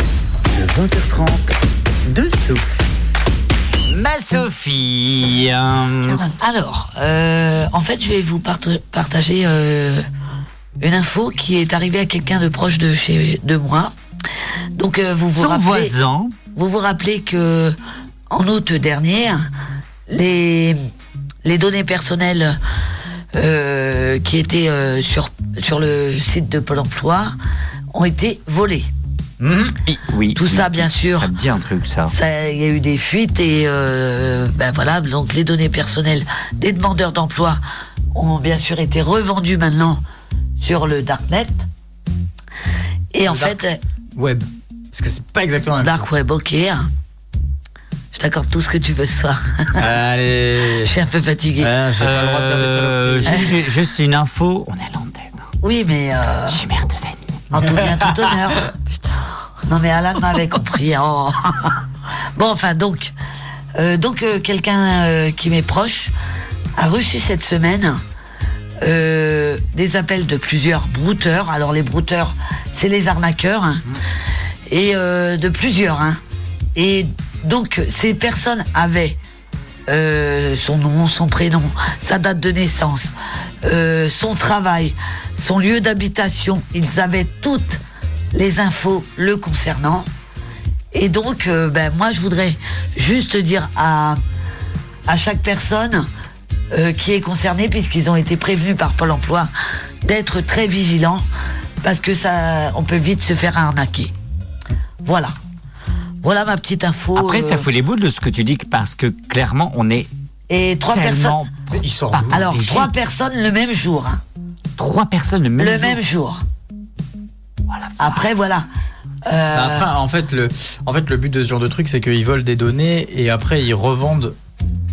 [SPEAKER 2] 20h30, de Sophie.
[SPEAKER 1] Ma Sophie. euh,
[SPEAKER 2] Alors, euh, en fait, je vais vous parta- partager euh, une info qui est arrivée à quelqu'un de proche de chez de moi. Donc, euh, vous vous
[SPEAKER 1] Son
[SPEAKER 2] rappelez,
[SPEAKER 1] voisin.
[SPEAKER 2] vous vous rappelez que en août dernier, les les données personnelles euh, qui étaient euh, sur sur le site de Pôle Emploi ont été volées.
[SPEAKER 1] Mm-hmm. Oui, oui.
[SPEAKER 2] Tout
[SPEAKER 1] oui,
[SPEAKER 2] ça,
[SPEAKER 1] oui.
[SPEAKER 2] bien sûr.
[SPEAKER 1] Ça me dit un truc, ça.
[SPEAKER 2] Ça, il y a eu des fuites et euh, ben voilà, donc les données personnelles des demandeurs d'emploi ont bien sûr été revendues maintenant sur le darknet. Et en fait,
[SPEAKER 3] Web. Parce que c'est pas exactement la même
[SPEAKER 2] dark web, ok. hein. Je t'accorde tout ce que tu veux ce soir.
[SPEAKER 3] Allez.
[SPEAKER 2] je suis un peu fatigué.
[SPEAKER 1] Euh, juste, juste une info. On est là.
[SPEAKER 2] Oui, mais. Euh... Je
[SPEAKER 1] suis mère de
[SPEAKER 2] famille. En tout bien, tout honneur. Putain. Non, mais Alan m'avait compris. oh. bon, enfin, donc. euh, donc, euh, quelqu'un euh, qui m'est proche a reçu cette semaine euh, des appels de plusieurs brouteurs. Alors, les brouteurs, c'est les arnaqueurs. hein.
[SPEAKER 1] Mmh.
[SPEAKER 2] Et euh, de plusieurs. hein. Et donc, ces personnes avaient euh, son nom, son prénom, sa date de naissance, euh, son travail, son lieu d'habitation. Ils avaient toutes les infos le concernant. Et donc, euh, ben, moi, je voudrais juste dire à, à chaque personne euh, qui est concernée, puisqu'ils ont été prévenus par Pôle emploi, d'être très vigilants, parce que ça, on peut vite se faire arnaquer. Voilà. Voilà ma petite info.
[SPEAKER 1] Après, ça
[SPEAKER 2] euh,
[SPEAKER 1] fout les boules de ce que tu dis parce que clairement, on est.
[SPEAKER 2] Et trois
[SPEAKER 1] tellement
[SPEAKER 2] personnes. Ah,
[SPEAKER 1] pas protégés.
[SPEAKER 2] Alors, trois personnes le même jour. hein.
[SPEAKER 1] Trois personnes le même
[SPEAKER 2] le
[SPEAKER 1] jour.
[SPEAKER 2] même jour. Après, voilà.
[SPEAKER 3] Ah,
[SPEAKER 2] Euh,
[SPEAKER 3] Bah après, en fait, le, en fait, le but de ce genre de truc, c'est qu'ils volent des données et après ils revendent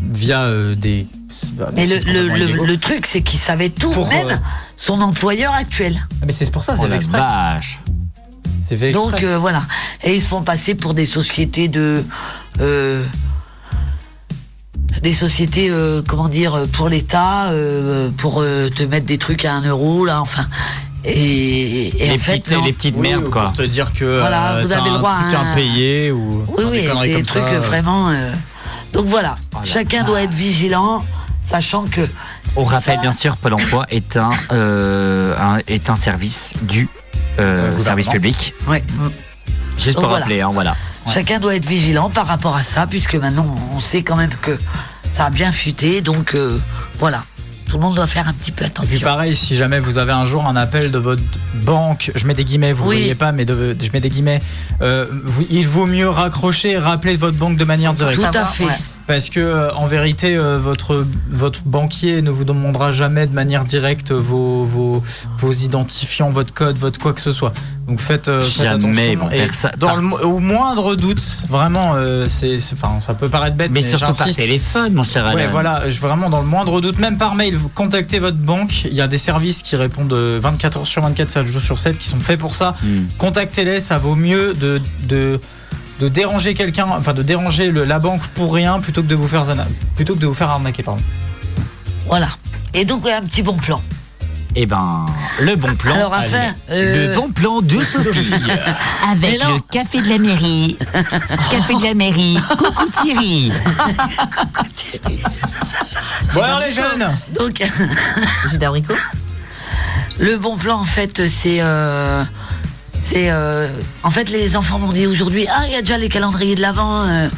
[SPEAKER 3] via euh, des. c'est pas-
[SPEAKER 2] mais le,
[SPEAKER 3] c'est complètement
[SPEAKER 2] le- le-
[SPEAKER 3] illégaux.
[SPEAKER 2] le truc, c'est qu'il savait tout,
[SPEAKER 3] Pour,
[SPEAKER 2] même
[SPEAKER 3] euh,
[SPEAKER 2] son employeur actuel. Bah,
[SPEAKER 3] Ah, mais c'est pour ça, c'est fait exprès. Ah, C'est fait exprès.
[SPEAKER 2] Donc, euh, voilà. Et ils se font passer pour des sociétés de. euh, des sociétés, euh, comment dire, pour l'État, euh, pour euh, te mettre des trucs à un euro, là, enfin. Et, et en fait, non.
[SPEAKER 3] Oui, ou Pour te dire que
[SPEAKER 2] Voilà,
[SPEAKER 3] euh,
[SPEAKER 2] vous
[SPEAKER 3] t'as
[SPEAKER 2] avez
[SPEAKER 3] un
[SPEAKER 2] le droit à
[SPEAKER 3] truc
[SPEAKER 2] un-
[SPEAKER 3] impayé ou.
[SPEAKER 2] Oui,
[SPEAKER 3] enfin, des
[SPEAKER 2] oui,
[SPEAKER 3] conneries
[SPEAKER 2] c'est des
[SPEAKER 3] comme
[SPEAKER 2] trucs
[SPEAKER 3] ça,
[SPEAKER 2] euh,
[SPEAKER 3] euh.
[SPEAKER 2] vraiment. euh, Donc voilà, chacun doit être vigilant, sachant que.
[SPEAKER 1] On rappelle bien sûr, Pôle emploi est un, euh, un- est un service du euh,
[SPEAKER 2] gouvernement.
[SPEAKER 1] service public.
[SPEAKER 2] Ouais.
[SPEAKER 1] Juste
[SPEAKER 2] Donc
[SPEAKER 1] pour
[SPEAKER 2] voilà.
[SPEAKER 1] rappeler, hein, voilà.
[SPEAKER 2] Chacun doit être vigilant par rapport à ça, puisque maintenant on sait quand même que ça a bien fuité, donc euh, voilà. Tout le monde doit faire un petit peu
[SPEAKER 3] Et puis
[SPEAKER 2] attention.
[SPEAKER 3] pareil, si jamais vous avez un jour un appel de votre banque, je mets des guillemets, vous ne
[SPEAKER 2] Oui.
[SPEAKER 3] voyez pas, mais de- je mets des guillemets, euh, vous- il vaut mieux raccrocher et rappeler votre banque de manière directe.
[SPEAKER 2] Tout à fait. Ouais.
[SPEAKER 3] Parce que euh, en vérité, euh, votre, votre banquier ne vous demandera jamais de manière directe vos, vos, vos identifiants, votre code, votre quoi que ce soit. Donc faites, euh, faites
[SPEAKER 1] Jamais
[SPEAKER 3] attention.
[SPEAKER 1] ils vont
[SPEAKER 3] Et
[SPEAKER 1] faire ça. Ah.
[SPEAKER 3] Dans le mo- au moindre doute, vraiment, euh, c'est, c'est- enfin, ça peut paraître bête,
[SPEAKER 1] Mais
[SPEAKER 3] mais,
[SPEAKER 1] surtout par
[SPEAKER 3] j'insiste.
[SPEAKER 1] téléphone, mon cher
[SPEAKER 3] Ouais,
[SPEAKER 1] Alain.
[SPEAKER 3] voilà, je- vraiment dans le moindre doute, même par mail, vous contactez votre banque. Il y a des services qui répondent euh, 24 heures sur 24, 7 jours sur 7, qui sont faits pour ça.
[SPEAKER 1] Hmm.
[SPEAKER 3] Contactez-les, ça vaut mieux de, de, de déranger quelqu'un, enfin de déranger le- la banque pour rien plutôt que de vous faire, zana- plutôt que de vous faire arnaquer. Pardon.
[SPEAKER 2] Voilà. Et donc, ouais, un petit bon plan.
[SPEAKER 1] Eh ben, le bon plan.
[SPEAKER 2] Alors, enfin,
[SPEAKER 1] Alain.
[SPEAKER 2] euh,
[SPEAKER 1] Le bon plan de Sophie.
[SPEAKER 12] Avec le café de la mairie. café de la mairie. Coucou Thierry.
[SPEAKER 3] Bon, alors, les jeunes
[SPEAKER 2] Donc. Le bon plan, en fait, c'est. euh, c'est. euh, en fait, les enfants m'ont dit aujourd'hui Ah, il y a déjà les calendriers de l'avant. euh.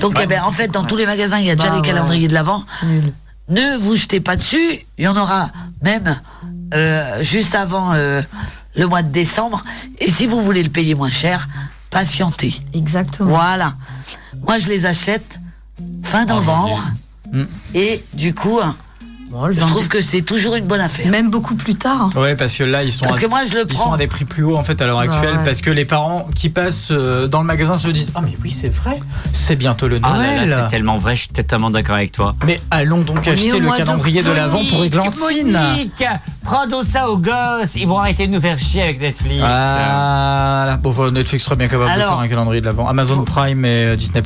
[SPEAKER 2] Donc, eh ben, en fait, dans tous les magasins, il y a déjà
[SPEAKER 4] Bah,
[SPEAKER 2] les
[SPEAKER 4] ouais.
[SPEAKER 2] calendriers de l'avant. Ne vous jetez pas dessus. Il y en aura même euh, juste avant euh, le mois de décembre. Et si vous voulez le payer moins cher, patientez.
[SPEAKER 4] Exactement.
[SPEAKER 2] Voilà. Moi, je les achète fin
[SPEAKER 3] Ah,
[SPEAKER 2] novembre.
[SPEAKER 4] Hmm.
[SPEAKER 2] Et du coup, hein, je trouve que c'est toujours une bonne affaire.
[SPEAKER 4] Même beaucoup plus tard. hein.
[SPEAKER 3] Ouais, parce que là, ils sont,
[SPEAKER 2] Parce
[SPEAKER 3] à,
[SPEAKER 2] que moi, je le
[SPEAKER 3] ils
[SPEAKER 2] prends.
[SPEAKER 3] sont à des prix plus hauts en fait à l'heure
[SPEAKER 2] Bah,
[SPEAKER 3] actuelle.
[SPEAKER 2] ouais.
[SPEAKER 3] Parce que les parents qui passent euh, dans le magasin se disent Ah, mais oui, c'est vrai, c'est bientôt le
[SPEAKER 1] Ah là
[SPEAKER 3] Noël.
[SPEAKER 1] là, c'est tellement vrai, je suis totalement d'accord avec toi.
[SPEAKER 3] Mais allons donc acheter le calendrier de l'avant pour Églantine.
[SPEAKER 1] Monique, prends donc ça aux gosses, ils vont arrêter de nous faire chier avec Netflix.
[SPEAKER 3] Ah, là. bon, enfin, Netflix serait bien capable
[SPEAKER 1] Alors.
[SPEAKER 3] de faire un calendrier de l'avant. Amazon Prime et euh, Disney+.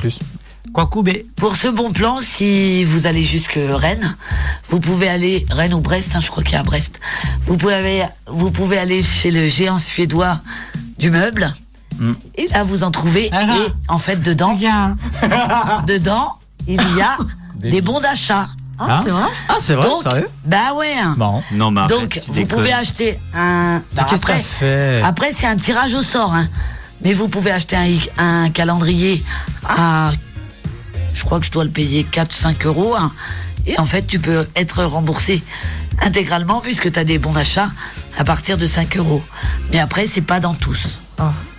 [SPEAKER 2] Pour ce bon plan, si vous allez jusque Rennes, vous pouvez aller, Rennes ou Brest, hein, je crois qu'il y a à Brest, vous pouvez, aller, vous pouvez aller chez le géant suédois du meuble,
[SPEAKER 3] Hmm.
[SPEAKER 2] et là vous en trouvez,
[SPEAKER 4] Ah,
[SPEAKER 2] et en fait dedans,
[SPEAKER 4] hein.
[SPEAKER 2] dedans, il y a des, bons d'achat.
[SPEAKER 3] Ah, c'est vrai Ah, c'est vrai,
[SPEAKER 2] Donc,
[SPEAKER 3] sérieux
[SPEAKER 2] Bah ouais
[SPEAKER 3] Bon.
[SPEAKER 1] Non, mais
[SPEAKER 2] donc, vous pouvez acheter un.
[SPEAKER 3] Mais
[SPEAKER 2] Alors
[SPEAKER 3] qu'est-ce que
[SPEAKER 2] après,
[SPEAKER 3] t'as fait
[SPEAKER 2] après, c'est un tirage au sort. hein. Mais vous pouvez acheter un, un calendrier à. Je crois que je dois le payer 4-5 euros. hein. Et en fait, tu peux être remboursé intégralement puisque tu as des bons d'achat à partir de 5 euros. Mais après, c'est pas dans tous.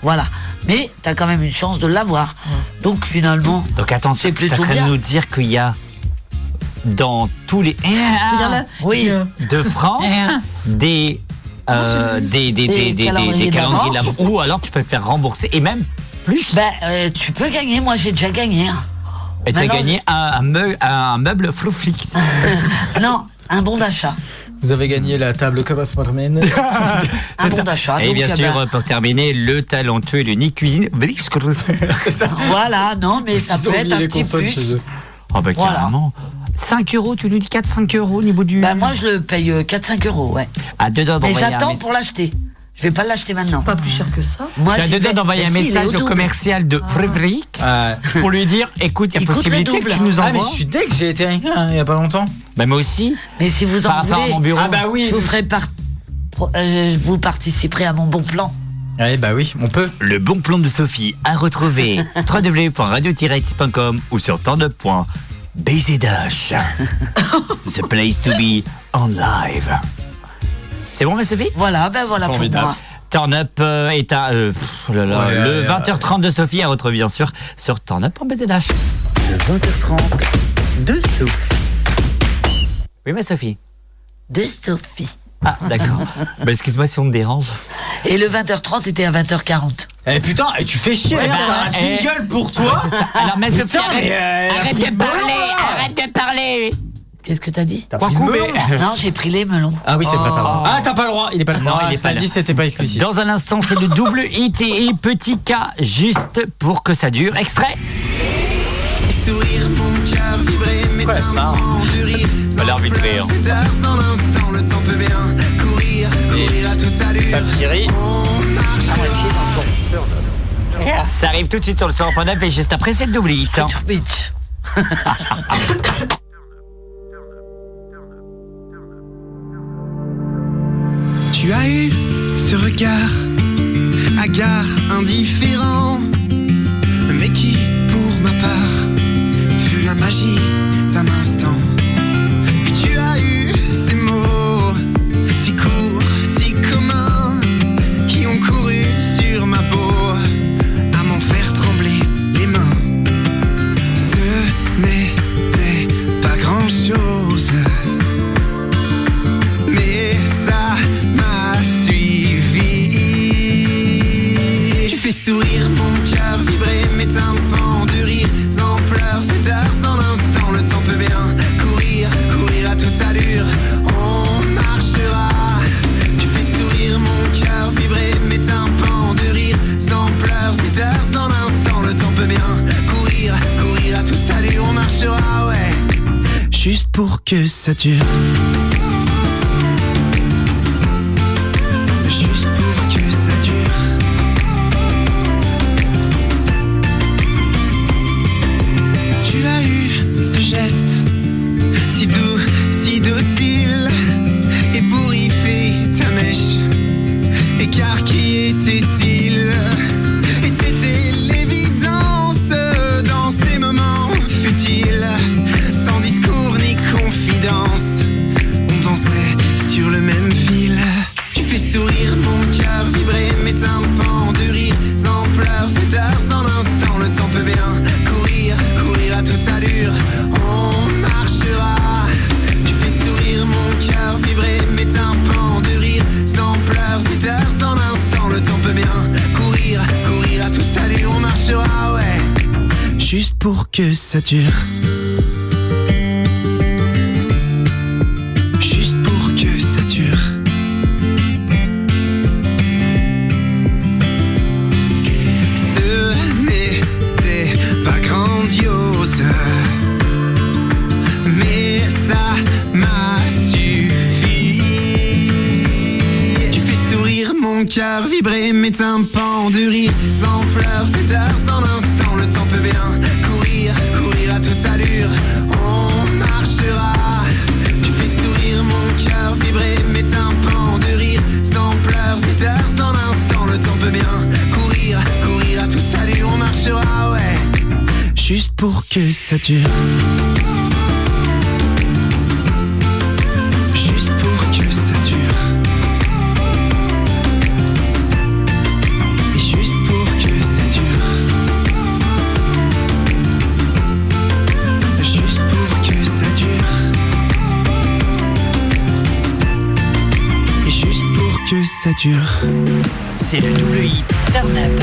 [SPEAKER 2] Voilà. Mais tu as quand même une chance de l'avoir. Donc finalement.
[SPEAKER 1] Donc attends, c'est
[SPEAKER 2] plutôt
[SPEAKER 1] plutôt
[SPEAKER 2] bien.
[SPEAKER 1] nous dire qu'il y a dans tous les
[SPEAKER 2] Oui.
[SPEAKER 1] de France des euh, des, des,
[SPEAKER 2] Des
[SPEAKER 1] des, des-
[SPEAKER 2] calendriers
[SPEAKER 1] des calendriers
[SPEAKER 2] d'avance.
[SPEAKER 1] d'avance. ou alors tu peux te faire rembourser et même plus.
[SPEAKER 2] Ben, euh, tu peux gagner. Moi, j'ai déjà gagné. hein.
[SPEAKER 1] et t'as
[SPEAKER 2] Maintenant,
[SPEAKER 1] gagné un, un meu- un meuble flouflic.
[SPEAKER 2] Non, un bon d'achat.
[SPEAKER 3] Vous avez gagné la table comme
[SPEAKER 2] Un bon d'achat.
[SPEAKER 1] Et
[SPEAKER 2] donc,
[SPEAKER 1] bien
[SPEAKER 2] eh
[SPEAKER 1] sûr,
[SPEAKER 2] ben,
[SPEAKER 1] pour terminer, le talentueux et l'unique cuisine.
[SPEAKER 2] Voilà, non, mais ça peut être un petit plus.
[SPEAKER 1] Oh bah
[SPEAKER 2] Voilà.
[SPEAKER 1] carrément. 5 euros, tu lui dis 4-5 euros au niveau du.
[SPEAKER 2] Bah moi je le paye euh, 4-5 euros, ouais.
[SPEAKER 1] À deux doigts
[SPEAKER 2] mais
[SPEAKER 1] d'envoyer un
[SPEAKER 2] j'attends
[SPEAKER 1] message.
[SPEAKER 2] pour l'acheter. Je vais pas l'acheter maintenant.
[SPEAKER 4] Pas plus cher que ça.
[SPEAKER 2] Moi,
[SPEAKER 1] J'ai à
[SPEAKER 2] j'y
[SPEAKER 1] deux doigts
[SPEAKER 2] vais.
[SPEAKER 1] d'envoyer un
[SPEAKER 2] Mais si, il est
[SPEAKER 1] message
[SPEAKER 2] au
[SPEAKER 1] au
[SPEAKER 2] double.
[SPEAKER 1] commercial de
[SPEAKER 3] euh,
[SPEAKER 1] Frédéric pour lui dire écoute, il y a
[SPEAKER 2] Il coûte le
[SPEAKER 1] possibilité
[SPEAKER 2] double.
[SPEAKER 1] que tu nous
[SPEAKER 2] Ah,
[SPEAKER 1] envoies.
[SPEAKER 3] mais je suis dès que j'ai été à il y a pas longtemps.
[SPEAKER 1] Bah moi aussi.
[SPEAKER 2] Mais si vous en
[SPEAKER 1] Par rapport à
[SPEAKER 2] voulez,
[SPEAKER 1] mon bureau.
[SPEAKER 3] Ah bah oui.
[SPEAKER 2] je vous ferai par- pro- euh, vous participerez à mon bon plan. Eh
[SPEAKER 3] Ouais,
[SPEAKER 2] ben
[SPEAKER 3] bah oui, on peut.
[SPEAKER 1] Le bon plan de Sophie à retrouver www.radio-x.com ou sur tandup.bzdash. The place to be on live. C'est bon, ma Sophie
[SPEAKER 2] Voilà, ben voilà
[SPEAKER 1] Formidable.
[SPEAKER 2] pour moi.
[SPEAKER 1] Turn Up euh, est à euh, pff, là, là,
[SPEAKER 3] Ouais,
[SPEAKER 1] le
[SPEAKER 3] ouais,
[SPEAKER 1] 20h30 de Sophie à retrouver bien sûr sur Turn Up en BZH.
[SPEAKER 2] 20h30 de Sophie.
[SPEAKER 1] Oui ma Sophie.
[SPEAKER 2] De Sophie.
[SPEAKER 1] Ah d'accord. bah excuse-moi si on te dérange.
[SPEAKER 2] Et le 20h30 était à 20h40.
[SPEAKER 3] Eh putain, eh, tu fais chier,
[SPEAKER 1] Ouais,
[SPEAKER 3] mec,
[SPEAKER 1] bah,
[SPEAKER 3] t'as un
[SPEAKER 1] eh.
[SPEAKER 3] jingle pour toi
[SPEAKER 1] C'est ça. Alors ma Sophie,
[SPEAKER 3] Putain,
[SPEAKER 1] arrête,
[SPEAKER 3] mais, euh,
[SPEAKER 1] arrête de parler, arrête de parler.
[SPEAKER 2] Qu'est-ce que t'as dit Ah
[SPEAKER 3] T'as pris le
[SPEAKER 1] Quoi,
[SPEAKER 3] melon.
[SPEAKER 1] mais-
[SPEAKER 2] Non, j'ai pris les melons.
[SPEAKER 3] Ah oui, c'est
[SPEAKER 1] Oh.
[SPEAKER 3] vrai, t'as pas le droit. Ah, t'as pas le droit, il est pas le
[SPEAKER 1] Non, il est
[SPEAKER 3] c'est
[SPEAKER 1] pas là.
[SPEAKER 3] dit, c'était pas explicite.
[SPEAKER 1] Dans un instant, c'est le double hit et petit K juste pour que ça dure. Extrait. Pas l'air vite fait, hein.
[SPEAKER 2] À moitié dans ton
[SPEAKER 1] Ça arrive tout de suite sur le 100.9 et juste après c'est le double hit. hein.
[SPEAKER 2] Sur Twitch.
[SPEAKER 13] Tu as eu ce regard hagard, indifférent, mais qui, pour ma part, fut la magie d'un instant. Puis tu as eu ces mots si courts, si communs, qui ont couru sur ma peau à m'en faire trembler les mains. Ce n'était pas grand-chose. Mais ça m'a suivi. Tu fais sourire mon cœur, vibrer mes tympans de rire, sans pleurs, ces heures, sans instant, le temps peut bien courir, courir à toute allure. On marchera. Tu fais sourire mon cœur, vibrer mes tympans de rire, sans pleurs, ces heures, sans instant, le temps peut bien courir, courir à toute allure. On marchera, ouais. Juste pour que ça dure. Juste pour que ça dure. Tu as eu ce geste si doux, si docile, et bourriffé ta mèche, écarquillé tes cils. Et c'était l'évidence dans ces moments futiles, sans discours ni confidence. On dansait sur le même fil. Tu fais sourire mon cœur, vibrer mes tympans de rire, sans pleurs, c'est heures, sans instant, le temps peut bien courir, courir à toute allure. On marchera. Tu fais sourire mon cœur, vibrer mes tympans de rire, sans pleurs, c'est heures, sans instant, le temps peut bien courir, courir à toute allure. On marchera, ouais. Juste pour que ça dure. Juste pour que ça dure. Ce n'était pas grandiose, cœur vibrer, mes tympans de rire. Sans pleurs, c'est heures, en instant, le temps peut bien courir, courir à toute allure. On marchera, tu fais sourire, mon cœur vibrer, mes tympans de rire. Sans pleurs, c'est heures, en instant, le temps peut bien courir, courir à toute allure. On marchera, ouais, juste pour que ça dure. Juste pour que ça dure Et juste pour que ça dure Juste pour que ça dure Et juste pour que ça dure
[SPEAKER 1] C'est le double hit turn up.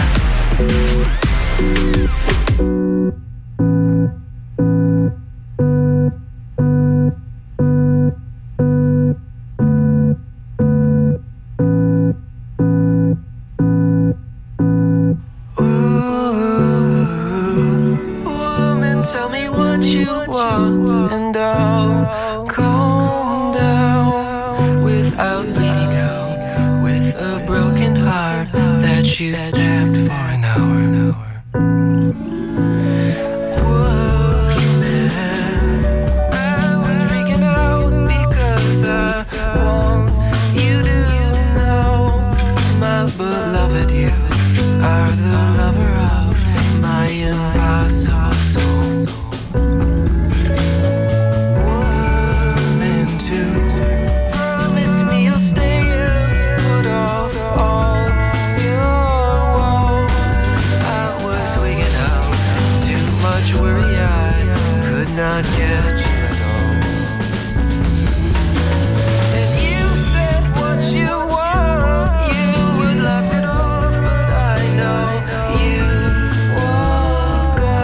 [SPEAKER 10] Woman, tell me what you want, and I'll calm down without bleeding out, with a broken heart that you stabbed for an hour. Woman, I was freaking out because I want you to know, my beloved, you are the lover of my impossible soul. Woman, to promise me you'll stay and put off all your woes. I was wigging out, too much worry, I could not catch it all. And you said what you want, you would laugh it off, but I know you won't go.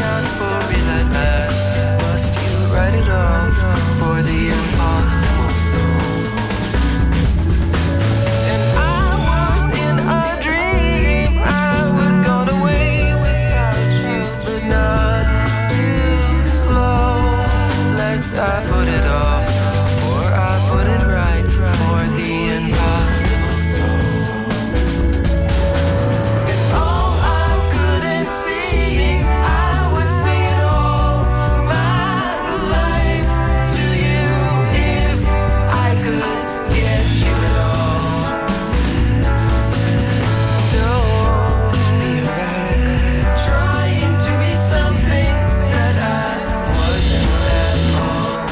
[SPEAKER 10] Not for real, I bet. Must you write it off for the impossible soul? And I was in a dream, I was gone away without you, but not too slow. Lest I put it off, for I put it right for the impossible soul. All I couldn't see, I would sing it all my life to you if I could get you at all. Don't be a wreck, trying to be something that I wasn't at all.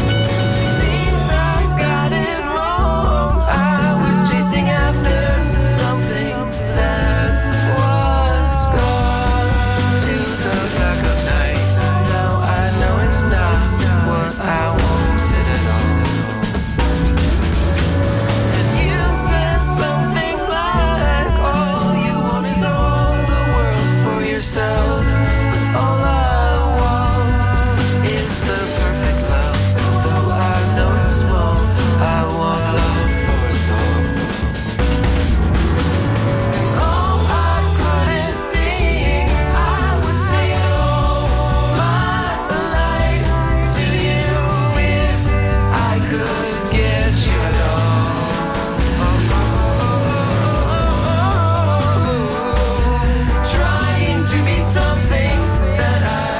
[SPEAKER 10] Seems I got it wrong. I was chasing after something that was gone to the dark of night. Now I know it's not what I wanted at all. And you said something like, "All you want is all the world for yourself." All I want is the perfect love. Though I know it's small, I want love for us all. All I couldn't see, I would say all my life to you if I could get you at all. Trying to be something that I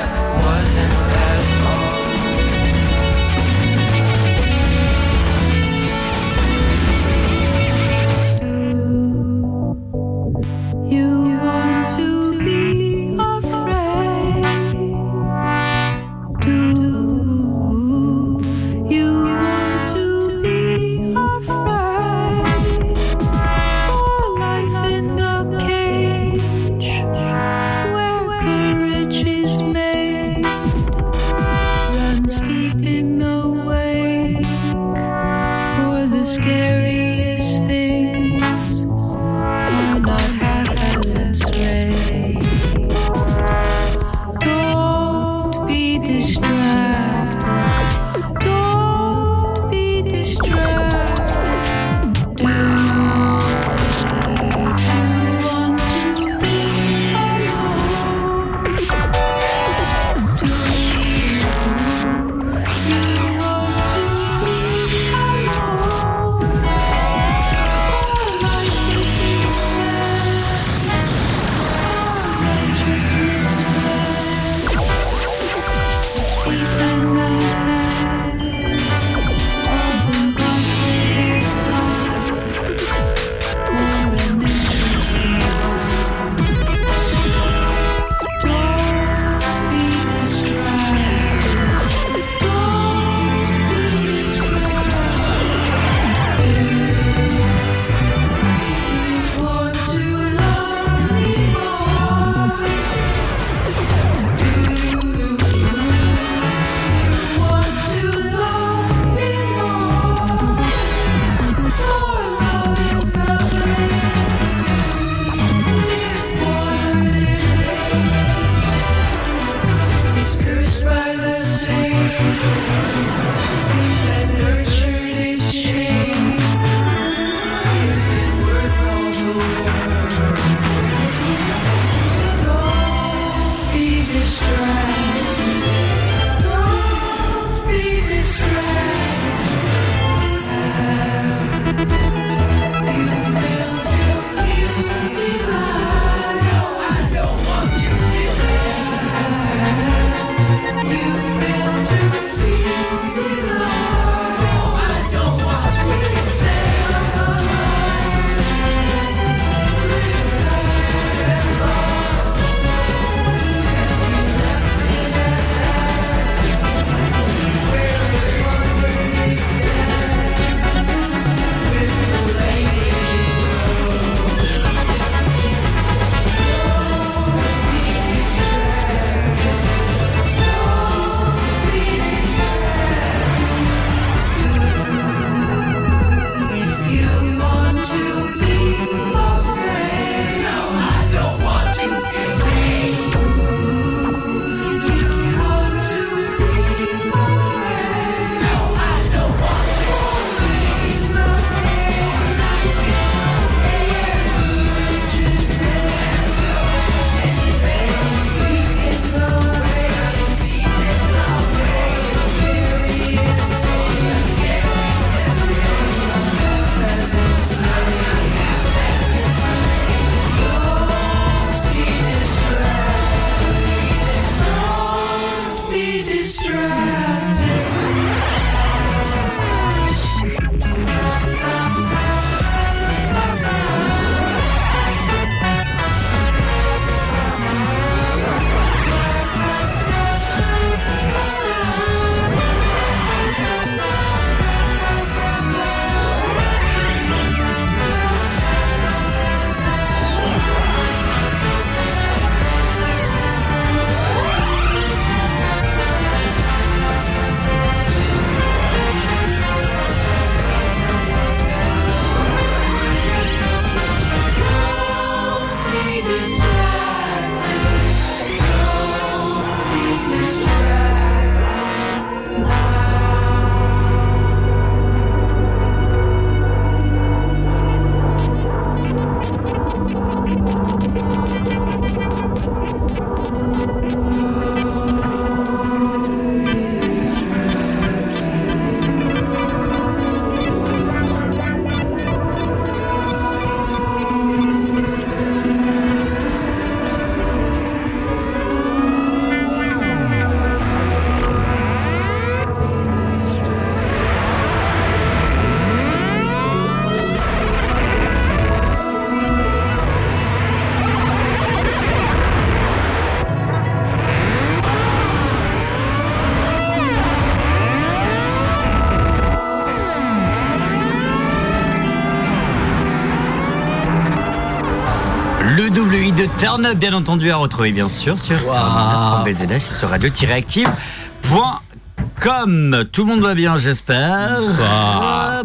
[SPEAKER 1] de Turn Up, bien entendu, à retrouver, bien sûr, sur turnup.bzh, sur radio-active.com. Tout le monde va bien, j'espère.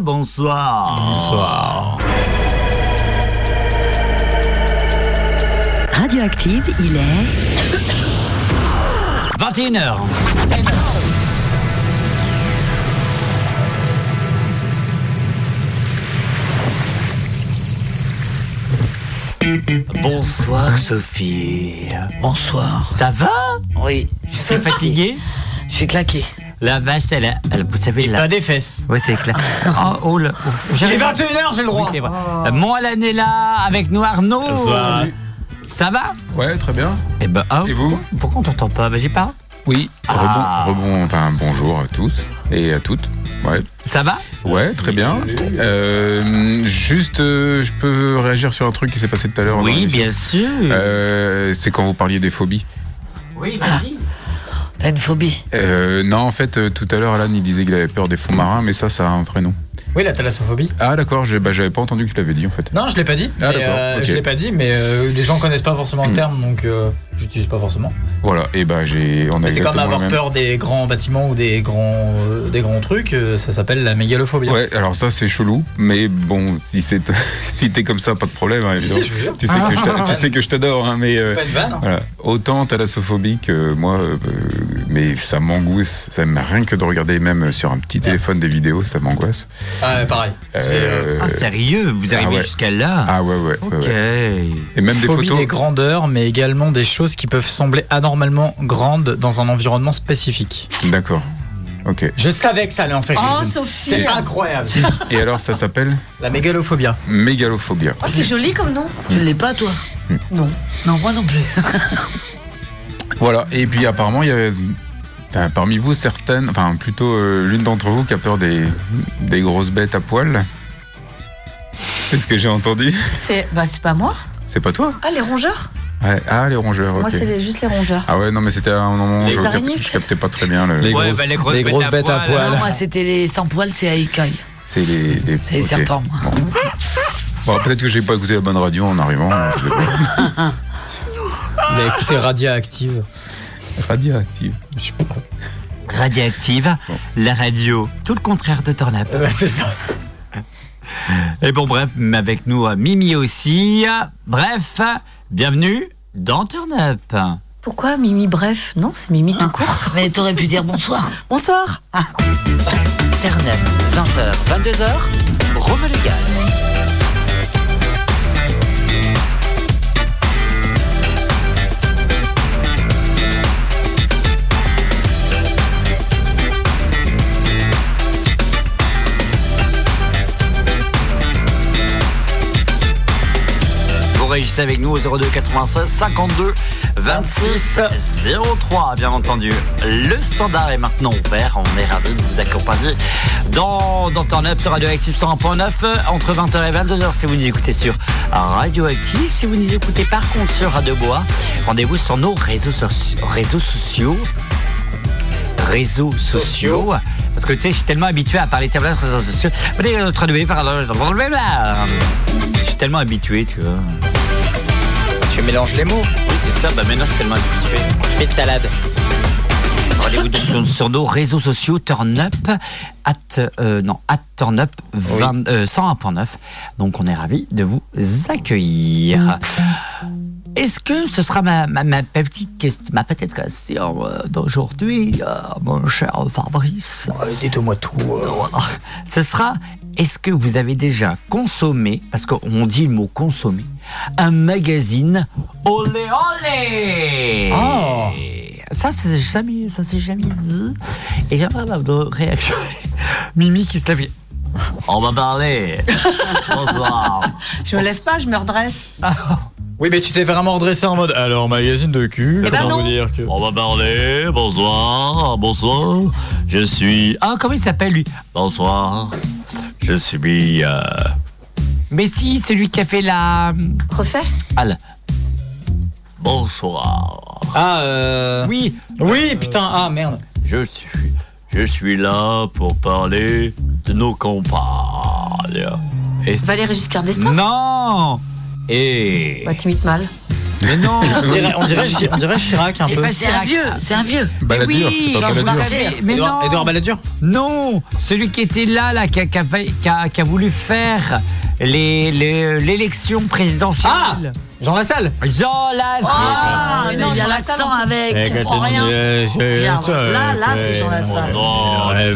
[SPEAKER 1] Bonsoir. Bonsoir. Bonsoir.
[SPEAKER 7] Oh. Radioactive, il est
[SPEAKER 1] 21h. Bonsoir Sophie.
[SPEAKER 2] Bonsoir.
[SPEAKER 1] Ça va
[SPEAKER 2] Oui.
[SPEAKER 1] Je suis fatiguée
[SPEAKER 2] Je suis claqué.
[SPEAKER 1] La vache, elle, a- elle- vous savez, la...
[SPEAKER 3] a des fesses.
[SPEAKER 1] Ouais, c'est clair. oh, oh, là. oh,
[SPEAKER 3] Il est
[SPEAKER 1] j'arrive-
[SPEAKER 3] 21h, j'ai le droit.
[SPEAKER 1] Oui, c'est vrai.
[SPEAKER 2] Oh.
[SPEAKER 1] Euh, Moëlan est là avec nous Arnaud.
[SPEAKER 14] Bonsoir. Salut.
[SPEAKER 1] Ça va
[SPEAKER 14] Ouais, très bien.
[SPEAKER 1] Et ben, oh,
[SPEAKER 14] vous
[SPEAKER 1] Pourquoi on t'entend pas Vas-y, parle.
[SPEAKER 14] Oui,
[SPEAKER 1] Ah.
[SPEAKER 14] rebon, rebon- enfin bonjour à tous et à toutes. Ouais.
[SPEAKER 1] Ça va
[SPEAKER 14] Ouais, très bien. Euh, juste, euh, je peux réagir sur un truc qui s'est passé tout à l'heure.
[SPEAKER 1] Oui,
[SPEAKER 14] dans l'émission.
[SPEAKER 1] bien sûr.
[SPEAKER 14] Euh, C'est quand vous parliez des phobies.
[SPEAKER 1] Oui, vas-y.
[SPEAKER 2] T'as une phobie
[SPEAKER 14] Euh, non, en fait, euh, tout à l'heure, Alan, il disait qu'il avait peur des fonds marins, mais ça, ça a un vrai nom.
[SPEAKER 3] Oui, la thalassophobie.
[SPEAKER 14] Ah, d'accord, j'ai- bah, j'avais pas entendu que tu l'avais dit, en fait.
[SPEAKER 3] Non, je l'ai pas dit.
[SPEAKER 14] Ah,
[SPEAKER 3] mais,
[SPEAKER 14] d'accord,
[SPEAKER 3] euh,
[SPEAKER 14] ok.
[SPEAKER 3] Je l'ai pas dit, mais euh, les gens connaissent pas forcément le
[SPEAKER 14] Hmm.
[SPEAKER 3] terme, donc euh, j'utilise pas forcément.
[SPEAKER 14] Voilà, et bah, j'ai. On a
[SPEAKER 3] Mais c'est comme
[SPEAKER 14] exactement le
[SPEAKER 3] avoir
[SPEAKER 14] même.
[SPEAKER 3] peur des grands bâtiments ou des grands, euh, des grands trucs, euh, ça s'appelle la mégalophobie.
[SPEAKER 14] Ouais, alors ça c'est chelou, mais bon, si c'est si t'es comme ça, pas de problème. hein,
[SPEAKER 3] Si,
[SPEAKER 14] évidemment.
[SPEAKER 3] si, je vous jure.
[SPEAKER 14] tu, sais que je t'a- tu sais que je t'adore, hein, mais euh,
[SPEAKER 3] pas une vanne, hein.
[SPEAKER 14] voilà. autant thalassophobie que moi, euh, mais ça m'angoisse. Ça m'a rien que de regarder même sur un petit téléphone des vidéos, ça m'angoisse.
[SPEAKER 3] Ah, ouais, pareil. C'est, euh,
[SPEAKER 1] Ah, sérieux Vous arrivez
[SPEAKER 14] ouais.
[SPEAKER 1] jusqu'à là
[SPEAKER 14] Ah ouais ouais. ouais,
[SPEAKER 1] ouais.
[SPEAKER 14] Et même des
[SPEAKER 3] phobie
[SPEAKER 14] photos.
[SPEAKER 3] des grandeurs, mais également des choses qui peuvent sembler anormalement grandes dans un environnement spécifique.
[SPEAKER 14] D'accord. Ok.
[SPEAKER 3] Je savais que ça allait en faire.
[SPEAKER 4] Oh,
[SPEAKER 3] une.
[SPEAKER 4] Sophie.
[SPEAKER 3] C'est incroyable.
[SPEAKER 14] Et alors ça s'appelle
[SPEAKER 3] La mégalophobia.
[SPEAKER 14] Mégalophobia.
[SPEAKER 4] Oh, c'est joli comme nom.
[SPEAKER 2] Tu l'es pas, toi
[SPEAKER 4] Non.
[SPEAKER 2] Non, moi non plus.
[SPEAKER 14] Voilà. Et puis apparemment il y avait t'as parmi vous certaines, enfin plutôt euh, l'une d'entre vous qui a peur des des grosses bêtes à poil. C'est ce que j'ai entendu.
[SPEAKER 4] C'est bah, c'est pas moi.
[SPEAKER 14] C'est pas toi
[SPEAKER 4] Ah, les rongeurs
[SPEAKER 14] Ouais. Ah, les rongeurs,
[SPEAKER 4] Moi,
[SPEAKER 14] ok.
[SPEAKER 4] c'est les- juste les rongeurs.
[SPEAKER 14] Ah ouais, non, mais c'était à un moment où
[SPEAKER 4] Les
[SPEAKER 14] je,
[SPEAKER 4] araignées,
[SPEAKER 14] captais- je captais pas très bien. Le...
[SPEAKER 1] Les Ouais, grosses- bah, les grosses les bêtes grosses à bêtes à poil. hein. poil.
[SPEAKER 2] Non, moi c'était les sans poils, c'est Aïkai.
[SPEAKER 14] C'est les, les...
[SPEAKER 2] C'est les
[SPEAKER 14] ok.
[SPEAKER 2] serpents, moi.
[SPEAKER 14] Bon. Bon, peut-être que j'ai pas écouté la bonne radio en arrivant. je sais pas.
[SPEAKER 3] Il a écouté Radioactive.
[SPEAKER 14] Radioactive.
[SPEAKER 3] Je sais pas.
[SPEAKER 1] Radioactive, la radio, tout le contraire de Turn Up.
[SPEAKER 3] c'est ça.
[SPEAKER 1] Et bon, bref, mais avec nous, euh, Mimi aussi. Bref, bienvenue dans Turn Up.
[SPEAKER 4] Pourquoi Mimi Bref Non, c'est Mimi tout court.
[SPEAKER 2] Mais t'aurais pu dire bonsoir. Ah.
[SPEAKER 4] Bonsoir.
[SPEAKER 12] Turn Up, 20h, 22h, Rome Légal.
[SPEAKER 1] Vous réagissez avec nous au 02 96 52 26 03, bien entendu. Le standard est maintenant ouvert. On est ravis de vous accompagner dans, dans Turn Up sur Radioactive 101.9 euh, entre 20h et 22h si vous nous écoutez sur Radioactive. Si vous nous écoutez par contre sur Radio Bois, rendez-vous sur nos réseaux, soci- réseaux sociaux. Réseaux sociaux. Parce que tu sais, je suis tellement habitué à parler de tablettes sur les réseaux sociaux. Je suis tellement habitué, tu vois.
[SPEAKER 3] Tu mélanges les mots.
[SPEAKER 1] Oui, c'est ça. Bah maintenant, je suis tellement habitué. Je fais de salade. Rendez-vous donc sur nos réseaux sociaux Turn Up at euh, non at Turn Up 20, euh, 101.9. Donc on est ravis de vous accueillir. Est-ce que ce sera ma, ma, ma petite question, ma petite question euh, d'aujourd'hui, euh, mon cher Fabrice
[SPEAKER 3] Ah,
[SPEAKER 1] Oh,
[SPEAKER 3] Dites-moi tout. euh.
[SPEAKER 1] Ce sera est-ce que vous avez déjà consommé, parce qu'on dit le mot consommer, un magazine olé olé
[SPEAKER 3] Ah.
[SPEAKER 10] Oh.
[SPEAKER 1] Ça, c'est jamais, ça s'est jamais dit. Et j'aimerais ma réaction. Mimi qui se lève. On va parler. Bonsoir.
[SPEAKER 4] Je me lève pas, je me redresse.
[SPEAKER 3] Oui, mais tu t'es vraiment redressé en mode alors magazine de cul.
[SPEAKER 4] Eh ben
[SPEAKER 3] sans
[SPEAKER 4] non.
[SPEAKER 3] vous dire que.
[SPEAKER 1] On va parler, bonsoir, bonsoir. Je suis. Ah, comment il s'appelle lui Bonsoir. Je suis. euh, Mais si, celui qui a fait la. euh,
[SPEAKER 4] Refait
[SPEAKER 1] Ah, là. Bonsoir.
[SPEAKER 3] Ah, euh.
[SPEAKER 1] Oui.
[SPEAKER 3] Oui, putain, ah merde.
[SPEAKER 1] Je suis. Je suis là pour parler de nos compagnes. Et
[SPEAKER 4] Valérie Giscard d'Estaing
[SPEAKER 1] Non Et.
[SPEAKER 4] Bah, t'imites mal.
[SPEAKER 3] Mais non, on dirait, on dirait Chi- on dirait Chirac un
[SPEAKER 2] C'est
[SPEAKER 3] peu.
[SPEAKER 2] pas- c'est un vieux, c'est un vieux.
[SPEAKER 3] Balladur,
[SPEAKER 1] oui,
[SPEAKER 3] c'est pas
[SPEAKER 1] Georges
[SPEAKER 3] Balladur.
[SPEAKER 1] Marseille. Mais
[SPEAKER 3] Édouard-
[SPEAKER 1] non.
[SPEAKER 3] Édouard Balladur
[SPEAKER 1] Non, celui qui était là, là, qui a, qui a fait- qui a- qui a voulu faire les- les- euh, l'élection présidentielle. Ah
[SPEAKER 3] Jean Lassalle
[SPEAKER 1] Jean Lassalle
[SPEAKER 2] Ah, mais il y a l'accent avec.
[SPEAKER 1] Eh, quand
[SPEAKER 2] Comprends
[SPEAKER 1] tu dis,
[SPEAKER 2] rien.
[SPEAKER 1] euh, c'est-
[SPEAKER 2] Regarde,
[SPEAKER 1] euh,
[SPEAKER 2] Là, là, c'est Jean Lassalle.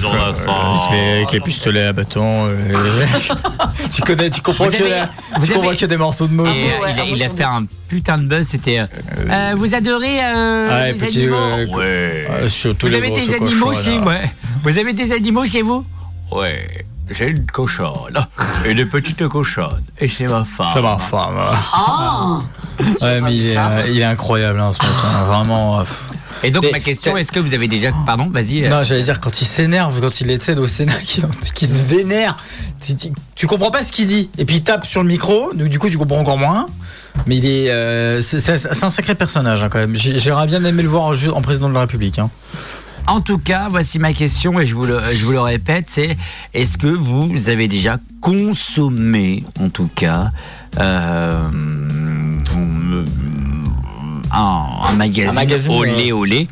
[SPEAKER 3] Je fais avec les pistolets à bâton. euh, tu connais, tu comprends
[SPEAKER 1] Vous
[SPEAKER 3] que,
[SPEAKER 1] avez-
[SPEAKER 3] la-
[SPEAKER 1] vous
[SPEAKER 3] tu comprends
[SPEAKER 1] avez-
[SPEAKER 3] que des morceaux de mots. Ah,
[SPEAKER 1] Et, euh, il, a- il a fait un putain de buzz, c'était. euh, euh, vous
[SPEAKER 2] Oh.
[SPEAKER 1] adorez euh,
[SPEAKER 3] Ouais,
[SPEAKER 1] les
[SPEAKER 3] petit,
[SPEAKER 1] animaux
[SPEAKER 3] euh, euh, surtout
[SPEAKER 1] Vous
[SPEAKER 3] les
[SPEAKER 1] avez
[SPEAKER 3] gros
[SPEAKER 1] des
[SPEAKER 3] cochons,
[SPEAKER 1] animaux
[SPEAKER 3] là.
[SPEAKER 1] chez ouais. Vous avez des animaux chez vous Ouais, j'ai une cochonne et une petite cochonne et c'est ma femme.
[SPEAKER 3] C'est ma femme.
[SPEAKER 2] Ah
[SPEAKER 3] Ouais, mais il est, euh, il est incroyable, hein, ce mec. hein, vraiment. euh, pff.
[SPEAKER 1] Et donc
[SPEAKER 3] Mais-
[SPEAKER 1] ma question, est-ce que vous avez déjà, pardon, vas-y. euh,
[SPEAKER 3] Non, j'allais dire, quand il s'énerve, quand il est tu sais, au Sénat, qui, qui se vénère, tu, tu- tu comprends pas ce qu'il dit. Et puis il tape sur le micro, donc du coup, tu comprends encore moins. Mais il est. euh, c'est c'est- c'est un sacré personnage, hein, quand même. J'ai- J'aurais bien aimé le voir en, ju- en président de la République. hein.
[SPEAKER 1] En tout cas, voici ma question et je vous le, je vous le répète, c'est est-ce que vous avez déjà consommé, en tout cas, euh, un, un magazine,
[SPEAKER 3] Un magazine,
[SPEAKER 1] olé
[SPEAKER 3] euh,
[SPEAKER 1] olé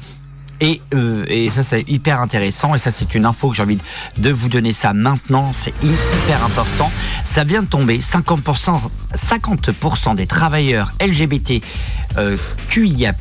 [SPEAKER 1] et, euh, et ça c'est hyper intéressant et ça c'est une info que j'ai envie de- de vous donner ça maintenant, c'est hyper important. Ça vient de tomber, 50%, 50% des travailleurs LGBT euh, QIA+,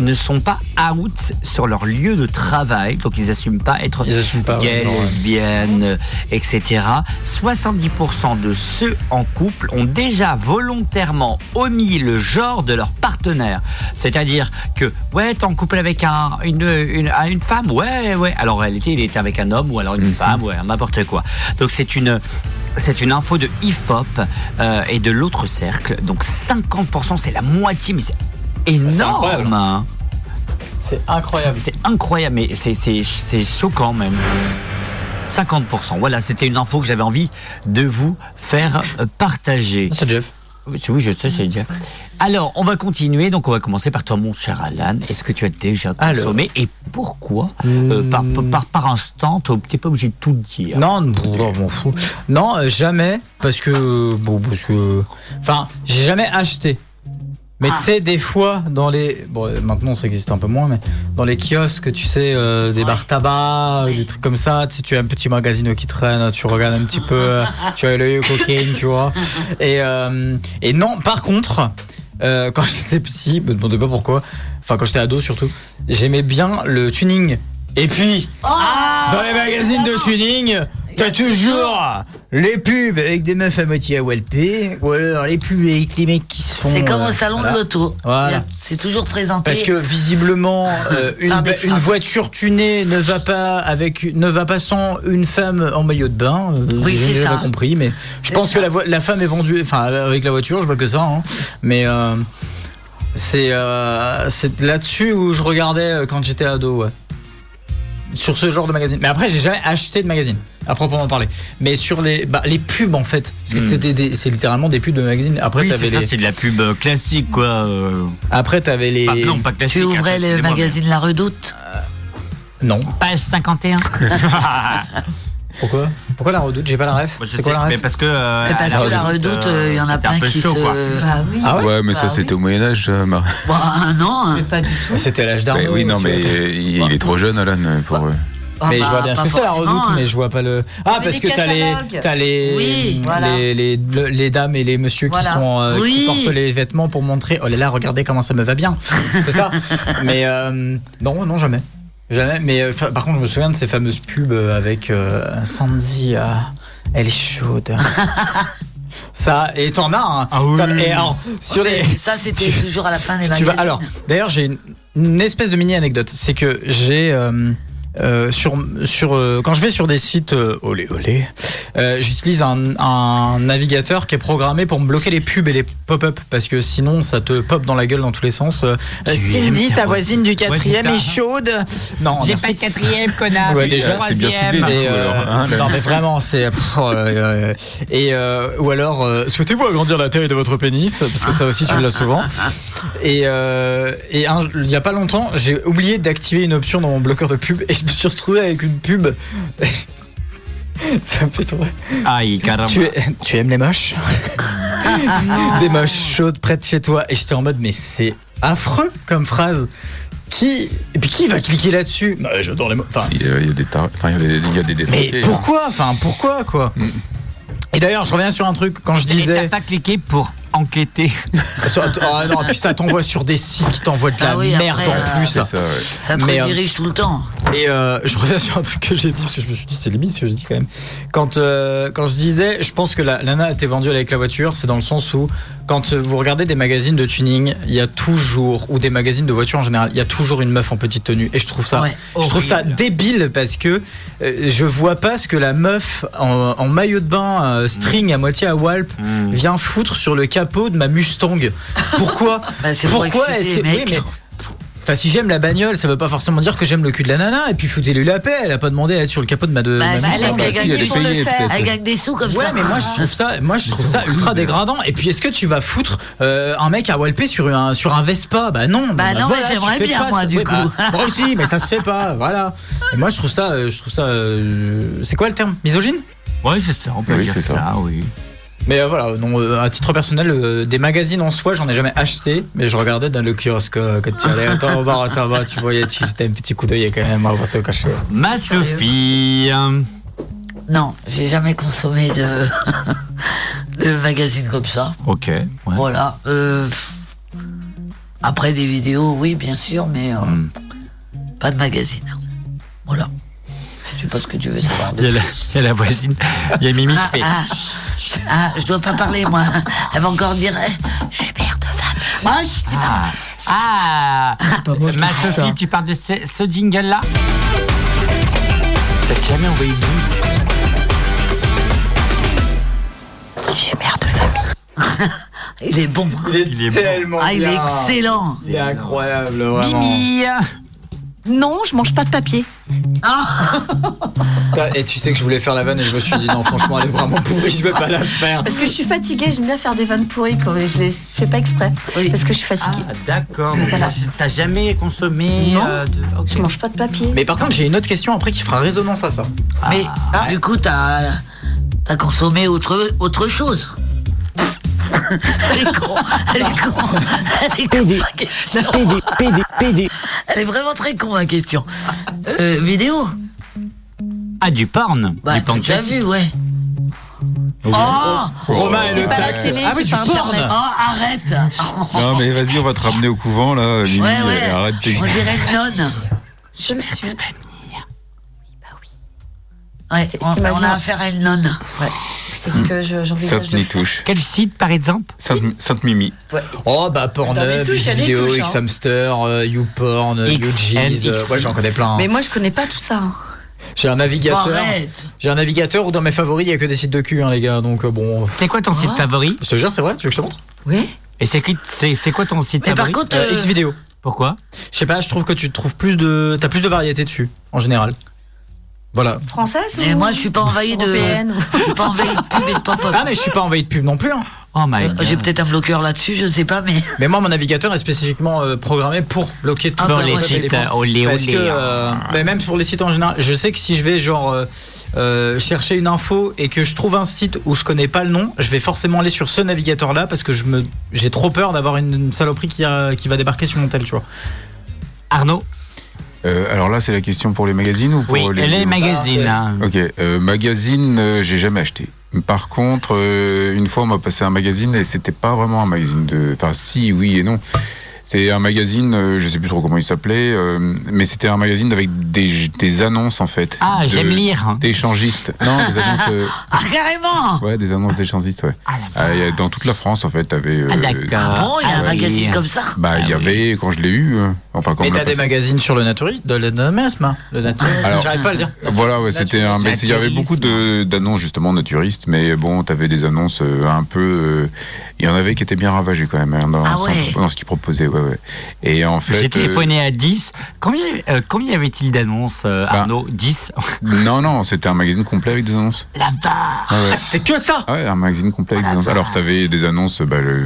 [SPEAKER 1] ne sont pas out sur leur lieu de travail, donc ils n'assument pas être
[SPEAKER 3] Ils assument pas, ouais,
[SPEAKER 1] gays,
[SPEAKER 3] non, ouais.
[SPEAKER 1] lesbiennes, euh, etc. 70% de ceux en couple ont déjà volontairement omis le genre de leur partenaire. C'est-à-dire que, ouais, t'es en couple avec un, une, une, un- une femme, ouais, ouais. Alors en réalité, il était avec un homme ou alors une femme, ouais, n'importe quoi. Donc c'est une. C'est une info de IFOP euh, et de l'autre cercle. Donc 50%, c'est la moitié, mais c'est énorme. hein.
[SPEAKER 3] C'est incroyable.
[SPEAKER 1] C'est incroyable, mais c'est- c'est c'est choquant même. 50%. Voilà, c'était une info que j'avais envie de vous faire euh, partager.
[SPEAKER 3] C'est Jeff.
[SPEAKER 1] Oui, c'est- oui, je sais, c'est Jeff. Alors, on va continuer. Donc, on va commencer par toi, mon cher Alan. Est-ce que tu as déjà consommé et pourquoi Euh, par, par, par instant, tu n'es pas obligé de tout dire.
[SPEAKER 3] Hmm. Non, non, non, m'en fous. Non, euh, jamais, parce que euh, bon, parce que, enfin, j'ai jamais acheté. Mais tu sais, des fois, dans les, bon, euh, maintenant ça existe un peu moins, mais dans les kiosques, tu sais, euh, des bars tabac, des trucs comme ça, tu, tu as un petit magazine qui traîne, tu regardes un petit peu, euh, tu as l'œil au cocaine, tu vois. Et, euh, et non, par contre, euh, quand j'étais petit, me demandez pas pourquoi, enfin quand j'étais ado surtout, j'aimais bien le tuning. Et puis, dans les magazines de tuning, t'as toujours les pubs avec des meufs à moitié à walper, ou alors les pubs avec les mecs qui se font.
[SPEAKER 2] C'est comme
[SPEAKER 3] euh,
[SPEAKER 2] au salon
[SPEAKER 3] voilà.
[SPEAKER 2] de l'auto. Il y
[SPEAKER 3] Voilà.
[SPEAKER 2] a- C'est toujours présenté.
[SPEAKER 3] Parce que visiblement, euh, une,
[SPEAKER 2] Par des
[SPEAKER 3] ba- une
[SPEAKER 2] femmes.
[SPEAKER 3] voiture tunée ne va pas avec ne va pas sans une femme en maillot de bain. euh,
[SPEAKER 2] Oui,
[SPEAKER 3] j'ai
[SPEAKER 2] c'est
[SPEAKER 3] déjà
[SPEAKER 2] ça.
[SPEAKER 3] compris, mais je
[SPEAKER 2] C'est
[SPEAKER 3] pense
[SPEAKER 2] ça.
[SPEAKER 3] que la, vo- la femme est vendue. Enfin, avec la voiture, je vois que ça. hein. Mais euh, c'est euh, c'est là-dessus où je regardais euh, quand j'étais ado. ouais. Sur ce genre de magazine. Mais après, j'ai jamais acheté de magazine, à proprement parler. Mais sur les, bah, les pubs, en fait. Parce que
[SPEAKER 1] Mm.
[SPEAKER 3] c'était des- c'est littéralement des pubs de magazine. Après,
[SPEAKER 1] Oui,
[SPEAKER 3] t'avais
[SPEAKER 1] c'est ça,
[SPEAKER 3] les-
[SPEAKER 1] c'est de la pub euh, classique, quoi. euh,
[SPEAKER 3] Après, t'avais les.
[SPEAKER 1] pas, non, pas classique.
[SPEAKER 2] tu ouvrais
[SPEAKER 1] hein,
[SPEAKER 2] le
[SPEAKER 1] excusez-moi,
[SPEAKER 2] magazine La Redoute.
[SPEAKER 1] Euh,
[SPEAKER 3] Non.
[SPEAKER 1] mais- Page 51.
[SPEAKER 3] Pourquoi Pourquoi la redoute J'ai pas la ref.
[SPEAKER 1] Moi, je
[SPEAKER 3] C'est quoi
[SPEAKER 1] sais,
[SPEAKER 3] la
[SPEAKER 1] mais
[SPEAKER 3] ref
[SPEAKER 1] parce que. euh,
[SPEAKER 2] Et parce
[SPEAKER 1] à
[SPEAKER 2] que La Redoute,
[SPEAKER 1] euh,
[SPEAKER 2] il y en a
[SPEAKER 1] c'était un
[SPEAKER 2] plein
[SPEAKER 1] peu
[SPEAKER 2] qui
[SPEAKER 1] chaud, quoi.
[SPEAKER 2] se.
[SPEAKER 4] Bah oui.
[SPEAKER 3] Ah
[SPEAKER 14] ouais, mais
[SPEAKER 4] Bah
[SPEAKER 14] ça, c'était au Moyen-Âge,
[SPEAKER 2] Bon, non. hein.
[SPEAKER 4] Pas du tout.
[SPEAKER 3] C'était à l'âge d'argent.
[SPEAKER 14] Oui, non, mais euh, il, il est trop jeune, Alan, pour. euh,
[SPEAKER 2] Ah
[SPEAKER 3] Mais
[SPEAKER 2] bah,
[SPEAKER 3] je vois bien ce
[SPEAKER 2] pas
[SPEAKER 3] que c'est la redoute,
[SPEAKER 2] forcément, hein.
[SPEAKER 3] mais je vois pas le. Ah,
[SPEAKER 4] Mais
[SPEAKER 3] parce
[SPEAKER 4] les
[SPEAKER 3] que t'as les,
[SPEAKER 4] catalogues.
[SPEAKER 3] t'as les,
[SPEAKER 2] Oui,
[SPEAKER 3] les,
[SPEAKER 4] voilà.
[SPEAKER 3] les, le- les dames et les messieurs
[SPEAKER 4] Voilà.
[SPEAKER 3] qui sont euh, qui
[SPEAKER 2] Oui.
[SPEAKER 3] portent les vêtements pour montrer. Oh là là, regardez comment ça me va bien. c'est ça. Mais euh, non, non jamais, jamais. Mais euh, par contre, je me souviens de ces fameuses pubs avec euh, Sandy. euh, elle est chaude. ça, et t'en as. Hein.
[SPEAKER 1] Ah oui.
[SPEAKER 3] T'as- Et alors, sur les.
[SPEAKER 2] Ça, c'était toujours à la fin des
[SPEAKER 3] Si tu vas-
[SPEAKER 2] magazines.
[SPEAKER 3] Alors, d'ailleurs, j'ai une, une espèce de mini anecdote. C'est que j'ai euh, euh, sur sur euh, quand je vais sur des sites euh, olé olé, euh, j'utilise un, un navigateur qui est programmé pour me bloquer les pubs et les pop-up parce que sinon ça te pop dans la gueule dans tous les sens. Euh,
[SPEAKER 1] aimes
[SPEAKER 3] Cindy,
[SPEAKER 1] ta
[SPEAKER 3] ta
[SPEAKER 1] voisine.
[SPEAKER 3] voisine du
[SPEAKER 1] Ouais, c'est
[SPEAKER 3] quatrième
[SPEAKER 1] ça.
[SPEAKER 3] est chaude. Non,
[SPEAKER 1] J'ai
[SPEAKER 3] merci.
[SPEAKER 1] pas de quatrième, connard.
[SPEAKER 3] Ouais,
[SPEAKER 1] j'ai
[SPEAKER 3] déjà,
[SPEAKER 1] le
[SPEAKER 14] c'est bien
[SPEAKER 1] troisième.
[SPEAKER 14] ciblé,
[SPEAKER 3] Et,
[SPEAKER 14] Ou
[SPEAKER 3] euh,
[SPEAKER 14] alors, hein, le-
[SPEAKER 3] Ah, non mais vraiment c'est pff, euh, euh, et euh, ou alors euh, souhaitez-vous agrandir la taille de votre pénis parce que ça aussi tu l'as souvent et euh, et un- il y a pas longtemps j'ai oublié d'activer une option dans mon bloqueur de pub et je me suis retrouvé avec une pub ça me fait trop rire.
[SPEAKER 1] Aïe, carrément.
[SPEAKER 3] tu, es- tu aimes les moches des moches chaudes près de chez toi. Et j'étais en mode, mais c'est affreux comme phrase. Qui Et puis qui va cliquer là-dessus Bah, J'adore les mots. Enfin,
[SPEAKER 14] Il y a, il y a des tar- enfin, il y a des- il y a des
[SPEAKER 3] mais
[SPEAKER 14] détraqués, hein.
[SPEAKER 3] pourquoi Enfin, pourquoi quoi
[SPEAKER 2] Mm.
[SPEAKER 3] Et d'ailleurs, je reviens sur un truc quand je disais.
[SPEAKER 1] pas cliqué pour enquêter.
[SPEAKER 3] Ah non, puis ça t'envoie sur des sites qui t'envoient de la
[SPEAKER 2] Ah oui, après,
[SPEAKER 3] merde
[SPEAKER 2] euh,
[SPEAKER 3] en plus.
[SPEAKER 2] c'est ça, ouais. Ça te
[SPEAKER 3] euh,
[SPEAKER 2] redirige tout le temps.
[SPEAKER 3] Et euh, je reviens sur un truc que j'ai dit parce que je me suis dit c'est limite ce que j'ai dit quand même. Quand euh, quand je disais, je pense que la Lana a été vendue avec la voiture, c'est dans le sens où quand vous regardez des magazines de tuning, il y a toujours ou des magazines de voitures en général, il y a toujours une meuf en petite tenue et je trouve ça
[SPEAKER 2] Ouais,
[SPEAKER 3] je trouve ça
[SPEAKER 2] horrible.
[SPEAKER 3] débile parce que euh, je vois pas ce que la meuf en, en maillot de bain euh, string à moitié à walp vient foutre sur le capot de ma Mustang. Pourquoi
[SPEAKER 2] Bah, c'est pour
[SPEAKER 3] Pourquoi est-ce
[SPEAKER 2] exciter les
[SPEAKER 3] que oui,
[SPEAKER 2] mecs.
[SPEAKER 3] mais Enfin, si j'aime la bagnole, ça veut pas forcément dire que j'aime le cul de la nana. Et puis foutez-lui la paix, elle a pas demandé à être sur le capot de ma de.
[SPEAKER 2] Bah,
[SPEAKER 3] ma
[SPEAKER 2] bah, elle
[SPEAKER 3] Mustang.
[SPEAKER 2] a gagné pour le faire. Elle gagne des sous comme
[SPEAKER 3] Ouais,
[SPEAKER 2] ça.
[SPEAKER 3] mais moi je trouve ça, moi je trouve ça ultra dégradant. Et puis est-ce que tu vas foutre euh, un mec à walper sur un sur un Vespa Bah non.
[SPEAKER 2] Bah non, mais
[SPEAKER 3] tu
[SPEAKER 2] j'aimerais
[SPEAKER 3] fais
[SPEAKER 2] bien,
[SPEAKER 3] pas
[SPEAKER 2] moi,
[SPEAKER 3] ça.
[SPEAKER 2] du
[SPEAKER 3] Ouais,
[SPEAKER 2] coup.
[SPEAKER 3] bah, moi aussi, mais ça se fait pas. Voilà. Et moi je trouve ça, euh, je trouve ça. euh, c'est quoi le terme Misogyne
[SPEAKER 1] Ouais, c'est ça. On peut
[SPEAKER 3] Oui,
[SPEAKER 1] dire
[SPEAKER 3] c'est
[SPEAKER 1] ça. oui.
[SPEAKER 3] mais euh, voilà, non, euh, à titre personnel, euh, des magazines en soi, j'en ai jamais acheté, mais je regardais dans le kiosque euh, quand tu allais. Attends, on va, attends, on va, tu voyais, tu jetais un petit coup d'œil quand même, on va se cacher.
[SPEAKER 1] Ma Sophie.
[SPEAKER 3] euh.
[SPEAKER 2] Non, j'ai jamais consommé de, de magazines comme ça.
[SPEAKER 1] Ok. ouais.
[SPEAKER 2] Voilà. euh, après des vidéos, oui, bien sûr, mais euh,
[SPEAKER 1] Hmm.
[SPEAKER 2] pas de magazine. Voilà. Je sais pas ce que tu veux savoir.
[SPEAKER 1] Il y, a la, il y a la voisine, il y a Mimi qui fait.
[SPEAKER 2] Ah, ah, je dois pas parler, moi. Elle va encore dire eh, Je suis mère de femme. Moi, je dis pas.
[SPEAKER 1] Ah, Ma Sophie, tu parles de ce, ce jingle-là T'as jamais envoyé de boules
[SPEAKER 2] Je suis mère de famille. il est bon. hein.
[SPEAKER 3] Il est, tellement
[SPEAKER 2] Ah, il est
[SPEAKER 3] bien.
[SPEAKER 2] excellent.
[SPEAKER 3] C'est incroyable, vraiment.
[SPEAKER 15] Non, je mange pas de papier.
[SPEAKER 3] Putain, Et tu sais que je voulais faire la vanne et je me suis dit non, franchement, elle est vraiment pourrie, je vais pas la faire.
[SPEAKER 4] Parce que je suis fatiguée, j'aime bien faire des vannes pourries quand je les fais pas exprès. Parce que je suis fatiguée.
[SPEAKER 1] D'accord, mais
[SPEAKER 4] Voilà.
[SPEAKER 1] t'as jamais consommé
[SPEAKER 4] Non.
[SPEAKER 1] euh, de- ok.
[SPEAKER 4] Je mange pas de papier.
[SPEAKER 3] Mais par contre, j'ai une autre question après qui fera résonance à ça.
[SPEAKER 1] Ah.
[SPEAKER 2] Mais du coup, t'as as consommé autre, autre chose. Elle est con, elle est con, elle est con. ma question. Elle est vraiment très con ma question. Euh, vidéo
[SPEAKER 1] Ah, du porn
[SPEAKER 2] Bah,
[SPEAKER 1] Du porn
[SPEAKER 2] t'as déjà
[SPEAKER 1] classique.
[SPEAKER 2] vu, ouais.
[SPEAKER 1] Oh,
[SPEAKER 14] Romain et
[SPEAKER 2] J'ai
[SPEAKER 14] le
[SPEAKER 2] pas la
[SPEAKER 14] tact.
[SPEAKER 2] télé,
[SPEAKER 14] Ah oui, tu
[SPEAKER 2] j'ai pas
[SPEAKER 14] pornes.
[SPEAKER 2] Internet. Oh, arrête
[SPEAKER 14] Non, mais vas-y, on va te ramener au couvent, là. Mimi, euh, arrête tes.
[SPEAKER 2] On dirait une nonne.
[SPEAKER 4] Je me suis. bah
[SPEAKER 2] Ouais, on,
[SPEAKER 4] c'est ma
[SPEAKER 2] on
[SPEAKER 4] vie.
[SPEAKER 2] a affaire à une nonne.
[SPEAKER 4] C'est ce que je- j'envisage
[SPEAKER 14] Sainte
[SPEAKER 4] de faire.
[SPEAKER 14] Nitouche.
[SPEAKER 1] Quel site, par exemple
[SPEAKER 14] Sainte, Sainte Mimi.
[SPEAKER 3] Oh bah Pornhub,
[SPEAKER 15] touche, elle les
[SPEAKER 3] vidéo,
[SPEAKER 15] touche, hein.
[SPEAKER 3] Xhamster, euh, YouPorn,
[SPEAKER 1] X,
[SPEAKER 3] YouJeez,
[SPEAKER 1] N,
[SPEAKER 3] euh,
[SPEAKER 1] X.
[SPEAKER 3] ouais j'en connais plein. hein.
[SPEAKER 15] Mais moi, je connais pas tout ça. hein.
[SPEAKER 3] J'ai un navigateur.
[SPEAKER 15] Arrête.
[SPEAKER 3] J'ai un navigateur où dans mes favoris il y a que des sites de cul hein, les gars donc euh, bon.
[SPEAKER 1] C'est quoi ton site favori
[SPEAKER 3] Je te jure c'est vrai, tu veux que je te montre
[SPEAKER 15] Oui.
[SPEAKER 1] Et c'est qui- c'est c'est quoi ton site
[SPEAKER 3] Mais par
[SPEAKER 1] favori
[SPEAKER 3] contre, Euh, euh, Xvideo.
[SPEAKER 1] Pourquoi
[SPEAKER 3] Je sais pas, je trouve que tu trouves plus de t'as plus de variété dessus en général. Voilà.
[SPEAKER 4] Française ou
[SPEAKER 2] Mais moi, je suis pas envahi de.
[SPEAKER 4] européenne ou-
[SPEAKER 2] Je suis pas envahi de pub et de pop-up.
[SPEAKER 3] Ah mais je suis pas envahi de pub non plus hein.
[SPEAKER 1] Oh my
[SPEAKER 2] Euh, J'ai peut-être un bloqueur là-dessus, je sais pas, mais.
[SPEAKER 3] Mais moi, mon navigateur est spécifiquement euh, programmé pour bloquer tout
[SPEAKER 1] Ah,
[SPEAKER 3] le
[SPEAKER 1] bah,
[SPEAKER 3] les
[SPEAKER 1] ouais.
[SPEAKER 3] sites.
[SPEAKER 1] euh, olé,
[SPEAKER 3] Parce
[SPEAKER 1] olé,
[SPEAKER 3] que,
[SPEAKER 1] hein.
[SPEAKER 3] euh, bah, même sur les sites en général, je sais que si je vais genre euh, euh, chercher une info et que je trouve un site où je connais pas le nom, je vais forcément aller sur ce navigateur-là parce que je me j'ai trop peur d'avoir une, une saloperie qui, euh, qui va débarquer sur mon tel, tu vois.
[SPEAKER 1] Arnaud
[SPEAKER 14] Euh, alors là, c'est la question pour les magazines ou pour
[SPEAKER 1] Oui,
[SPEAKER 14] les
[SPEAKER 1] les
[SPEAKER 14] vidéos
[SPEAKER 1] magazines, Ah,
[SPEAKER 14] Ok, euh, magazine, euh, j'ai jamais acheté. Par contre, euh, une fois, on m'a passé un magazine et c'était pas vraiment un magazine de. Enfin, si, oui et non. C'est un magazine, euh, je sais plus trop comment il s'appelait, euh, mais c'était un magazine avec des, des annonces en fait.
[SPEAKER 1] Ah,
[SPEAKER 14] de-
[SPEAKER 1] j'aime lire.
[SPEAKER 14] D'échangistes. Non, des annonces. euh,
[SPEAKER 2] Ah, carrément
[SPEAKER 14] ouais, des annonces d'échangistes, ouais. Ah, il y a- dans toute la France, en fait, t'avais. euh,
[SPEAKER 2] Ah, d'accord. Ah bon, il y a un magazine comme ça
[SPEAKER 14] Bah,
[SPEAKER 1] Ah
[SPEAKER 14] il y avait, quand je l'ai eu, euh, enfin, quand on
[SPEAKER 3] Mais
[SPEAKER 14] me l'a
[SPEAKER 3] t'as des
[SPEAKER 14] passé.
[SPEAKER 3] magazines sur le naturisme, de l'anamasme, hein, le naturisme.
[SPEAKER 14] Alors,
[SPEAKER 3] J'arrive pas à le dire.
[SPEAKER 14] Voilà, ouais, c'était un. Mais il y avait beaucoup de- d'annonces justement naturistes, mais bon, t'avais des annonces euh, un peu. euh, Il y en avait qui étaient bien ravagées quand même hein, dans,
[SPEAKER 1] Ah
[SPEAKER 14] son-
[SPEAKER 1] ouais.
[SPEAKER 14] dans ce qu'ils proposaient, ouais, ouais. Et en fait.
[SPEAKER 1] J'ai
[SPEAKER 14] euh,
[SPEAKER 1] téléphoné à 10. Combien, euh, combien y avait-il d'annonces, euh,
[SPEAKER 3] Ben.
[SPEAKER 1] Arnaud 10
[SPEAKER 14] non, non, c'était un magazine complet avec des annonces.
[SPEAKER 1] La barre
[SPEAKER 3] Ah, c'était que ça
[SPEAKER 14] Ouais, un magazine complet avec des annonces. Alors, t'avais des annonces, bah, le-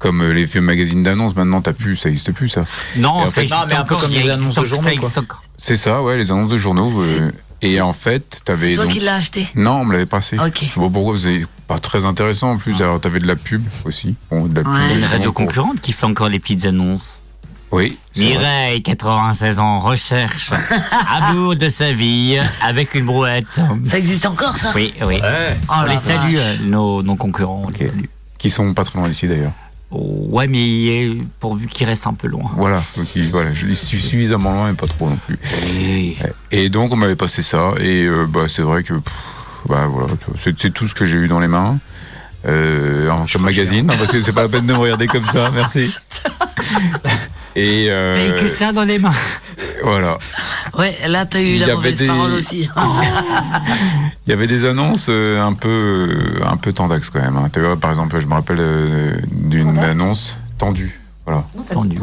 [SPEAKER 14] Comme euh, les vieux magazines d'annonces, maintenant t'as plus, ça existe plus ça. Et
[SPEAKER 1] Non,
[SPEAKER 14] en
[SPEAKER 1] ça
[SPEAKER 14] fait-
[SPEAKER 1] existe encore, il y a Stock, ça existe encore.
[SPEAKER 14] C'est ça, ouais, les annonces de journaux. euh, Et en fait, t'avais.
[SPEAKER 2] C'est toi
[SPEAKER 14] donc-
[SPEAKER 2] qui l'as acheté
[SPEAKER 14] Non, on me l'avait passé.
[SPEAKER 2] Ok. Ah.
[SPEAKER 14] Bon, pourquoi vous avez pas très intéressant en plus Alors, t'avais de la pub aussi. Bon, de la pub,
[SPEAKER 1] Il y a une
[SPEAKER 14] évidemment,
[SPEAKER 1] radio
[SPEAKER 14] pour-
[SPEAKER 1] concurrente qui fait encore les petites annonces.
[SPEAKER 14] Oui. c'est vrai.
[SPEAKER 1] Mireille, 96 ans, recherche, à bout de sa vie, avec une brouette.
[SPEAKER 2] Ça existe encore, ça
[SPEAKER 1] Oui, oui.
[SPEAKER 2] Ouais. Oh
[SPEAKER 1] On
[SPEAKER 2] la
[SPEAKER 1] les salue,
[SPEAKER 2] vache.
[SPEAKER 1] euh, nos, nos concurrents. on les salue. Oh.
[SPEAKER 14] Qui sont pas très loin d'ici d'ailleurs.
[SPEAKER 1] Ouais, mais euh, pourvu qu'ils restent un peu loin.
[SPEAKER 14] Voilà, donc, il- voilà, je je suis suffisamment loin et pas trop non plus.
[SPEAKER 1] Oui.
[SPEAKER 14] Et donc on m'avait passé ça et euh, bah, c'est vrai que pff, bah, voilà, tu vois, c'est c'est tout ce que j'ai eu dans les mains. Euh, en comme magazine, hein, parce que c'est pas la peine de me regarder comme ça, merci. Et, euh,
[SPEAKER 1] Et que ça dans les mains.
[SPEAKER 14] voilà.
[SPEAKER 2] Ouais, là, t'as eu
[SPEAKER 14] Il y
[SPEAKER 2] la
[SPEAKER 14] avait
[SPEAKER 2] mauvaise
[SPEAKER 14] des-
[SPEAKER 2] parole aussi.
[SPEAKER 14] Il y avait des annonces euh, un peu, euh, un peu tendax quand même. hein. Tu vois, par exemple, je me rappelle euh, d'une annonce tendue. Voilà.
[SPEAKER 1] Tendu.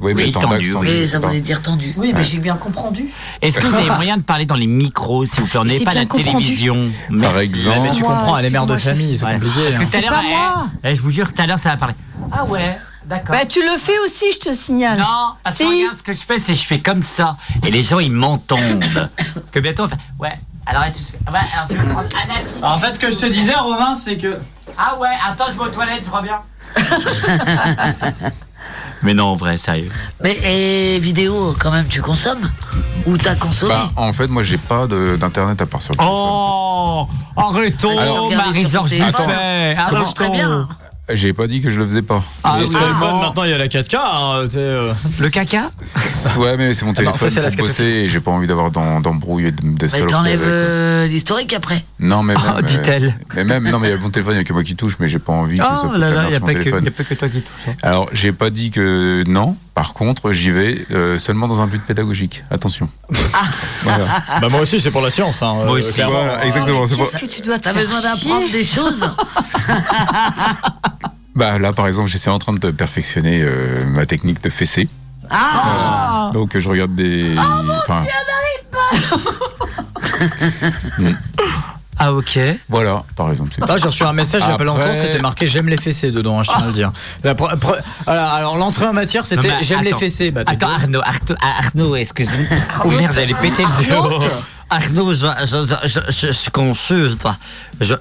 [SPEAKER 14] Oui, mais tendax, tendu, pardon.
[SPEAKER 2] dire tendu.
[SPEAKER 4] Oui, mais
[SPEAKER 14] Ouais.
[SPEAKER 4] j'ai bien comprendu.
[SPEAKER 1] Est-ce que vous avez moyen de parler dans les micros, s'il vous plaît On n'est
[SPEAKER 4] J'ai
[SPEAKER 1] pas à la
[SPEAKER 4] bien comprendu.
[SPEAKER 1] télévision.
[SPEAKER 14] Par
[SPEAKER 1] Merci.
[SPEAKER 14] exemple. Ouais, Bah, mais tu comprends, elle est mère de
[SPEAKER 1] Excusez-moi,
[SPEAKER 14] famille,
[SPEAKER 1] je-
[SPEAKER 14] c'est
[SPEAKER 1] Voilà.
[SPEAKER 14] compliqué,
[SPEAKER 1] Parce que
[SPEAKER 14] hein.
[SPEAKER 1] tout à
[SPEAKER 14] C'est
[SPEAKER 1] l'heure,
[SPEAKER 14] pas
[SPEAKER 1] eh, eh, je vous jure, tout à l'heure, ça va parler. Ah ouais, d'accord.
[SPEAKER 15] Bah, tu le fais aussi, je te signale.
[SPEAKER 1] Non, parce que regarde, ce que je fais, c'est que je fais comme ça. Et les gens, ils m'entendent. que bientôt, on fait. Ouais, alors, est-ce que- ah ouais, alors, je vais prendre un avis.
[SPEAKER 3] Alors, en fait, ce que je te disais, Romain, c'est que.
[SPEAKER 1] Ah ouais, attends, je vais aux toilettes, je reviens. Mais non, en vrai, sérieux.
[SPEAKER 2] Mais et vidéo, quand même, tu consommes Ou t'as consommé
[SPEAKER 14] Bah, en fait, moi, j'ai pas de- d'internet à part sur.
[SPEAKER 1] Oh Arrêtons, Marie-Georges Ah, Buffet Arrêtons
[SPEAKER 14] Euh, J'ai pas dit que je le faisais pas.
[SPEAKER 1] Ah,
[SPEAKER 14] Et
[SPEAKER 1] oui.
[SPEAKER 14] seulement-
[SPEAKER 3] maintenant, il y a la 4K. hein, tu sais, euh.
[SPEAKER 1] Le caca
[SPEAKER 14] Ouais, mais c'est mon
[SPEAKER 3] Ah non,
[SPEAKER 14] téléphone
[SPEAKER 3] ça, c'est la
[SPEAKER 14] pour bosser et j'ai pas envie d'avoir d'en- d'embrouille et de, de
[SPEAKER 2] Mais
[SPEAKER 14] saloperie
[SPEAKER 2] t'enlèves
[SPEAKER 14] avec. hein.
[SPEAKER 2] euh, l'historique après
[SPEAKER 14] Non, mais même.
[SPEAKER 1] Oh,
[SPEAKER 14] euh,
[SPEAKER 1] dit-elle.
[SPEAKER 14] Mais même, non, mais mon téléphone, il n'y a que moi qui touche, mais j'ai pas envie que ça
[SPEAKER 1] Oh
[SPEAKER 14] foute
[SPEAKER 1] là
[SPEAKER 14] la
[SPEAKER 1] là,
[SPEAKER 14] merde
[SPEAKER 1] il n'y a,
[SPEAKER 14] sur mon
[SPEAKER 1] pas que-
[SPEAKER 14] téléphone.
[SPEAKER 1] y a pas que toi qui touches. hein.
[SPEAKER 14] Alors, j'ai pas dit que non. Par contre, j'y vais euh, seulement dans un but pédagogique. Attention. Voilà.
[SPEAKER 3] Bah, moi aussi, c'est pour la science. Hein,
[SPEAKER 14] Moi
[SPEAKER 3] euh,
[SPEAKER 14] aussi.
[SPEAKER 3] clairement.
[SPEAKER 14] Voilà,
[SPEAKER 2] Ah,
[SPEAKER 1] Ah,
[SPEAKER 14] exactement. c'est pour-
[SPEAKER 15] Qu'est-ce que tu dois te
[SPEAKER 2] T'as
[SPEAKER 15] faire
[SPEAKER 2] besoin d'apprendre
[SPEAKER 15] chier
[SPEAKER 2] des choses
[SPEAKER 14] Bah, là, par exemple, j'étais en train de perfectionner euh, ma technique de fessée.
[SPEAKER 2] Ah
[SPEAKER 14] Donc, euh, je regarde des. enfin,
[SPEAKER 1] Ah, ok.
[SPEAKER 14] voilà, par exemple. c'est-
[SPEAKER 3] Ah, j'ai reçu un message il n'y a
[SPEAKER 14] Après-
[SPEAKER 3] pas longtemps, c'était marqué j'aime les fessées dedans, hein, je tiens à le dire. La pre- pre- alors, alors, l'entrée en matière,
[SPEAKER 1] Non,
[SPEAKER 3] c'était
[SPEAKER 1] mais
[SPEAKER 3] j'aime les
[SPEAKER 1] attends.
[SPEAKER 3] fessées. Bah, t'es
[SPEAKER 1] Attends, Arnaud, Arnaud, Arnaud excuse-moi. Oh merde, j'allais péter le
[SPEAKER 3] Arnaud
[SPEAKER 1] vélo. Arnaud, je, je, je, je, je suis confus, toi. Je,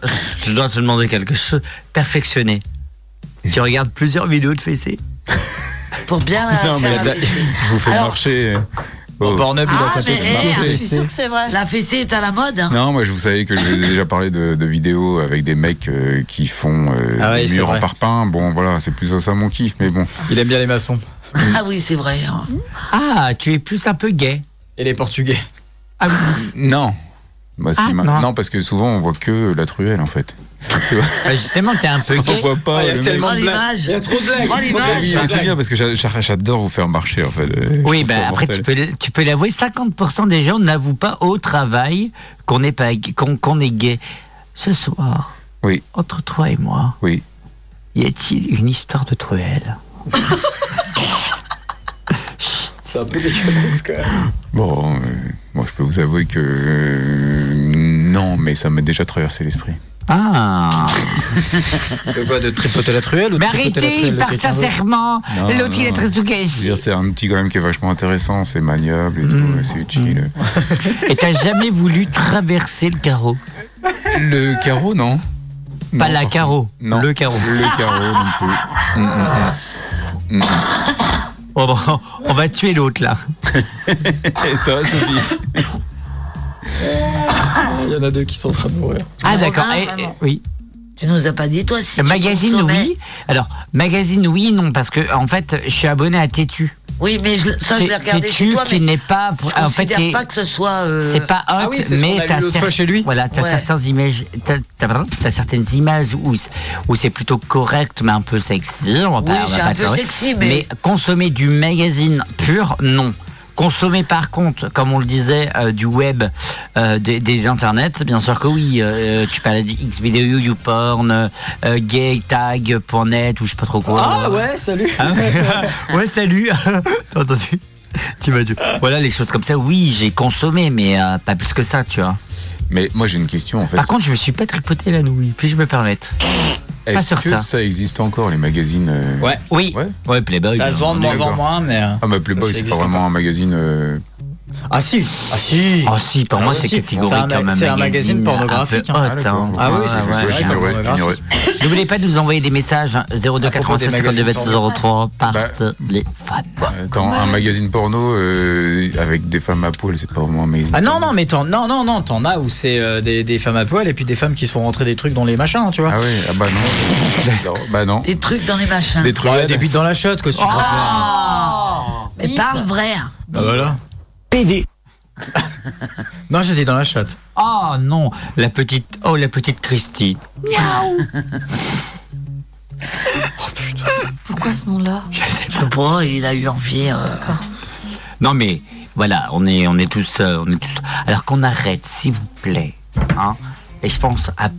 [SPEAKER 1] je dois te demander quelque chose. Perfectionner. Tu regardes plusieurs vidéos de fessées
[SPEAKER 2] pour bien la
[SPEAKER 14] Non, mais
[SPEAKER 2] faire la
[SPEAKER 14] là,
[SPEAKER 2] fessée.
[SPEAKER 14] je vous fais marcher. Oh.
[SPEAKER 3] Bon, Pornhub, il a
[SPEAKER 2] Ah,
[SPEAKER 3] tapé
[SPEAKER 2] mais
[SPEAKER 3] sur ma
[SPEAKER 2] eh,
[SPEAKER 14] fessée.
[SPEAKER 2] je
[SPEAKER 15] Je suis sûre que c'est vrai.
[SPEAKER 2] La fessée est à la mode. hein.
[SPEAKER 14] Non, moi je vous savais que j'ai déjà parlé de, de vidéos avec des mecs euh, qui font euh,
[SPEAKER 3] Ah ouais,
[SPEAKER 14] des
[SPEAKER 3] c'est
[SPEAKER 14] murs en
[SPEAKER 3] vrai.
[SPEAKER 14] parpaing. Bon, voilà, c'est plus ça mon kiff, mais bon.
[SPEAKER 3] Il aime bien les maçons
[SPEAKER 2] Ah oui, c'est vrai. hein.
[SPEAKER 1] Ah, tu es plus un peu gay.
[SPEAKER 3] et les portugais.
[SPEAKER 1] Ah oui.
[SPEAKER 14] Euh, Non. Bah, si,
[SPEAKER 1] Ah,
[SPEAKER 14] ma-
[SPEAKER 1] non.
[SPEAKER 14] non. parce que souvent on voit que la truelle en fait. Tu vois
[SPEAKER 1] Bah, justement, t'es un peu
[SPEAKER 14] on
[SPEAKER 1] gay.
[SPEAKER 14] voit pas.
[SPEAKER 3] Ah, il y a
[SPEAKER 14] le mec-
[SPEAKER 3] tellement
[SPEAKER 2] Oh,
[SPEAKER 3] de blagues.
[SPEAKER 2] l'image.
[SPEAKER 3] Il y a trop de blagues.
[SPEAKER 2] Oh,
[SPEAKER 3] Trop de
[SPEAKER 2] l'image.
[SPEAKER 14] Oui,
[SPEAKER 3] blagues.
[SPEAKER 14] mais c'est bien parce que j'a- j'a- j'adore vous faire marcher en fait. Euh,
[SPEAKER 1] Oui,
[SPEAKER 14] je trouve
[SPEAKER 1] bah,
[SPEAKER 14] ça
[SPEAKER 1] après,
[SPEAKER 14] mortel.
[SPEAKER 1] tu peux, le- tu peux l'avouer, 50% des gens n'avouent pas au travail qu'on est, pas, qu'on, qu'on est gay. Ce soir,
[SPEAKER 14] Oui,
[SPEAKER 1] entre toi et moi,
[SPEAKER 14] oui.
[SPEAKER 1] y a-t-il une histoire de truelle
[SPEAKER 3] C'est un peu dégueulasse quand même.
[SPEAKER 14] Bon, euh, moi je peux vous avouer que euh, non, mais ça m'a déjà traversé l'esprit.
[SPEAKER 1] Ah
[SPEAKER 3] De quoi De tripoter la truelle ou de
[SPEAKER 1] Mais
[SPEAKER 3] tripoter la
[SPEAKER 1] arrêtez,
[SPEAKER 3] truelle
[SPEAKER 1] il
[SPEAKER 3] de
[SPEAKER 1] part
[SPEAKER 3] quelqu'un d'autre
[SPEAKER 1] sincèrement.
[SPEAKER 14] Non,
[SPEAKER 1] L'autre, il
[SPEAKER 14] non,
[SPEAKER 1] est très tout
[SPEAKER 14] Je veux dire, c'est un outil quand même qui est vachement intéressant, c'est maniable et
[SPEAKER 1] Mm.
[SPEAKER 14] tout, c'est utile.
[SPEAKER 1] Et t'as jamais voulu traverser le carreau Mm.
[SPEAKER 14] Le carreau, non
[SPEAKER 1] Pas
[SPEAKER 14] Non,
[SPEAKER 1] la
[SPEAKER 14] par
[SPEAKER 1] carreau,
[SPEAKER 14] Non.
[SPEAKER 1] le carreau.
[SPEAKER 14] Le carreau non plus. Mm, mm, mm. Mm, mm.
[SPEAKER 1] Oh, bon, on va tuer l'autre, là.
[SPEAKER 14] Et ça, Sophie
[SPEAKER 3] Il y en a deux qui sont en train de mourir.
[SPEAKER 1] Ah,
[SPEAKER 2] Robin,
[SPEAKER 1] d'accord. eh, eh, oui. Euh,
[SPEAKER 2] Tu nous as pas dit, toi, si. tu
[SPEAKER 1] Magazine,
[SPEAKER 2] consommais.
[SPEAKER 1] oui. Alors, magazine, oui, non, parce que, en fait, je suis abonné à Tétu.
[SPEAKER 2] Oui, mais je- ça, je l'ai regardé chez
[SPEAKER 1] Tétu
[SPEAKER 2] toi,
[SPEAKER 1] qui
[SPEAKER 2] mais
[SPEAKER 1] n'est pas.
[SPEAKER 2] je
[SPEAKER 1] En fait,
[SPEAKER 2] considère
[SPEAKER 1] est-
[SPEAKER 2] pas que ce soit. euh,
[SPEAKER 1] C'est pas hot,
[SPEAKER 3] Ah oui, c'est ce qu'on a
[SPEAKER 1] mais
[SPEAKER 3] lu
[SPEAKER 1] t'as
[SPEAKER 3] l'autre
[SPEAKER 1] cer-
[SPEAKER 3] fois chez lui.
[SPEAKER 1] Voilà, t'as
[SPEAKER 2] Ouais.
[SPEAKER 1] certains images, t'as, t'as- pardon, t'as certaines images où, c'est- où c'est plutôt correct, mais un peu sexy. On va
[SPEAKER 2] Oui,
[SPEAKER 1] pas, on va
[SPEAKER 2] c'est
[SPEAKER 1] pas
[SPEAKER 2] un peu
[SPEAKER 1] dire-
[SPEAKER 2] sexy, mais-
[SPEAKER 1] consommer du magazine pur, non. Consommer par contre, comme on le disait, euh, du web, euh, des, des internets, bien sûr que oui. euh, tu parlais de Xvideo, YouPorn, euh, gaytag.net ou je sais pas trop quoi.
[SPEAKER 3] Ah ouais, salut.
[SPEAKER 1] Ah ouais. ouais, salut. T'as entendu Tu m'as dit. Voilà, les choses comme ça, oui, j'ai consommé, mais euh, pas plus que ça, tu vois.
[SPEAKER 14] Mais moi j'ai une question en fait.
[SPEAKER 1] Par contre, je me suis pas tripoté la nouille, puis je me permettre. pas
[SPEAKER 14] Est-ce
[SPEAKER 1] sur
[SPEAKER 14] que
[SPEAKER 1] ça.
[SPEAKER 14] ça. existe encore les magazines euh,
[SPEAKER 3] Ouais.
[SPEAKER 1] Oui.
[SPEAKER 14] Ouais.
[SPEAKER 1] Ouais, Playboy.
[SPEAKER 3] Ça
[SPEAKER 1] bien
[SPEAKER 3] se vend de
[SPEAKER 1] entendu.
[SPEAKER 14] est
[SPEAKER 3] moins en
[SPEAKER 14] d'accord.
[SPEAKER 3] moins, mais. euh,
[SPEAKER 14] Ah, bah Playboy,
[SPEAKER 3] Ça
[SPEAKER 14] c'est
[SPEAKER 3] existe
[SPEAKER 14] pas vraiment un magazine euh,
[SPEAKER 3] Ah si Ah si
[SPEAKER 1] Ah si, pour moi, c'est catégorie
[SPEAKER 3] un ma-
[SPEAKER 1] quand même
[SPEAKER 3] C'est un
[SPEAKER 1] magazine
[SPEAKER 3] magazine
[SPEAKER 1] un
[SPEAKER 3] pornographique.
[SPEAKER 1] peu
[SPEAKER 3] hein.
[SPEAKER 1] hot, hein.
[SPEAKER 3] Ah oui,
[SPEAKER 1] Ouais,
[SPEAKER 3] c'est
[SPEAKER 1] ouais,
[SPEAKER 3] vrai que
[SPEAKER 1] j'ignorais,
[SPEAKER 3] pornographique.
[SPEAKER 1] N'oubliez pas de nous envoyer des messages hein, 02 96 52 26 03 par
[SPEAKER 3] Bah,
[SPEAKER 1] téléphone.
[SPEAKER 14] Bah, euh, Attends, un magazine porno euh, avec des femmes à poil, c'est pas vraiment un magazine.
[SPEAKER 3] Ah non non mais t'en non non non t'en as où c'est euh, des, des femmes à poil et puis des femmes qui se font rentrer des trucs dans les machins tu vois
[SPEAKER 14] ah oui ah bah non, bah non
[SPEAKER 2] des trucs dans les machins
[SPEAKER 3] des trucs des buts dans la chatte que tu préfères.
[SPEAKER 2] Mais parle vrai.
[SPEAKER 3] Ah, bah voilà
[SPEAKER 1] PD.
[SPEAKER 3] non j'étais dans la chatte
[SPEAKER 1] Ah non, la petite oh la petite Christie.
[SPEAKER 4] Miaou Pourquoi ce nom-là
[SPEAKER 2] Je sais pas, il a eu envie. euh,
[SPEAKER 1] Non mais voilà, on est on est tous euh, on est tous alors qu'on arrête s'il vous plaît. Hein Et je pense à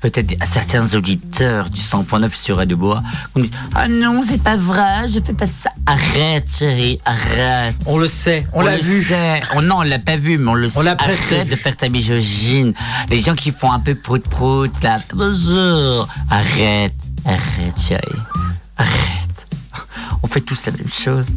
[SPEAKER 1] peut-être à certains auditeurs du 100.9 sur Radio Bois qu'on dit "Ah non, c'est pas vrai, je fais pas ça." Arrête chérie, arrête.
[SPEAKER 3] On le sait, on l'a
[SPEAKER 1] le
[SPEAKER 3] vu.
[SPEAKER 1] sait. On non, on l'a pas vu mais on le
[SPEAKER 3] On
[SPEAKER 1] sait.
[SPEAKER 3] l'a presque
[SPEAKER 1] Arrête
[SPEAKER 3] vu.
[SPEAKER 1] de faire ta misogyne. Les gens qui font un peu prout prout là. Bonjour. Arrête, arrête chérie. Arrête. On fait tous la même chose.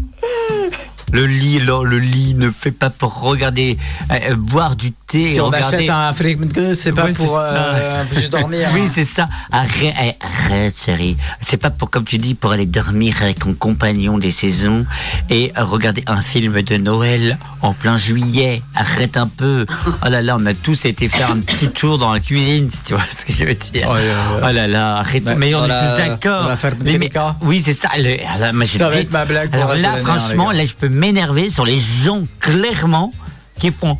[SPEAKER 1] Le lit, non, le lit ne fait pas pour regarder, euh, euh, boire du thé.
[SPEAKER 3] si
[SPEAKER 1] et
[SPEAKER 3] on
[SPEAKER 1] regarder...
[SPEAKER 3] achète un flic que c'est pas
[SPEAKER 1] Ouais,
[SPEAKER 3] pour
[SPEAKER 1] ça.
[SPEAKER 3] euh, juste dormir
[SPEAKER 1] oui, c'est ça. Arrête, eh, arrête, chérie. C'est pas pour, comme tu dis, pour aller dormir avec ton compagnon des saisons et euh, regarder un film de Noël en plein juillet. Arrête un peu. Oh là là, on a tous été faire un petit tour dans la cuisine, si tu vois ce que je veux dire.
[SPEAKER 3] Oh,
[SPEAKER 1] Oh,
[SPEAKER 3] ouais, ouais, ouais.
[SPEAKER 1] là là, arrête.
[SPEAKER 3] Ouais,
[SPEAKER 1] mais on
[SPEAKER 3] dans
[SPEAKER 1] est
[SPEAKER 3] la-
[SPEAKER 1] tous d'accord.
[SPEAKER 3] dans la ferme
[SPEAKER 1] Mais- mais-
[SPEAKER 3] Kemka.
[SPEAKER 1] oui, c'est ça. Le- ah là, moi, j'ai
[SPEAKER 3] Ça va
[SPEAKER 1] dit-
[SPEAKER 3] être ma blague pour le
[SPEAKER 1] Alors
[SPEAKER 3] reste
[SPEAKER 1] là,
[SPEAKER 3] de l'année, hein, les
[SPEAKER 1] franchement,
[SPEAKER 3] gars.
[SPEAKER 1] là, je peux m'énerver sur les gens, clairement, qui font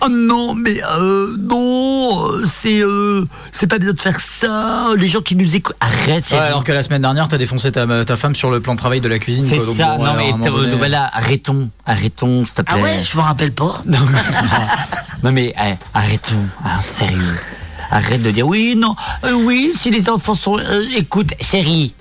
[SPEAKER 1] Oh non, mais euh, non, euh, c'est euh, c'est pas bien de faire ça. Les gens qui nous écoutent, arrête.
[SPEAKER 3] Ouais,
[SPEAKER 1] chérie.
[SPEAKER 3] alors que la semaine dernière t'as défoncé ta, ta femme sur le plan de travail de la cuisine
[SPEAKER 1] c'est
[SPEAKER 3] quoi, donc
[SPEAKER 1] ça.
[SPEAKER 3] bon,
[SPEAKER 1] non
[SPEAKER 3] ouais, à
[SPEAKER 1] mais
[SPEAKER 3] un moment
[SPEAKER 1] t'as-
[SPEAKER 3] donné- hein.
[SPEAKER 1] voilà, arrêtons, arrêtons, s'il te plaît.
[SPEAKER 2] Ah ouais, je me rappelle pas.
[SPEAKER 1] Non mais eh, arrêtons, hein, sérieux. Arrête de dire oui, non, euh, oui, si les enfants sont... euh, écoute, chérie,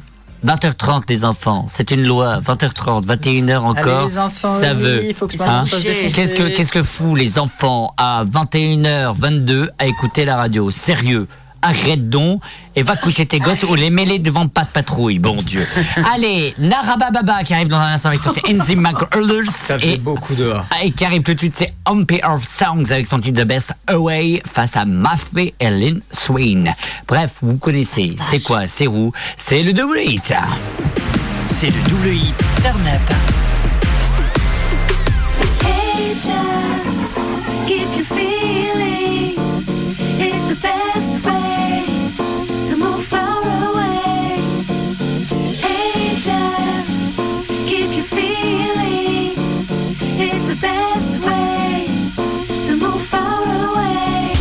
[SPEAKER 1] 20h30 les enfants, c'est une loi, 20h30, 21h encore,
[SPEAKER 3] Allez, Ah, les enfants,
[SPEAKER 1] ça
[SPEAKER 3] oui,
[SPEAKER 1] veut. Hein
[SPEAKER 3] faut que maman se fasse défoncer.
[SPEAKER 1] Qu'est-ce que Qu'est-ce que fous les enfants à 21h, 22 à écouter la radio Sérieux Arrête donc et va coucher tes
[SPEAKER 3] Ah.
[SPEAKER 1] gosses ou les mêler devant pas de patrouille, bon Dieu. Allez, Narabababa qui arrive dans un instant avec son titre Enzyme McCullers.
[SPEAKER 3] ça fait
[SPEAKER 1] et
[SPEAKER 3] beaucoup dehors
[SPEAKER 1] et qui arrive tout de suite, c'est Empire of Songs avec son titre de Best Away face à Maffei et Lynn Swain. Bref, vous connaissez, c'est quoi, c'est où, c'est le double hit. C'est le double hit.
[SPEAKER 12] Turn up.
[SPEAKER 10] Hey, just keep your feeling. It's the best way to move far away. Hey, just keep your feeling. It's the best way to move far away.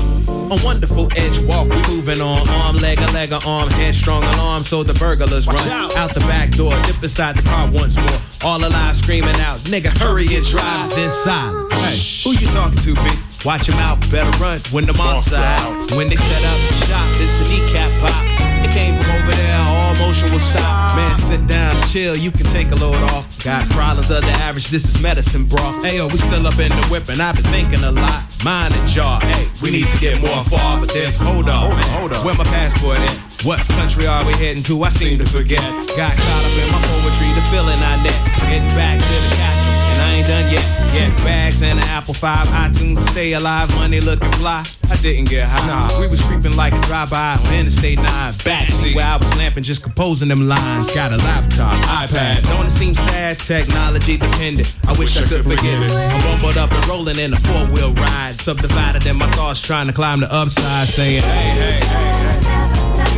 [SPEAKER 16] A wonderful edge walk, we moving on. Arm, leg, a leg, a arm, headstrong alarm. So the burglars run out. the back door, dip inside the car once more. All alive, screaming out, nigga, hurry and drive inside. Hey, who you talking to, bitch? Watch your mouth, better run when the monster out. When they set up the shop, it's a kneecap pop. It came from over there, all motion will stop. Man, sit down, chill, you can take a load off. Got problems of the average, this is medicine, bro. Hey, yo, we still up in the whip, and I've been thinking a lot. Mind and jar, hey, we need to get more far, but there's hold up, man. hold up. Where my passport at? What country are we heading to? I seem to forget. Got caught up in my poetry, the feeling I net. Get back to the castle, and I ain't done yet. Get bags and an Apple 5, iTunes, stay alive, money looking fly. I didn't get high. Nah, we was creeping like a drive-by on Interstate 9. Backseat where I was lamping, just composing them lines. Got a laptop, iPad. Don't it seem sad? Technology dependent. I wish I could forget it. I rumbled up and rolling in a four-wheel ride. Subdivided in my thoughts, trying to climb the upside, saying, hey, hey, hey.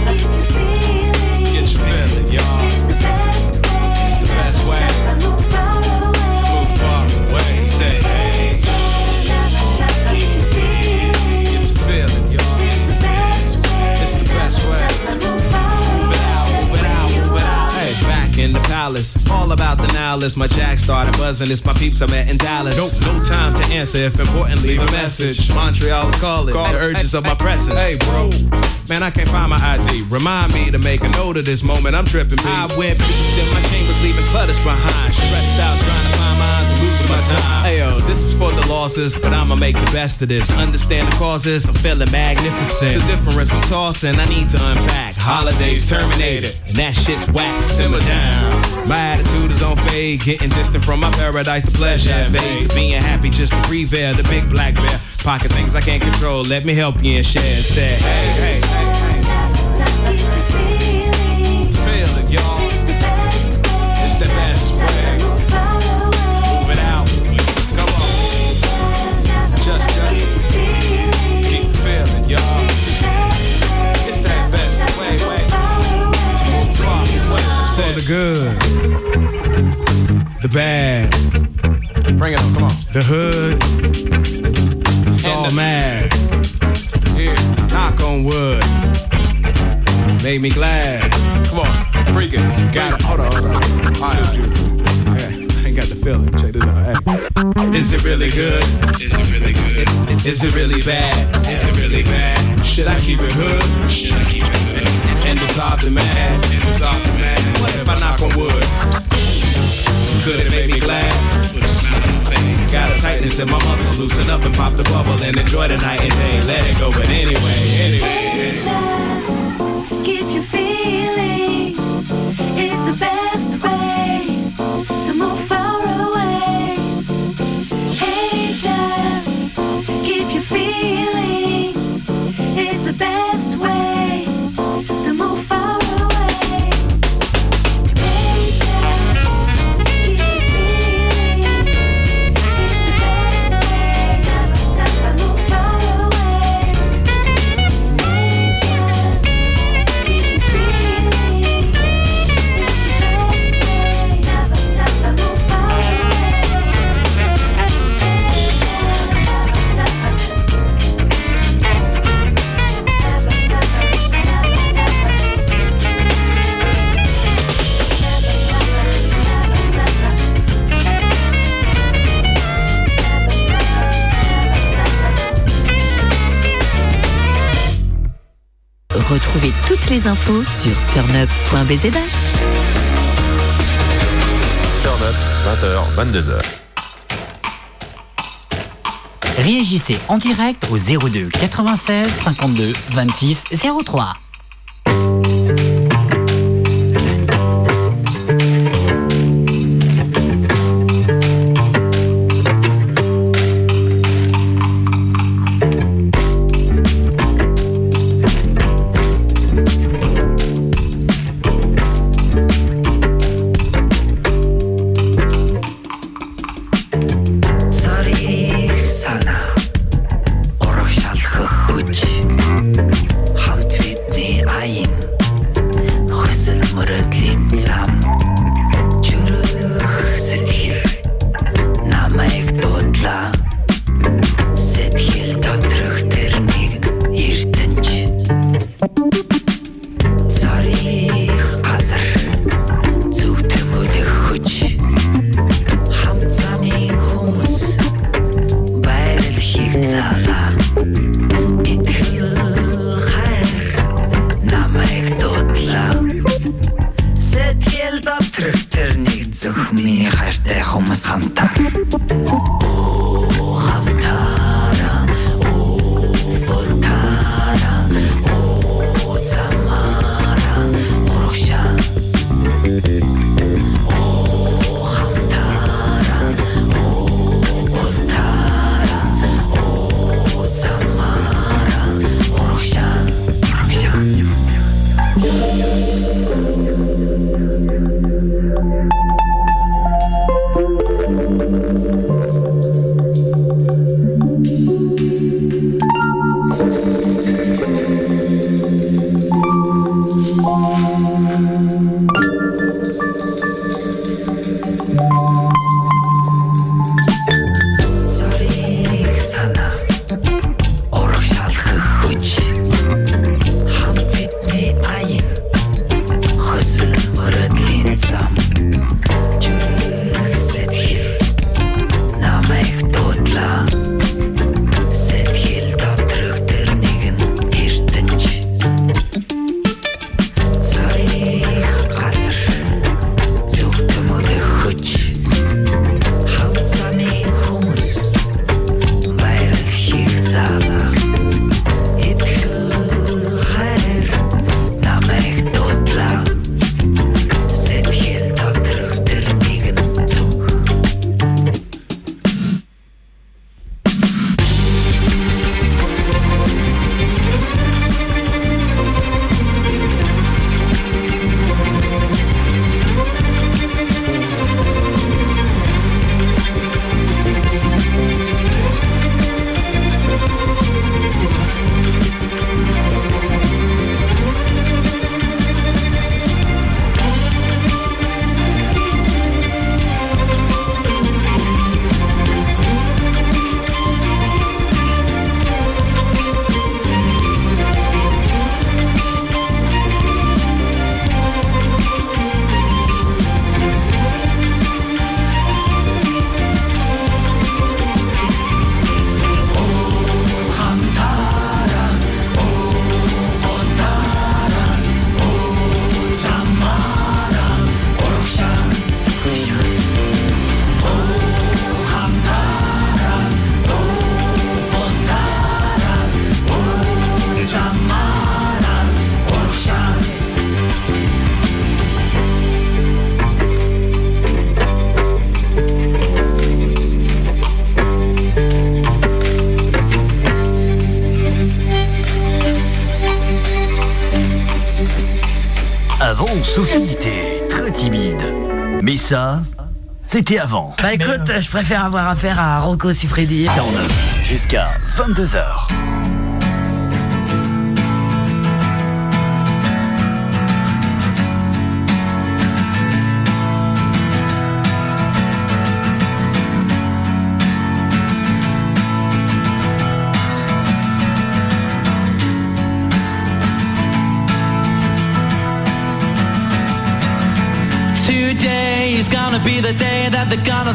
[SPEAKER 16] Get your feeling, y'all. It's the best way to move far away. Say, hey. Get your feeling, y'all. It's the best way. Move it out, move it out, move it out. Hey, back in the palace, all about the nihilist. My jack started buzzing. It's my peeps I met in Dallas. Nope, no time to answer. If important, leave a message. Montreal's calling. Call the urges of my presence. Hey, bro. Man, I can't find my ID. Remind me to make a note of this moment. I'm tripping. B. I went beast in my chambers, leaving clutters behind. Stressed out, trying to find my eyes and losing my time. Hey, yo, this is for the losses, but I'ma make the best of this. Understand the causes, I'm feeling magnificent. The difference I'm tossing, I need to unpack. Holidays terminated, and that shit's whack. Simmer down. My attitude is on fade, getting distant from my paradise. The pleasure invades. Being happy just just to prevail. The big black bear, pocket things I can't control. Let me help you and share and say, hey, hey, hey. Feel it, y'all. It's the best way. Move it out. Come on. Just, just. Keep feeling, y'all. It's that best way, way. Far away. So the good, the bad. Bring it on, come on. The hood. It's all mad. Here, knock on wood. Made me glad. Come on, freak it. Got it. Hold on, hold on. All right. Juju. Yeah, I ain't got the feeling. Check this out. Hey. Is it really good? Is it really good? Is it really bad? Is it really bad? Should I keep it hood? Should I keep it hood? And dissolve the man. And dissolve the man. What if I knock on wood? Could it make me glad? Put a smile on my face. Got a tightness in my muscle. Loosen up and pop the bubble and enjoy the night and day. Let it go, but anyway, anyway.
[SPEAKER 10] Keep you feeling. It's the best way to move far away. Hey, just keep you feeling. It's the best way to move far away. Hey, just keep you feeling. It's the best way to move far away. Hey, just keep you feeling. It's the best way to move far away. Hey, just.
[SPEAKER 7] Retrouvez toutes les infos sur turnup.bzdash.
[SPEAKER 8] Turn up, 20h, 22h.
[SPEAKER 1] Réagissez en direct au 02 96 52 26 03.
[SPEAKER 17] Цорийг сана урагш алхах хүч хамт бидний
[SPEAKER 10] oh,
[SPEAKER 17] Bon, Sophie, t'es très timide. Mais ça, c'était avant.
[SPEAKER 2] Bah écoute, je préfère avoir affaire à Rocco Siffredi.
[SPEAKER 17] T'en as jusqu'à 22h.
[SPEAKER 18] Today is gonna be the day that they're gonna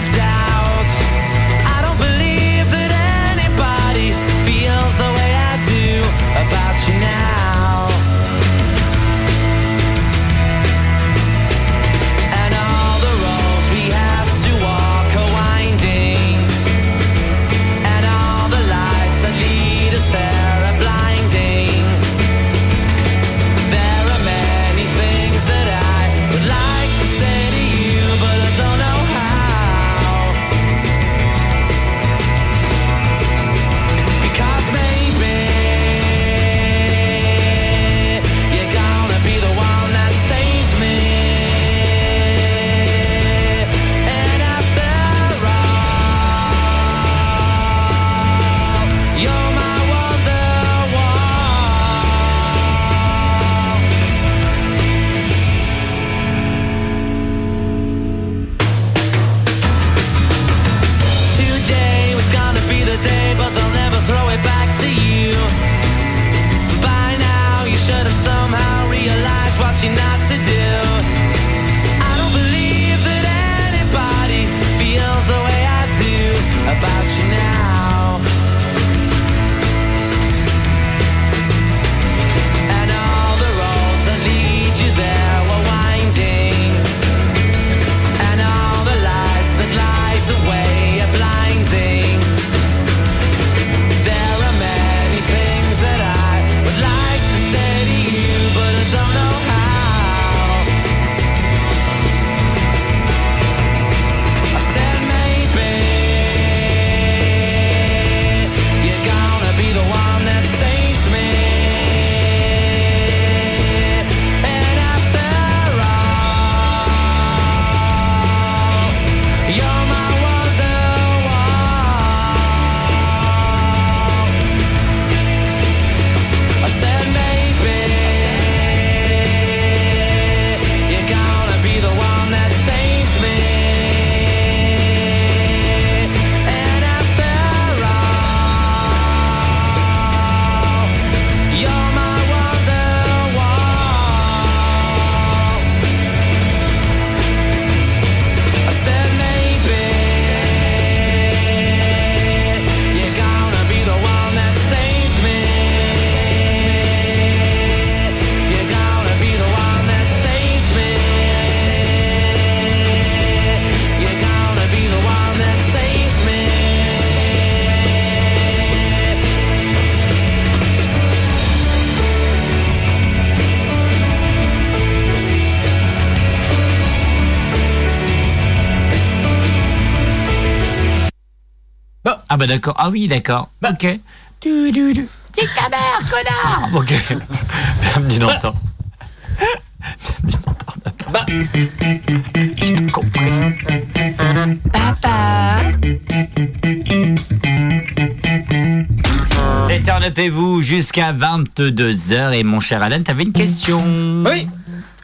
[SPEAKER 18] a doubt. I don't believe that anybody feels the way I do about you now. And all the roads we have to walk are winding, and all the lights that lead us there are blinding. There are many things that I would like to say to you, but I don't know how. Because maybe you're gonna be the one that saves me. And after all, you're my wonder Today was gonna be the day, but they'll never throw it back to you. By now, you should have somehow realized what you're not to do. I don't believe that anybody feels the way I do about you now. And all the roads that lead you there were winding. And all the lights that light the way are blinding. There are many things that I would like to say to you, but I don't know how. I said maybe you're gonna be the one that saves me. And after You're my wonderwall. I said maybe you're gonna be the one that saves me. And after all, you're my wonderwall. I said maybe you're gonna be the one that saves me. You're gonna be the one that saves me. You're gonna be the one that saves me.
[SPEAKER 3] Oh.
[SPEAKER 1] Ah bah d'accord. Ah oui, d'accord.
[SPEAKER 10] Bah,
[SPEAKER 1] Ok. Du, du, du. Nique ta mère, connard Ah, Ok. Bienvenue dans le temps. Bienvenue dans le temps. Bah. J'ai pas compris.
[SPEAKER 12] Papa.
[SPEAKER 1] 7 h vous jusqu'à 22h. Et mon cher Alan, t'avais une question
[SPEAKER 3] Oui.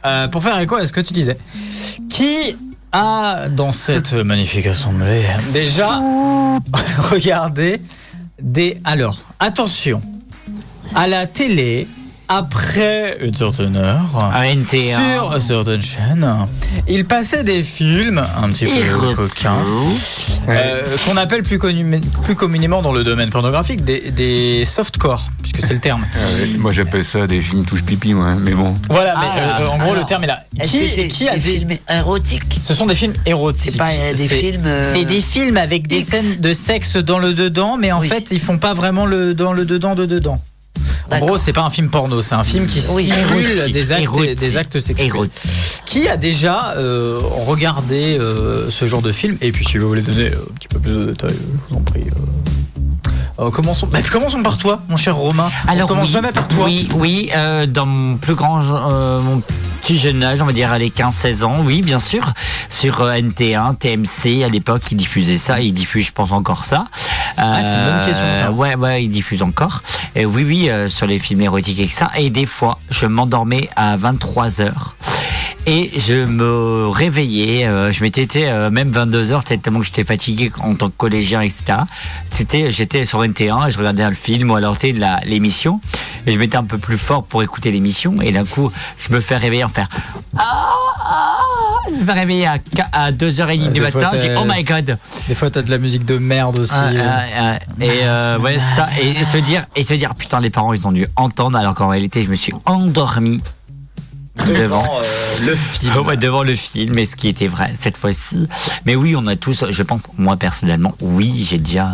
[SPEAKER 3] Euh, pour faire écho à ce que tu disais. Qui a, dans cette magnifique assemblée, déjà regardé des... Alors, attention. À la télé, Après une certaine heure, sur une certaine chaîne, il passait des films un petit peu coquins, euh, qu'on appelle plus, connu- plus communément dans le domaine pornographique des, des softcore, puisque c'est le terme.
[SPEAKER 14] Ah
[SPEAKER 1] Ah.
[SPEAKER 14] Euh, moi j'appelle ça des films touche pipi, moi, hein, mais bon.
[SPEAKER 3] Voilà,
[SPEAKER 14] Ah,
[SPEAKER 3] mais euh,
[SPEAKER 14] alors,
[SPEAKER 3] en gros
[SPEAKER 14] alors,
[SPEAKER 3] le terme est là.
[SPEAKER 14] est-ce que
[SPEAKER 3] Qui,
[SPEAKER 14] c'est
[SPEAKER 3] qui a des films
[SPEAKER 2] érotiques
[SPEAKER 3] Ce sont des films érotiques.
[SPEAKER 2] C'est pas, euh, des
[SPEAKER 3] C'est-
[SPEAKER 2] films, euh,
[SPEAKER 3] C'est des films avec des scènes de sexe dans le dedans, mais en fait ils font pas vraiment le dans le dedans de dedans. En gros, c'est pas un film porno, c'est un film qui
[SPEAKER 2] Oui.
[SPEAKER 3] simule
[SPEAKER 2] Érotique,
[SPEAKER 3] des actes,
[SPEAKER 2] érotique,
[SPEAKER 3] des actes sexuels. Qui a déjà euh, regardé euh, ce genre de film Et puis, si vous voulez donner euh, un petit peu plus de détails, je vous en prie. euh, euh, commençons, bah, commençons par toi, mon cher Romain.
[SPEAKER 1] Alors,
[SPEAKER 3] On commence
[SPEAKER 1] oui,
[SPEAKER 3] jamais par toi.
[SPEAKER 1] Oui, oui, euh, dans mon plus grand, euh, mon petit jeune âge, on va dire à les 15-16 ans, oui, bien sûr, sur euh, NT1, TMC, à l'époque, ils diffusaient ça, ils diffusent, je pense, encore ça. Euh,
[SPEAKER 3] Ah, c'est une bonne question, ça.
[SPEAKER 1] Ouais, ouais, ils diffusent encore. Et oui, oui, euh, sur les films érotiques et que ça. Et des fois, je m'endormais à 23h. Et je me réveillais, euh, je m'étais été euh, même 22h, tellement que j'étais fatigué en tant que collégien, etc. C'était, j'étais sur NT1 et je regardais un film ou alors tu sais, la- l'émission. Et je m'étais un peu plus fort pour écouter l'émission. Et d'un coup, je me fais réveiller en faire Ah, ah Je me réveiller à, qua- à 2h30
[SPEAKER 3] Euh,
[SPEAKER 1] du
[SPEAKER 3] des fois,
[SPEAKER 1] matin.
[SPEAKER 3] t'as-
[SPEAKER 1] J'ai Oh my god
[SPEAKER 3] Des fois, t'as de la musique de merde aussi.
[SPEAKER 1] ah,
[SPEAKER 3] euh.
[SPEAKER 1] ah, ah, et euh, ouais, ça, et, et se dire, et se dire, putain, les parents, ils ont dû entendre, alors qu'en réalité, je me suis endormi devant
[SPEAKER 3] euh, le film.
[SPEAKER 1] devant le film, mais ce qui était vrai cette fois-ci. Mais oui, on a tous, je pense, moi personnellement, oui, j'ai déjà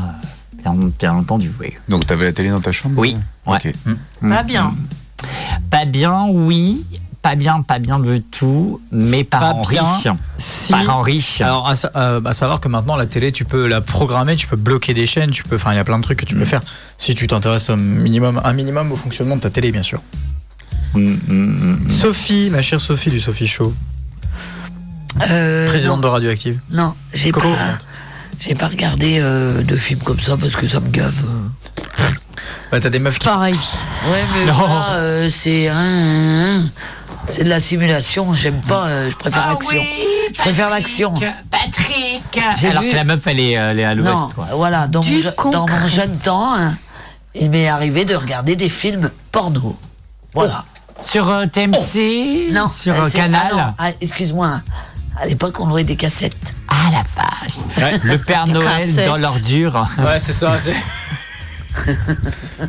[SPEAKER 1] bien, bien entendu, oui.
[SPEAKER 14] Donc t'avais la télé dans ta chambre
[SPEAKER 1] Oui. Ouais. Mm.
[SPEAKER 4] Pas bien.
[SPEAKER 1] Pas bien, oui. Pas bien, pas bien du tout, mais
[SPEAKER 3] Pas
[SPEAKER 1] parents
[SPEAKER 3] bien,
[SPEAKER 1] riches.
[SPEAKER 3] si-
[SPEAKER 1] Parents riches.
[SPEAKER 3] Alors, à, sa- euh, à savoir que maintenant, la télé, tu peux la programmer, tu peux bloquer des chaînes, tu peux. Enfin, il y a plein de trucs que tu peux faire si tu t'intéresses au minimum, un minimum au fonctionnement de ta télé, bien sûr.
[SPEAKER 1] Mm.
[SPEAKER 3] Sophie, ma chère Sophie du Sophie Show,
[SPEAKER 2] Euh,
[SPEAKER 3] présidente
[SPEAKER 2] non.
[SPEAKER 3] de Radioactive.
[SPEAKER 2] Non, j'ai pas, j'ai pas regardé euh, de films comme ça parce que ça me gave.
[SPEAKER 3] Bah, t'as des meufs qui.
[SPEAKER 2] Pareil. Ouais, mais
[SPEAKER 3] Non.
[SPEAKER 2] là, euh, c'est hein, hein, hein. c'est de la simulation. J'aime pas. euh, je préfère l'action. je préfère l'action.
[SPEAKER 12] Patrick
[SPEAKER 2] J'ai
[SPEAKER 1] Ah, Alors
[SPEAKER 2] vu-
[SPEAKER 1] que la meuf, elle est, euh, elle est à l'ouest.
[SPEAKER 2] Non,
[SPEAKER 1] quoi.
[SPEAKER 2] voilà. Dans, mon, je- dans mon jeune temps, hein, il m'est arrivé de regarder des films porno. Voilà.
[SPEAKER 1] Sur euh, TMC
[SPEAKER 2] Non,
[SPEAKER 1] Sur
[SPEAKER 2] euh,
[SPEAKER 1] euh,
[SPEAKER 2] c'est-
[SPEAKER 1] Canal
[SPEAKER 2] ah non, ah, Excuse-moi. À l'époque, on louait des cassettes.
[SPEAKER 1] Ah la vache Le Père Noël
[SPEAKER 2] Cassette.
[SPEAKER 1] dans l'ordure.
[SPEAKER 3] Ouais, c'est ça. C'est.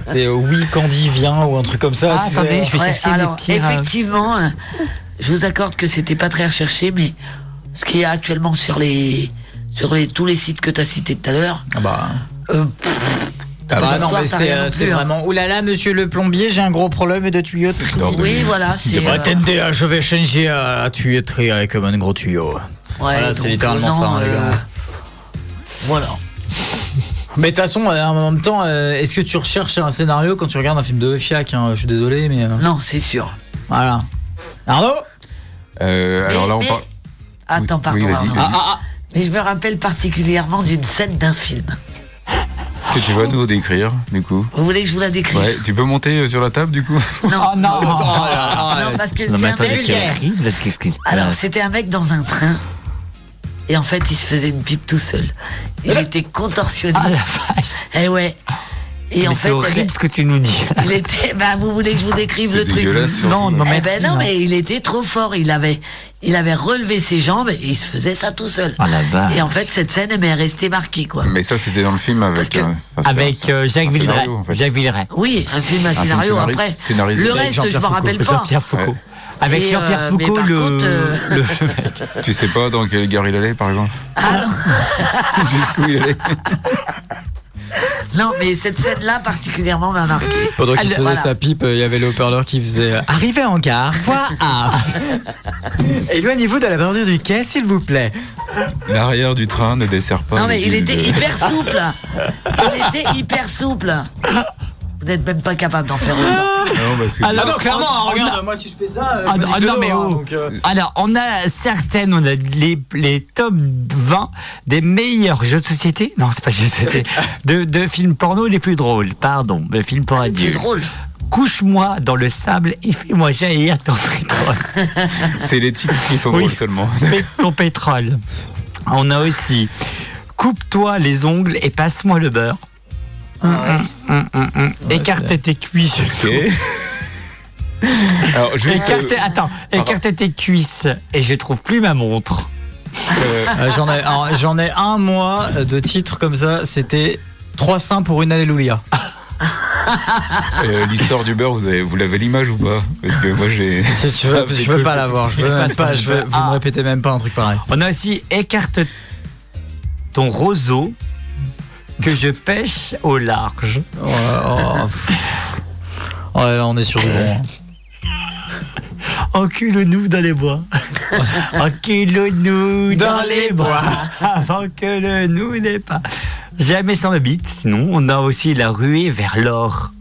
[SPEAKER 3] c'est euh, oui, Candy vient ou un truc comme ça.
[SPEAKER 1] Ah,
[SPEAKER 3] tu sais.
[SPEAKER 2] Ah, Ouais, alors, effectivement, euh, je vous accorde que c'était pas très recherché, mais ce qui est actuellement sur les sur les tous les sites que tu as cités tout à l'heure.
[SPEAKER 3] Ah bah.
[SPEAKER 2] euh,
[SPEAKER 3] Ah bah
[SPEAKER 2] Pas
[SPEAKER 3] non,
[SPEAKER 2] d'histoire,
[SPEAKER 3] mais
[SPEAKER 2] t'as
[SPEAKER 3] c'est
[SPEAKER 2] rien
[SPEAKER 3] euh,
[SPEAKER 2] non
[SPEAKER 3] c'est
[SPEAKER 2] plus, hein.
[SPEAKER 3] vraiment. Oulala, monsieur le plombier, j'ai un gros problème de tuyauterie.
[SPEAKER 2] Oui, voilà, c'est,
[SPEAKER 3] Bah,
[SPEAKER 2] euh,
[SPEAKER 3] attendez, hein, je vais changer à, à tuyauterie avec un gros tuyau. voilà,
[SPEAKER 2] donc,
[SPEAKER 3] c'est littéralement
[SPEAKER 2] non,
[SPEAKER 3] ça, hein, les
[SPEAKER 2] euh,
[SPEAKER 3] gars.
[SPEAKER 2] Voilà.
[SPEAKER 3] Mais de toute façon, euh, en même temps, euh, est-ce que tu recherches un scénario quand tu regardes un film de Fiac hein Je suis désolé, mais.
[SPEAKER 2] Non, c'est sûr.
[SPEAKER 3] Voilà. Arnaud
[SPEAKER 14] Euh, alors là, on parle.
[SPEAKER 2] Attends, pardon.
[SPEAKER 14] oui, vas-y,
[SPEAKER 2] Arnaud.
[SPEAKER 14] vas-y. Ah,
[SPEAKER 2] Mais je me rappelle particulièrement d'une scène d'un film.
[SPEAKER 14] Que tu vas nous décrire, du coup.
[SPEAKER 2] Vous voulez que je vous la décrive
[SPEAKER 14] Ouais, tu peux monter euh, sur la table, du coup
[SPEAKER 2] Non,
[SPEAKER 1] Ah, non, Oh non,
[SPEAKER 2] non, parce que
[SPEAKER 14] Non, mais
[SPEAKER 2] c'est un
[SPEAKER 14] attendez,
[SPEAKER 2] mec-
[SPEAKER 14] c'est
[SPEAKER 1] horrible, qu'est-ce qui se passe
[SPEAKER 2] Alors, c'était un mec dans un train. Et en fait, il se faisait une pipe tout seul. Il était contorsionné. Ah
[SPEAKER 1] la vache
[SPEAKER 2] Eh ouais. Et
[SPEAKER 1] Mais
[SPEAKER 2] en
[SPEAKER 1] c'est
[SPEAKER 2] fait,
[SPEAKER 1] horrible
[SPEAKER 2] elle-
[SPEAKER 1] ce que tu nous dis.
[SPEAKER 2] il était. Bah, vous voulez que je vous décrive
[SPEAKER 1] C'est
[SPEAKER 2] le truc
[SPEAKER 1] dégueulasse, surtout. Non, non,
[SPEAKER 2] Eh
[SPEAKER 1] merci,
[SPEAKER 2] ben non,
[SPEAKER 1] non.
[SPEAKER 2] mais il était trop fort. Il avait, il avait relevé ses jambes et il se faisait ça tout seul.
[SPEAKER 1] Ah, la vache.
[SPEAKER 2] Et en fait, cette scène, elle m'est restée marquée, quoi.
[SPEAKER 14] Mais ça, c'était dans le film avec. euh, enfin, c'est un-
[SPEAKER 1] Avec
[SPEAKER 14] c'est
[SPEAKER 1] euh,
[SPEAKER 14] un scénario,
[SPEAKER 1] Jacques Villeray.
[SPEAKER 14] en fait.
[SPEAKER 1] Jacques Villeray.
[SPEAKER 2] Oui, un film à
[SPEAKER 1] Un film
[SPEAKER 2] scénario.
[SPEAKER 1] scénari-
[SPEAKER 2] après,
[SPEAKER 1] scénarisé
[SPEAKER 2] le
[SPEAKER 1] avec
[SPEAKER 2] reste, je
[SPEAKER 1] Jean-Pierre
[SPEAKER 2] m'en
[SPEAKER 1] Foucault.
[SPEAKER 2] rappelle pas.
[SPEAKER 1] Jean-Pierre Foucault. Avec
[SPEAKER 2] Et,
[SPEAKER 1] Jean-Pierre
[SPEAKER 2] euh, mais
[SPEAKER 1] Foucault,
[SPEAKER 2] par
[SPEAKER 1] le-
[SPEAKER 2] contre, euh,
[SPEAKER 14] Tu sais pas dans quelle gare il allait, par exemple Jusqu'où il allait
[SPEAKER 2] Non, mais cette scène-là particulièrement m'a marqué.
[SPEAKER 3] Pendant qu'il
[SPEAKER 2] Elle-
[SPEAKER 3] faisait
[SPEAKER 2] voilà.
[SPEAKER 3] sa pipe, euh, il y avait le haut-parleur qui faisait euh, Arrivé en gare, voie A. Éloignez-vous de la bordure du quai, s'il vous plaît.
[SPEAKER 14] L'arrière du train ne dessert pas.
[SPEAKER 2] Non,
[SPEAKER 14] le
[SPEAKER 2] mais il
[SPEAKER 14] guide.
[SPEAKER 2] était hyper souple. Il était hyper souple. Vous n'êtes même pas capable d'en faire autant.
[SPEAKER 14] Non, bah, c'est-
[SPEAKER 1] Alors, Ah non, clairement, hein, regarde,
[SPEAKER 3] moi si je hein, fais ça.
[SPEAKER 1] Ah non, ah non, mais oh.
[SPEAKER 2] euh.
[SPEAKER 3] euh.
[SPEAKER 1] Alors, on a certaines, on a les, les top 20 des meilleurs jeux de société. Non, c'est pas jeux de société. De, de films porno les plus drôles, pardon. Le film pour adultes.
[SPEAKER 2] Ah, drôles.
[SPEAKER 1] Couche-moi dans le sable et fais-moi jaillir ton pétrole.
[SPEAKER 14] C'est les titres qui sont
[SPEAKER 1] Oui.
[SPEAKER 14] drôles seulement.
[SPEAKER 1] Mets ton pétrole. On a aussi Coupe-toi les ongles et passe-moi le
[SPEAKER 3] Ah
[SPEAKER 1] beurre. Hum, hum, hum, hum, hum. Écarte tes cuisses.
[SPEAKER 14] Alors, juste,
[SPEAKER 1] écarte,
[SPEAKER 14] euh,
[SPEAKER 1] attends, écarte tes cuisses et je trouve plus ma montre.
[SPEAKER 3] Euh, J'en ai, alors, j'en ai un mois de titres comme ça. C'était trois saints pour une Alléluia.
[SPEAKER 14] euh, L'histoire du beurre, vous avez- vous l'avez l'image ou pas Parce que moi j'ai.
[SPEAKER 3] Si tu veux, ah, je veux pas l'avoir. Je veux même pas. Je veux, vous me répétez même pas un truc pareil.
[SPEAKER 1] On a aussi écarte ton roseau que je pêche au large.
[SPEAKER 3] Oh, oh, pff. Ouais, là, on est sur du bon.
[SPEAKER 1] Encule-nous dans les bois. Encule-nous dans, les bois. Avant que le nous n'ait pas. Jamais sans ma bite, sinon on a aussi la ruée vers l'or.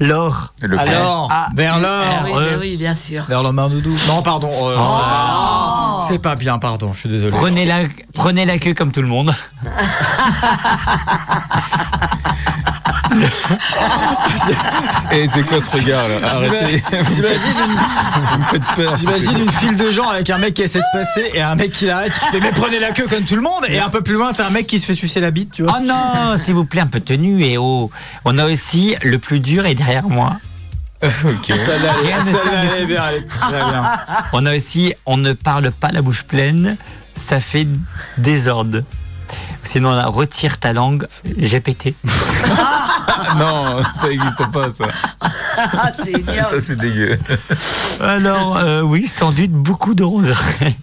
[SPEAKER 1] L'or.
[SPEAKER 3] Le Alors,
[SPEAKER 1] E.
[SPEAKER 3] vers l'or.
[SPEAKER 2] Oui, mais oui, bien sûr.
[SPEAKER 3] Vers le Marnoudou. Non, pardon. euh, C'est pas bien, pardon. Je suis désolé.
[SPEAKER 1] Oh. Prenez la, prenez la queue comme tout le monde.
[SPEAKER 14] Et Eh, c'est quoi ce regard
[SPEAKER 3] euh,
[SPEAKER 14] là Arrêtez.
[SPEAKER 3] J'imagine une... J'imagine une file de gens avec un mec qui essaie de passer et un mec qui l'arrête qui fait mais prenez la queue comme tout le monde et un peu plus loin t'as un mec qui se fait sucer la bite tu vois.
[SPEAKER 1] Oh non, s'il vous plaît, un peu tenu et haut. On a aussi le plus dur est derrière moi.
[SPEAKER 14] ok.
[SPEAKER 3] Celle-là, elle est- celle-là, elle est bien, elle est très bien.
[SPEAKER 1] On a aussi on ne parle pas la bouche pleine, ça fait désordre. Sinon, on a retire ta langue, j'ai pété.
[SPEAKER 14] non, ça n'existe pas ça.
[SPEAKER 2] Ah, c'est ignoble.
[SPEAKER 14] Ça c'est dégueu.
[SPEAKER 1] Alors, euh, oui, sans doute beaucoup de regrets.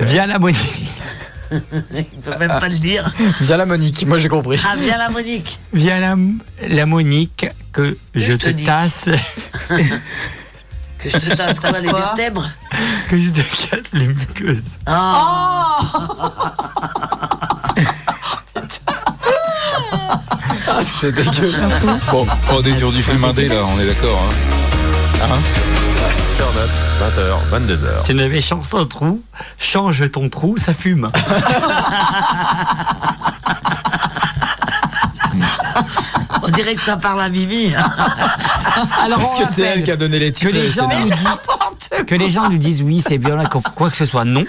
[SPEAKER 1] Viens la Monique.
[SPEAKER 2] Il peut même pas le dire.
[SPEAKER 3] Viens la Monique, moi j'ai compris.
[SPEAKER 2] Ah, bien la Monique.
[SPEAKER 1] Viens la, la Monique que je, te
[SPEAKER 2] nique.
[SPEAKER 1] tasse.
[SPEAKER 2] Que je te tasse quoi, les vertèbres
[SPEAKER 1] que je te casse les muqueuses.
[SPEAKER 10] Oh
[SPEAKER 2] Ah.
[SPEAKER 14] c'est dégueu. Bon, on est sur du film indé là, on est d'accord. Hein
[SPEAKER 8] Turn up, 20h, 22h.
[SPEAKER 1] C'est une méchante sans trou. Change ton trou, ça fume.
[SPEAKER 2] On dirait que ça parle à Mimi.
[SPEAKER 1] Alors, on
[SPEAKER 3] Parce que c'est
[SPEAKER 1] rappelle
[SPEAKER 3] elle qui a donné les titres.
[SPEAKER 1] Que les, gens nous disent- que les gens nous disent oui, c'est violent, qu'on- quoi que ce soit, non.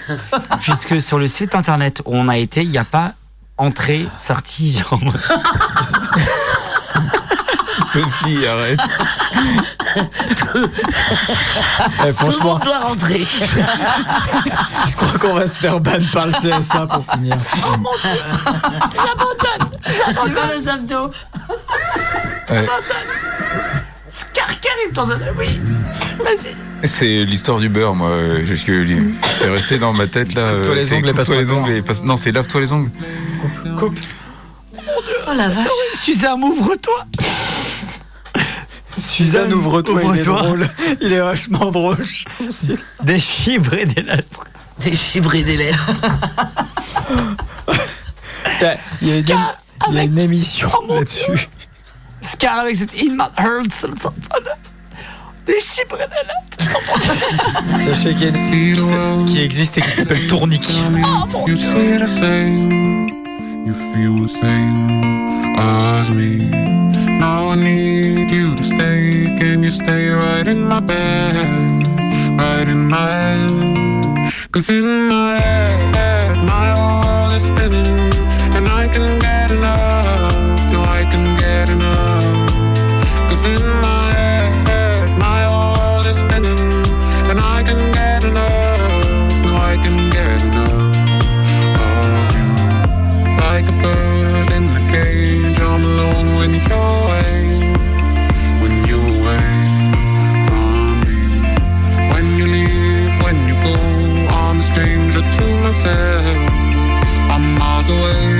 [SPEAKER 1] Puisque sur le site internet où on a été, il n'y a pas entrée, sortie, genre.
[SPEAKER 14] Sophie, arrête. Eh,
[SPEAKER 2] Tout le
[SPEAKER 3] Eh, franchement,
[SPEAKER 2] monde doit rentrer.
[SPEAKER 3] je crois qu'on va se faire ban par le CSA pour finir.
[SPEAKER 15] J'abandonne J'ai mal aux abdos
[SPEAKER 14] Ouais.
[SPEAKER 15] Scarcar, il me tente Oui Vas-y
[SPEAKER 14] C'est l'histoire du beurre, moi. euh, Jusque c'est resté dans ma tête là.
[SPEAKER 3] Coupe-toi
[SPEAKER 14] euh,
[SPEAKER 3] les
[SPEAKER 14] c'est
[SPEAKER 3] ongles et
[SPEAKER 14] coupe-toi
[SPEAKER 3] passe-moi
[SPEAKER 14] les
[SPEAKER 3] le
[SPEAKER 14] ongles et passe- Non, c'est lave-toi les ongles.
[SPEAKER 3] Coupe.
[SPEAKER 15] Oh la vache
[SPEAKER 1] Suzanne, ouvre-toi
[SPEAKER 3] Suzanne, ouvre-toi, il est
[SPEAKER 1] Ouvre-toi.
[SPEAKER 3] drôle. Il est vachement drôle, je trouve. celui-là.
[SPEAKER 1] Des fibres et des lettres.
[SPEAKER 2] Des fibres et des lettres.
[SPEAKER 3] Putain, Il y a une, il y a une émission là-dessus.
[SPEAKER 1] Oh Scar avec cette In My Heart, ça me sent pas de- Des fibres et des lettres.
[SPEAKER 3] Sachez qu'il y a une émission qui existe et qui s'appelle Tournique.
[SPEAKER 19] You say the same, you feel the same as me. Now I need you to stay. Can you stay right in my bed? Right in my head? Cause in my head, my world is spinning. And I can get enough. No, I can get enough. Cause in my head, my world is spinning. And I can get enough. No, I can get enough of you. Like a bird in the cage, I'm alone when you're away. When you're away from me. When you leave, when you go, I'm a stranger to myself. I'm miles away.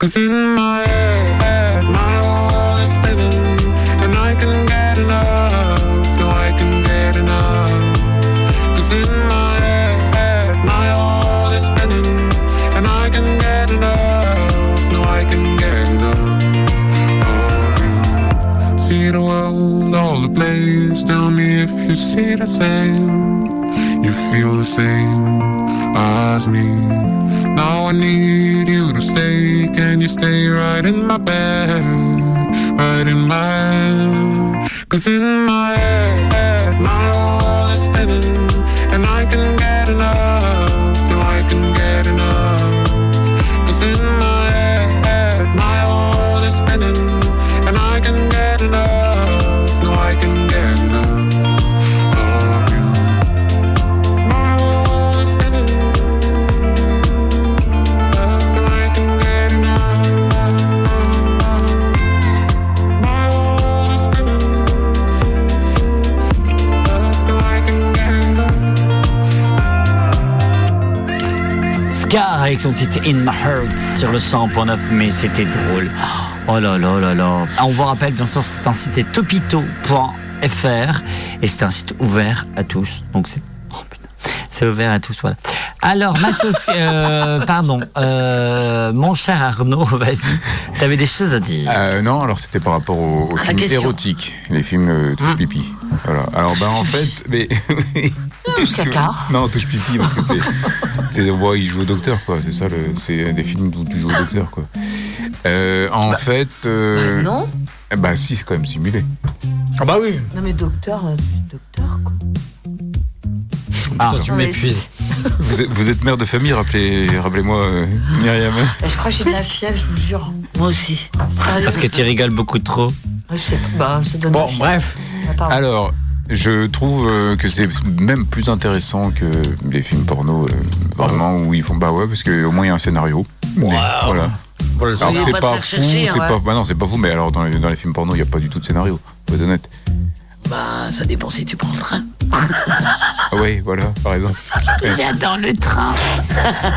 [SPEAKER 19] Cause in my head, my world is spinning, and I can get enough. No, I can get enough. Cause in my head, my world is spinning, and I can get enough. No, I can get enough of you. See the world all the place. Tell me if you see the same, you feel the same as me. Now I need you to stay. Can you stay right in my bed? Right in my head? Cause in my head, my world is spinning. And I can get enough. No, I can get enough. Cause in my head, my world is spinning. And I can get enough. No, I can get enough.
[SPEAKER 1] avec son titre In My Heart sur le 100.9, mais c'était drôle. Oh là là là là. Ah, On vous rappelle, bien sûr, c'est un site topito.fr et c'est un site ouvert à tous. Donc c'est. oh, putain. C'est ouvert à tous, voilà. Alors, ma Sophie, euh, pardon, euh, mon cher Arnaud, vas-y, t'avais des choses à dire.
[SPEAKER 14] Euh, non, alors c'était par rapport aux, aux films
[SPEAKER 1] question.
[SPEAKER 14] érotiques, les films euh,
[SPEAKER 3] Mm.
[SPEAKER 14] touche pipi. Voilà. Alors bah en fait, mais touche
[SPEAKER 4] caca.
[SPEAKER 14] Non, touche pipi parce que c'est, c'est on voit il joue au docteur quoi. C'est ça, le, c'est des films où tu joues au docteur quoi. Euh, en fait, euh,
[SPEAKER 4] non.
[SPEAKER 14] Bah si, c'est quand même simulé. Ah bah oui.
[SPEAKER 4] Non mais docteur, euh, docteur quoi.
[SPEAKER 14] Ah,
[SPEAKER 4] Putain, tu Non, mais m'épuises.
[SPEAKER 14] Vous êtes, vous êtes mère de famille, rappelez, rappelez-moi euh, Myriam.
[SPEAKER 4] Eh, Je crois que j'ai de la fièvre, je vous jure.
[SPEAKER 2] Moi aussi.
[SPEAKER 4] Sérieux.
[SPEAKER 1] Parce que tu rigoles beaucoup trop.
[SPEAKER 4] Je sais pas. Bah, ça donne
[SPEAKER 14] Bon,
[SPEAKER 4] la fièvre.
[SPEAKER 14] bref.
[SPEAKER 4] Ah, pardon.
[SPEAKER 14] Alors, je trouve euh, que c'est même plus intéressant que les films porno, euh, vraiment, où ils font bah ouais, parce qu'au moins il y a un scénario. Mais Voilà.
[SPEAKER 3] Voilà,
[SPEAKER 14] Alors,
[SPEAKER 3] c'est-
[SPEAKER 14] c'est
[SPEAKER 3] Faut
[SPEAKER 14] pas,
[SPEAKER 3] pas te
[SPEAKER 14] fou,
[SPEAKER 3] faire chercher,
[SPEAKER 14] c'est
[SPEAKER 3] hein,
[SPEAKER 14] pas,
[SPEAKER 3] ouais.
[SPEAKER 14] bah non, c'est pas fou, mais alors dans les, dans les films porno, il n'y a pas du tout de scénario, faut être honnête.
[SPEAKER 2] Bah, ça dépend si tu prends le train.
[SPEAKER 14] Ah ouais, voilà, par exemple.
[SPEAKER 12] J'adore le train.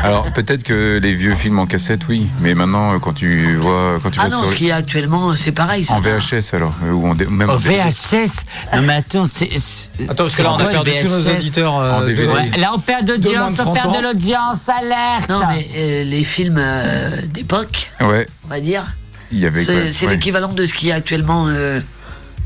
[SPEAKER 14] Alors, peut-être que les vieux films en cassette, oui, mais maintenant, euh, quand tu vois. Quand tu
[SPEAKER 2] Ah
[SPEAKER 14] vois
[SPEAKER 2] non,
[SPEAKER 14] sur-
[SPEAKER 2] ce qu'il y a actuellement, euh, c'est pareil. ça.
[SPEAKER 14] En VHS, alors, euh, ou en dé- même
[SPEAKER 1] Au
[SPEAKER 14] en DVD.
[SPEAKER 1] VHS Non mais attends, c'est. c'est-
[SPEAKER 14] Attends, parce que là, on a
[SPEAKER 1] c'est quoi,
[SPEAKER 14] perdu
[SPEAKER 1] le
[SPEAKER 14] tous nos
[SPEAKER 1] VHS?
[SPEAKER 14] auditeurs, euh, En DVD.
[SPEAKER 1] Ouais, Là, on perd d'audience, on perd de l'audience, alerte
[SPEAKER 2] Non, mais euh, les films euh, d'époque,
[SPEAKER 14] Ouais,
[SPEAKER 2] on va dire,
[SPEAKER 14] il y avait.
[SPEAKER 2] c'est c'est
[SPEAKER 14] ouais.
[SPEAKER 2] l'équivalent de ce qu'il y a actuellement euh,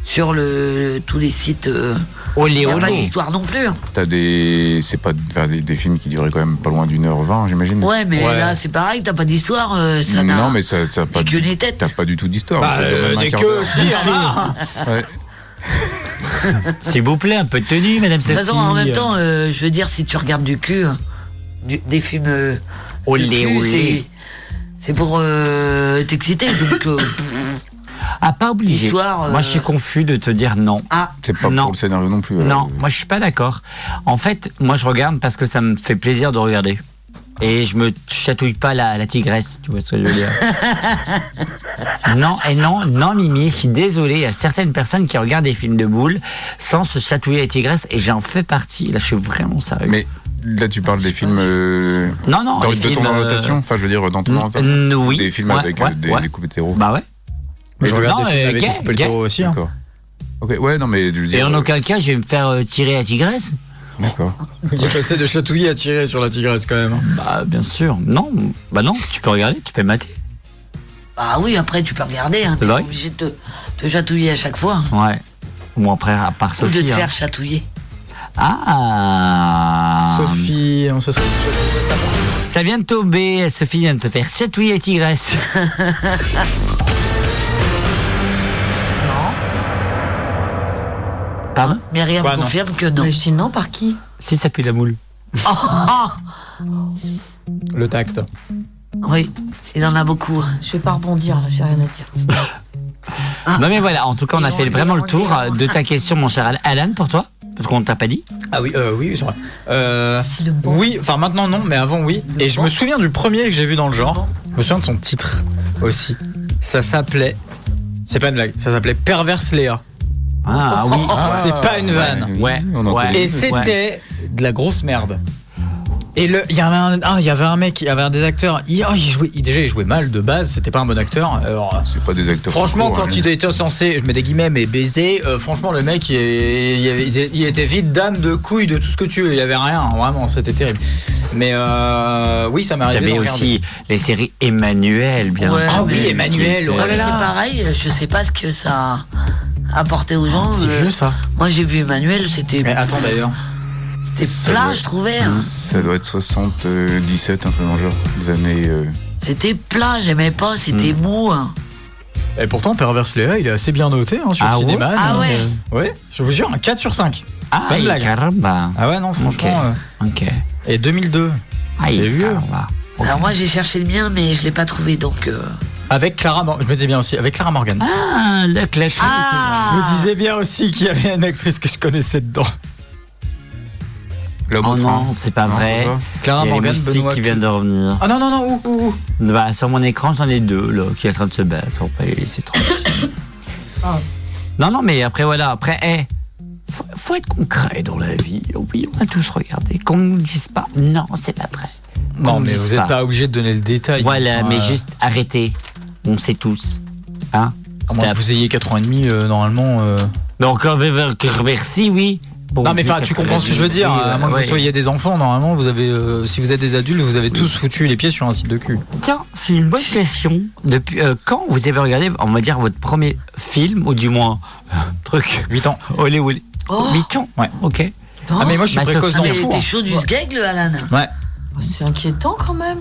[SPEAKER 2] sur le, tous les sites. Euh,
[SPEAKER 1] olé,
[SPEAKER 2] a pas
[SPEAKER 14] olé.
[SPEAKER 2] d'histoire non plus. hein.
[SPEAKER 14] T'as des. C'est pas. enfin, des, des films qui duraient quand même pas loin d'une heure vingt, j'imagine.
[SPEAKER 2] Ouais, mais là, c'est pareil, t'as pas d'histoire, euh, ça n'a-
[SPEAKER 14] Non, mais ça, ça a pas. du- T'as pas du tout d'histoire.
[SPEAKER 2] Bah,
[SPEAKER 14] C'est quand
[SPEAKER 2] euh,
[SPEAKER 14] même un
[SPEAKER 2] des
[SPEAKER 14] quart
[SPEAKER 2] queues
[SPEAKER 14] d'heure.
[SPEAKER 2] aussi, hein.
[SPEAKER 14] Ouais.
[SPEAKER 1] S'il vous plaît, un peu de tenue, madame
[SPEAKER 2] De toute façon,
[SPEAKER 1] Sophie.
[SPEAKER 2] en même temps, euh, je veux dire, si tu regardes du cul, hein, du- des films. euh, du
[SPEAKER 1] Olé,
[SPEAKER 2] cul,
[SPEAKER 1] olé.
[SPEAKER 2] c'est- C'est pour euh, t'exciter, donc. euh,
[SPEAKER 1] Ah, pas obligé.
[SPEAKER 2] Histoire, euh,
[SPEAKER 1] Moi, je suis confus de te dire euh, non.
[SPEAKER 2] Ah,
[SPEAKER 14] C'est pas pour le scénario non plus.
[SPEAKER 1] Non, moi, je suis pas d'accord. En fait, moi, je regarde parce que ça me fait plaisir de regarder. Et je me chatouille pas la, la tigresse, tu vois ce que je veux dire. non, et non, non, Mimi, je suis désolé. Il y a certaines personnes qui regardent des films de boules sans se chatouiller la tigresse, et j'en fais partie. Là, je suis vraiment sérieux.
[SPEAKER 14] Mais là, tu parles des films. euh,
[SPEAKER 1] Non, non,
[SPEAKER 14] dans-
[SPEAKER 1] les
[SPEAKER 14] de
[SPEAKER 1] films,
[SPEAKER 14] ton
[SPEAKER 1] euh,
[SPEAKER 14] orientation Enfin, je veux dire, dans ton
[SPEAKER 1] Mm,
[SPEAKER 14] orientation
[SPEAKER 1] mm, oui.
[SPEAKER 14] Des films
[SPEAKER 1] Ouais,
[SPEAKER 14] avec euh,
[SPEAKER 1] ouais,
[SPEAKER 14] des,
[SPEAKER 1] ouais.
[SPEAKER 14] des couples hétéros.
[SPEAKER 1] Bah ouais.
[SPEAKER 14] Mais je regarde
[SPEAKER 1] Non,
[SPEAKER 14] des films
[SPEAKER 1] euh,
[SPEAKER 14] avec
[SPEAKER 1] gay,
[SPEAKER 14] des couples
[SPEAKER 1] gay.
[SPEAKER 14] hétéros aussi. hein. D'accord. Ok, ouais, non, mais je veux
[SPEAKER 1] Et
[SPEAKER 14] dire.
[SPEAKER 1] en aucun cas, je vais me faire euh, tirer la tigresse.
[SPEAKER 14] D'accord.
[SPEAKER 3] Il est passé de chatouiller à tirer sur la tigresse quand même.
[SPEAKER 1] Bah bien sûr. Non, bah non, tu peux regarder, tu peux mater.
[SPEAKER 2] Bah oui, après, tu peux regarder, hein, t'es
[SPEAKER 1] C'est
[SPEAKER 2] pas
[SPEAKER 1] vrai
[SPEAKER 2] obligé de te, te chatouiller à chaque fois. hein,
[SPEAKER 1] Ouais. Ou après, à part
[SPEAKER 2] ou de
[SPEAKER 1] Sophie.
[SPEAKER 2] te
[SPEAKER 1] hein.
[SPEAKER 2] faire chatouiller.
[SPEAKER 1] Ah
[SPEAKER 3] Sophie, on se serait chatouillé ça.
[SPEAKER 1] Ça vient de tomber, Sophie vient de se faire chatouiller la tigresse. Pardon
[SPEAKER 2] Hein, Mais rien
[SPEAKER 1] Bah, non.
[SPEAKER 2] confirme que non.
[SPEAKER 4] Mais je dis non par qui
[SPEAKER 1] Si ça pue la moule.
[SPEAKER 2] Oh,
[SPEAKER 14] Ah.
[SPEAKER 2] oh
[SPEAKER 3] Le tact.
[SPEAKER 2] Oui, il en a beaucoup. hein.
[SPEAKER 4] Je vais pas rebondir, là, j'ai rien à dire.
[SPEAKER 3] Ah.
[SPEAKER 1] Non mais voilà, en tout cas on a fait vraiment le tour euh, de ta question mon cher Al- Alan pour toi, parce qu'on ne t'a pas dit.
[SPEAKER 3] Ah oui, euh, oui, c'est vrai. Euh, oui, enfin maintenant non, mais avant oui. Et je me souviens du premier que j'ai vu dans le genre. Je me souviens de son titre aussi. Ça s'appelait. C'est pas une blague. Ça s'appelait Perverse Léa. Oh,
[SPEAKER 1] Ah oui.
[SPEAKER 3] c'est pas une vanne.
[SPEAKER 1] Ouais. ouais.
[SPEAKER 3] Et c'était de la grosse merde. Et le, il y avait un, ah, il y avait un mec, il y avait un des acteurs. Il, ah, il jouait, il- déjà il jouait mal de base. C'était pas un bon acteur. Alors,
[SPEAKER 14] C'est pas des acteurs.
[SPEAKER 3] Franchement,
[SPEAKER 14] locaux,
[SPEAKER 3] quand
[SPEAKER 14] hein.
[SPEAKER 3] il était censé, je mets des guillemets, mais baiser, euh, franchement, le mec, il, il avait- il était- il était vide d'âme, de couilles, de tout ce que tu veux. Il y avait rien, vraiment, c'était terrible. Mais euh, oui, ça m'est arrivé.
[SPEAKER 1] T'avais
[SPEAKER 3] de regarder.
[SPEAKER 1] aussi les séries Emmanuel, bien
[SPEAKER 3] Ouais,
[SPEAKER 1] entendu,
[SPEAKER 3] Ah oui, Emmanuel,
[SPEAKER 1] qui
[SPEAKER 2] Ouais,
[SPEAKER 1] étaient-
[SPEAKER 2] mais c'est pareil, je sais pas ce que ça a apporté aux gens.
[SPEAKER 3] c'est
[SPEAKER 2] euh,
[SPEAKER 3] vieux, ça.
[SPEAKER 2] Moi j'ai vu Emmanuel, c'était.
[SPEAKER 3] Mais attends d'ailleurs.
[SPEAKER 2] C'était
[SPEAKER 14] Ça
[SPEAKER 2] plat,
[SPEAKER 14] doit-
[SPEAKER 2] je trouvais. hein.
[SPEAKER 14] Ça doit être 77, un truc dans le genre. Des années. euh, Hmm.
[SPEAKER 2] C'était plat, j'aimais pas, c'était mou. hein.
[SPEAKER 3] Et pourtant, Perverse Léa, il est assez bien noté hein, sur
[SPEAKER 1] Ah ouais
[SPEAKER 3] Cinéma.
[SPEAKER 2] Ah
[SPEAKER 3] donc,
[SPEAKER 2] ouais.
[SPEAKER 3] euh, ouais, je vous jure, un 4 sur 5.
[SPEAKER 1] Ah,
[SPEAKER 3] c'est pas une blague.
[SPEAKER 1] caramba.
[SPEAKER 3] Ah ouais, non, franchement.
[SPEAKER 1] Ok.
[SPEAKER 3] euh, et 2002.
[SPEAKER 1] Ah,
[SPEAKER 3] il est vieux.
[SPEAKER 2] Alors moi j'ai cherché le mien, mais je l'ai pas trouvé donc. euh,
[SPEAKER 3] Avec Clara Morgan, je me disais bien aussi, avec Clara Morgan.
[SPEAKER 1] Ah, la classe.
[SPEAKER 2] Ah.
[SPEAKER 3] Je me disais bien aussi qu'il y avait une actrice que je connaissais dedans.
[SPEAKER 14] L'homme
[SPEAKER 1] oh non, c'est pas
[SPEAKER 3] Non,
[SPEAKER 1] vrai.
[SPEAKER 3] bonjour. Clara
[SPEAKER 1] Il y a les
[SPEAKER 3] Morgan,
[SPEAKER 1] moustiques
[SPEAKER 3] Benoît
[SPEAKER 1] qui viennent de revenir.
[SPEAKER 3] Ah non, non, non, où, où, où
[SPEAKER 1] Bah, sur mon écran, j'en ai deux là, qui est en train de se battre. On va les laisser tranquilles.
[SPEAKER 3] Ah.
[SPEAKER 1] Non, non, mais après, voilà. Après, hé, faut, Oh faut être concret dans la vie. Oui, on a tous regardé. Qu'on ne dise pas, non, c'est pas vrai.
[SPEAKER 3] Non,
[SPEAKER 1] qu'on
[SPEAKER 3] mais
[SPEAKER 1] dise
[SPEAKER 3] vous n'êtes pas obligé de donner le détail.
[SPEAKER 1] Voilà,
[SPEAKER 3] Enfin,
[SPEAKER 1] mais
[SPEAKER 3] euh,
[SPEAKER 1] juste arrêtez. On sait tous. Hein
[SPEAKER 3] à moins que Ah, vous ayez 4 ans et demi, euh, normalement. euh,
[SPEAKER 1] Donc, merci, oui. Bon,
[SPEAKER 3] non mais
[SPEAKER 1] vous
[SPEAKER 3] enfin
[SPEAKER 1] êtes-
[SPEAKER 3] tu comprends ce que je veux
[SPEAKER 1] Oui,
[SPEAKER 3] dire, hein.
[SPEAKER 1] voilà,
[SPEAKER 3] à moins que
[SPEAKER 1] ouais.
[SPEAKER 3] vous soyez des enfants normalement vous avez euh, si vous êtes des adultes vous avez tous foutu les pieds sur un site de cul.
[SPEAKER 1] Tiens, c'est une bonne question. Depuis euh, quand vous avez regardé, on va dire votre premier film ou du moins euh, truc
[SPEAKER 3] 8 ans.
[SPEAKER 1] Olé olé.
[SPEAKER 4] Oh.
[SPEAKER 1] 8 ans.
[SPEAKER 3] Ouais.
[SPEAKER 1] OK.
[SPEAKER 4] Bah,
[SPEAKER 1] Bah,
[SPEAKER 3] Ah, mais moi, je suis précoce dans
[SPEAKER 2] Oh Bah, Mais
[SPEAKER 1] le
[SPEAKER 4] hein.
[SPEAKER 2] il était chaud du sgeg, le Alan.
[SPEAKER 3] Ouais.
[SPEAKER 4] Bah, C'est inquiétant quand même.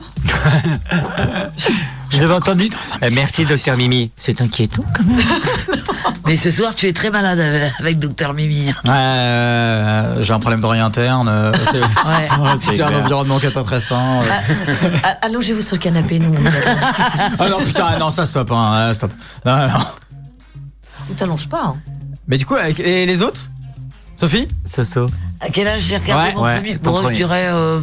[SPEAKER 1] Je l'avais entendu. Euh, merci docteur Mimi, c'est inquiétant quand même.
[SPEAKER 2] Mais ce soir, tu es très malade avec- avec Docteur Mimi.
[SPEAKER 3] Ouais, euh, j'ai un problème d'oreille interne, euh, c'est-
[SPEAKER 2] Ouais.
[SPEAKER 3] j'ai un
[SPEAKER 2] clair.
[SPEAKER 3] environnement qui est pas très sain. euh.
[SPEAKER 4] Ah, ah, Allongez-vous sur le canapé, nous. on va discuter.
[SPEAKER 3] Ah non putain non ça stop hein, euh, stop. Non, non.
[SPEAKER 4] Ou t'allonges pas. hein.
[SPEAKER 3] Mais du coup avec- et les autres Sophie
[SPEAKER 1] Soso.
[SPEAKER 2] À quel âge j'ai regardé
[SPEAKER 3] Ouais,
[SPEAKER 2] mon
[SPEAKER 3] ouais,
[SPEAKER 2] premier
[SPEAKER 3] ton
[SPEAKER 2] Bon,
[SPEAKER 3] premier.
[SPEAKER 2] je dirais. euh,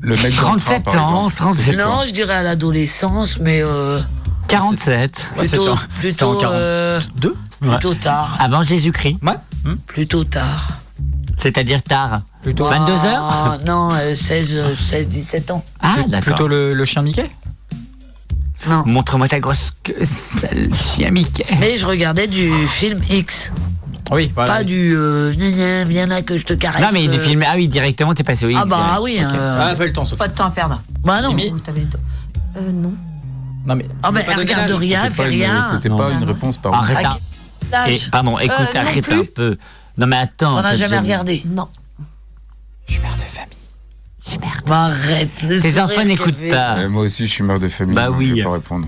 [SPEAKER 14] Le mec
[SPEAKER 1] 37 ans, 37
[SPEAKER 2] Non,
[SPEAKER 1] ans.
[SPEAKER 2] je dirais à l'adolescence, mais. euh,
[SPEAKER 1] 47.
[SPEAKER 2] Ouais, c'est Plutôt- en- plutôt, c'est en 42. euh, plutôt tard.
[SPEAKER 1] Avant Jésus-Christ.
[SPEAKER 3] Ouais.
[SPEAKER 2] Plutôt tard.
[SPEAKER 1] Hmm? C'est-à-dire tard.
[SPEAKER 2] Ah,
[SPEAKER 1] 22 heures
[SPEAKER 2] Non, euh, 16, euh, 16, 17 ans.
[SPEAKER 1] Ah,
[SPEAKER 3] Plut-
[SPEAKER 1] d'accord.
[SPEAKER 3] Plutôt le, le chien Mickey
[SPEAKER 1] Montre-moi ta grosse queue, sale chien Mickey.
[SPEAKER 2] Mais je regardais du film X.
[SPEAKER 3] Oui, voilà.
[SPEAKER 2] Pas du euh, gna gna, viens là que je te caresse.
[SPEAKER 1] Non, mais du
[SPEAKER 2] euh,
[SPEAKER 1] film. Ah oui, directement, t'es passé au X.
[SPEAKER 2] Ah bah, ah oui,
[SPEAKER 1] Ok.
[SPEAKER 2] euh,
[SPEAKER 3] Ah, pas eu le temps Sophie.
[SPEAKER 4] Pas de temps à perdre.
[SPEAKER 2] Bah non.
[SPEAKER 4] Vous, t'avez du temps. Euh, non.
[SPEAKER 3] Non mais
[SPEAKER 2] Ah, mais elle regarde rien, elle fait rien.
[SPEAKER 14] C'était pas une réponse par
[SPEAKER 1] Arrête un-
[SPEAKER 2] Lâche.
[SPEAKER 1] Et- Ah, Eh, Pardon, écoute,
[SPEAKER 2] Euh, non
[SPEAKER 1] arrête
[SPEAKER 2] plus.
[SPEAKER 1] un peu. Non, mais attends.
[SPEAKER 2] T'en
[SPEAKER 1] t'as
[SPEAKER 2] as jamais
[SPEAKER 1] déjà dit-
[SPEAKER 2] regardé
[SPEAKER 4] Non.
[SPEAKER 3] Je suis mère de famille.
[SPEAKER 2] Bah, arrête. le
[SPEAKER 1] Tes
[SPEAKER 2] sourire
[SPEAKER 1] enfants
[SPEAKER 2] qu'elle
[SPEAKER 1] n'écoutent
[SPEAKER 2] fait.
[SPEAKER 1] pas.
[SPEAKER 14] Euh, moi aussi, je suis mère de famille.
[SPEAKER 1] Bah
[SPEAKER 14] donc
[SPEAKER 1] oui.
[SPEAKER 14] Je vais pas répondre.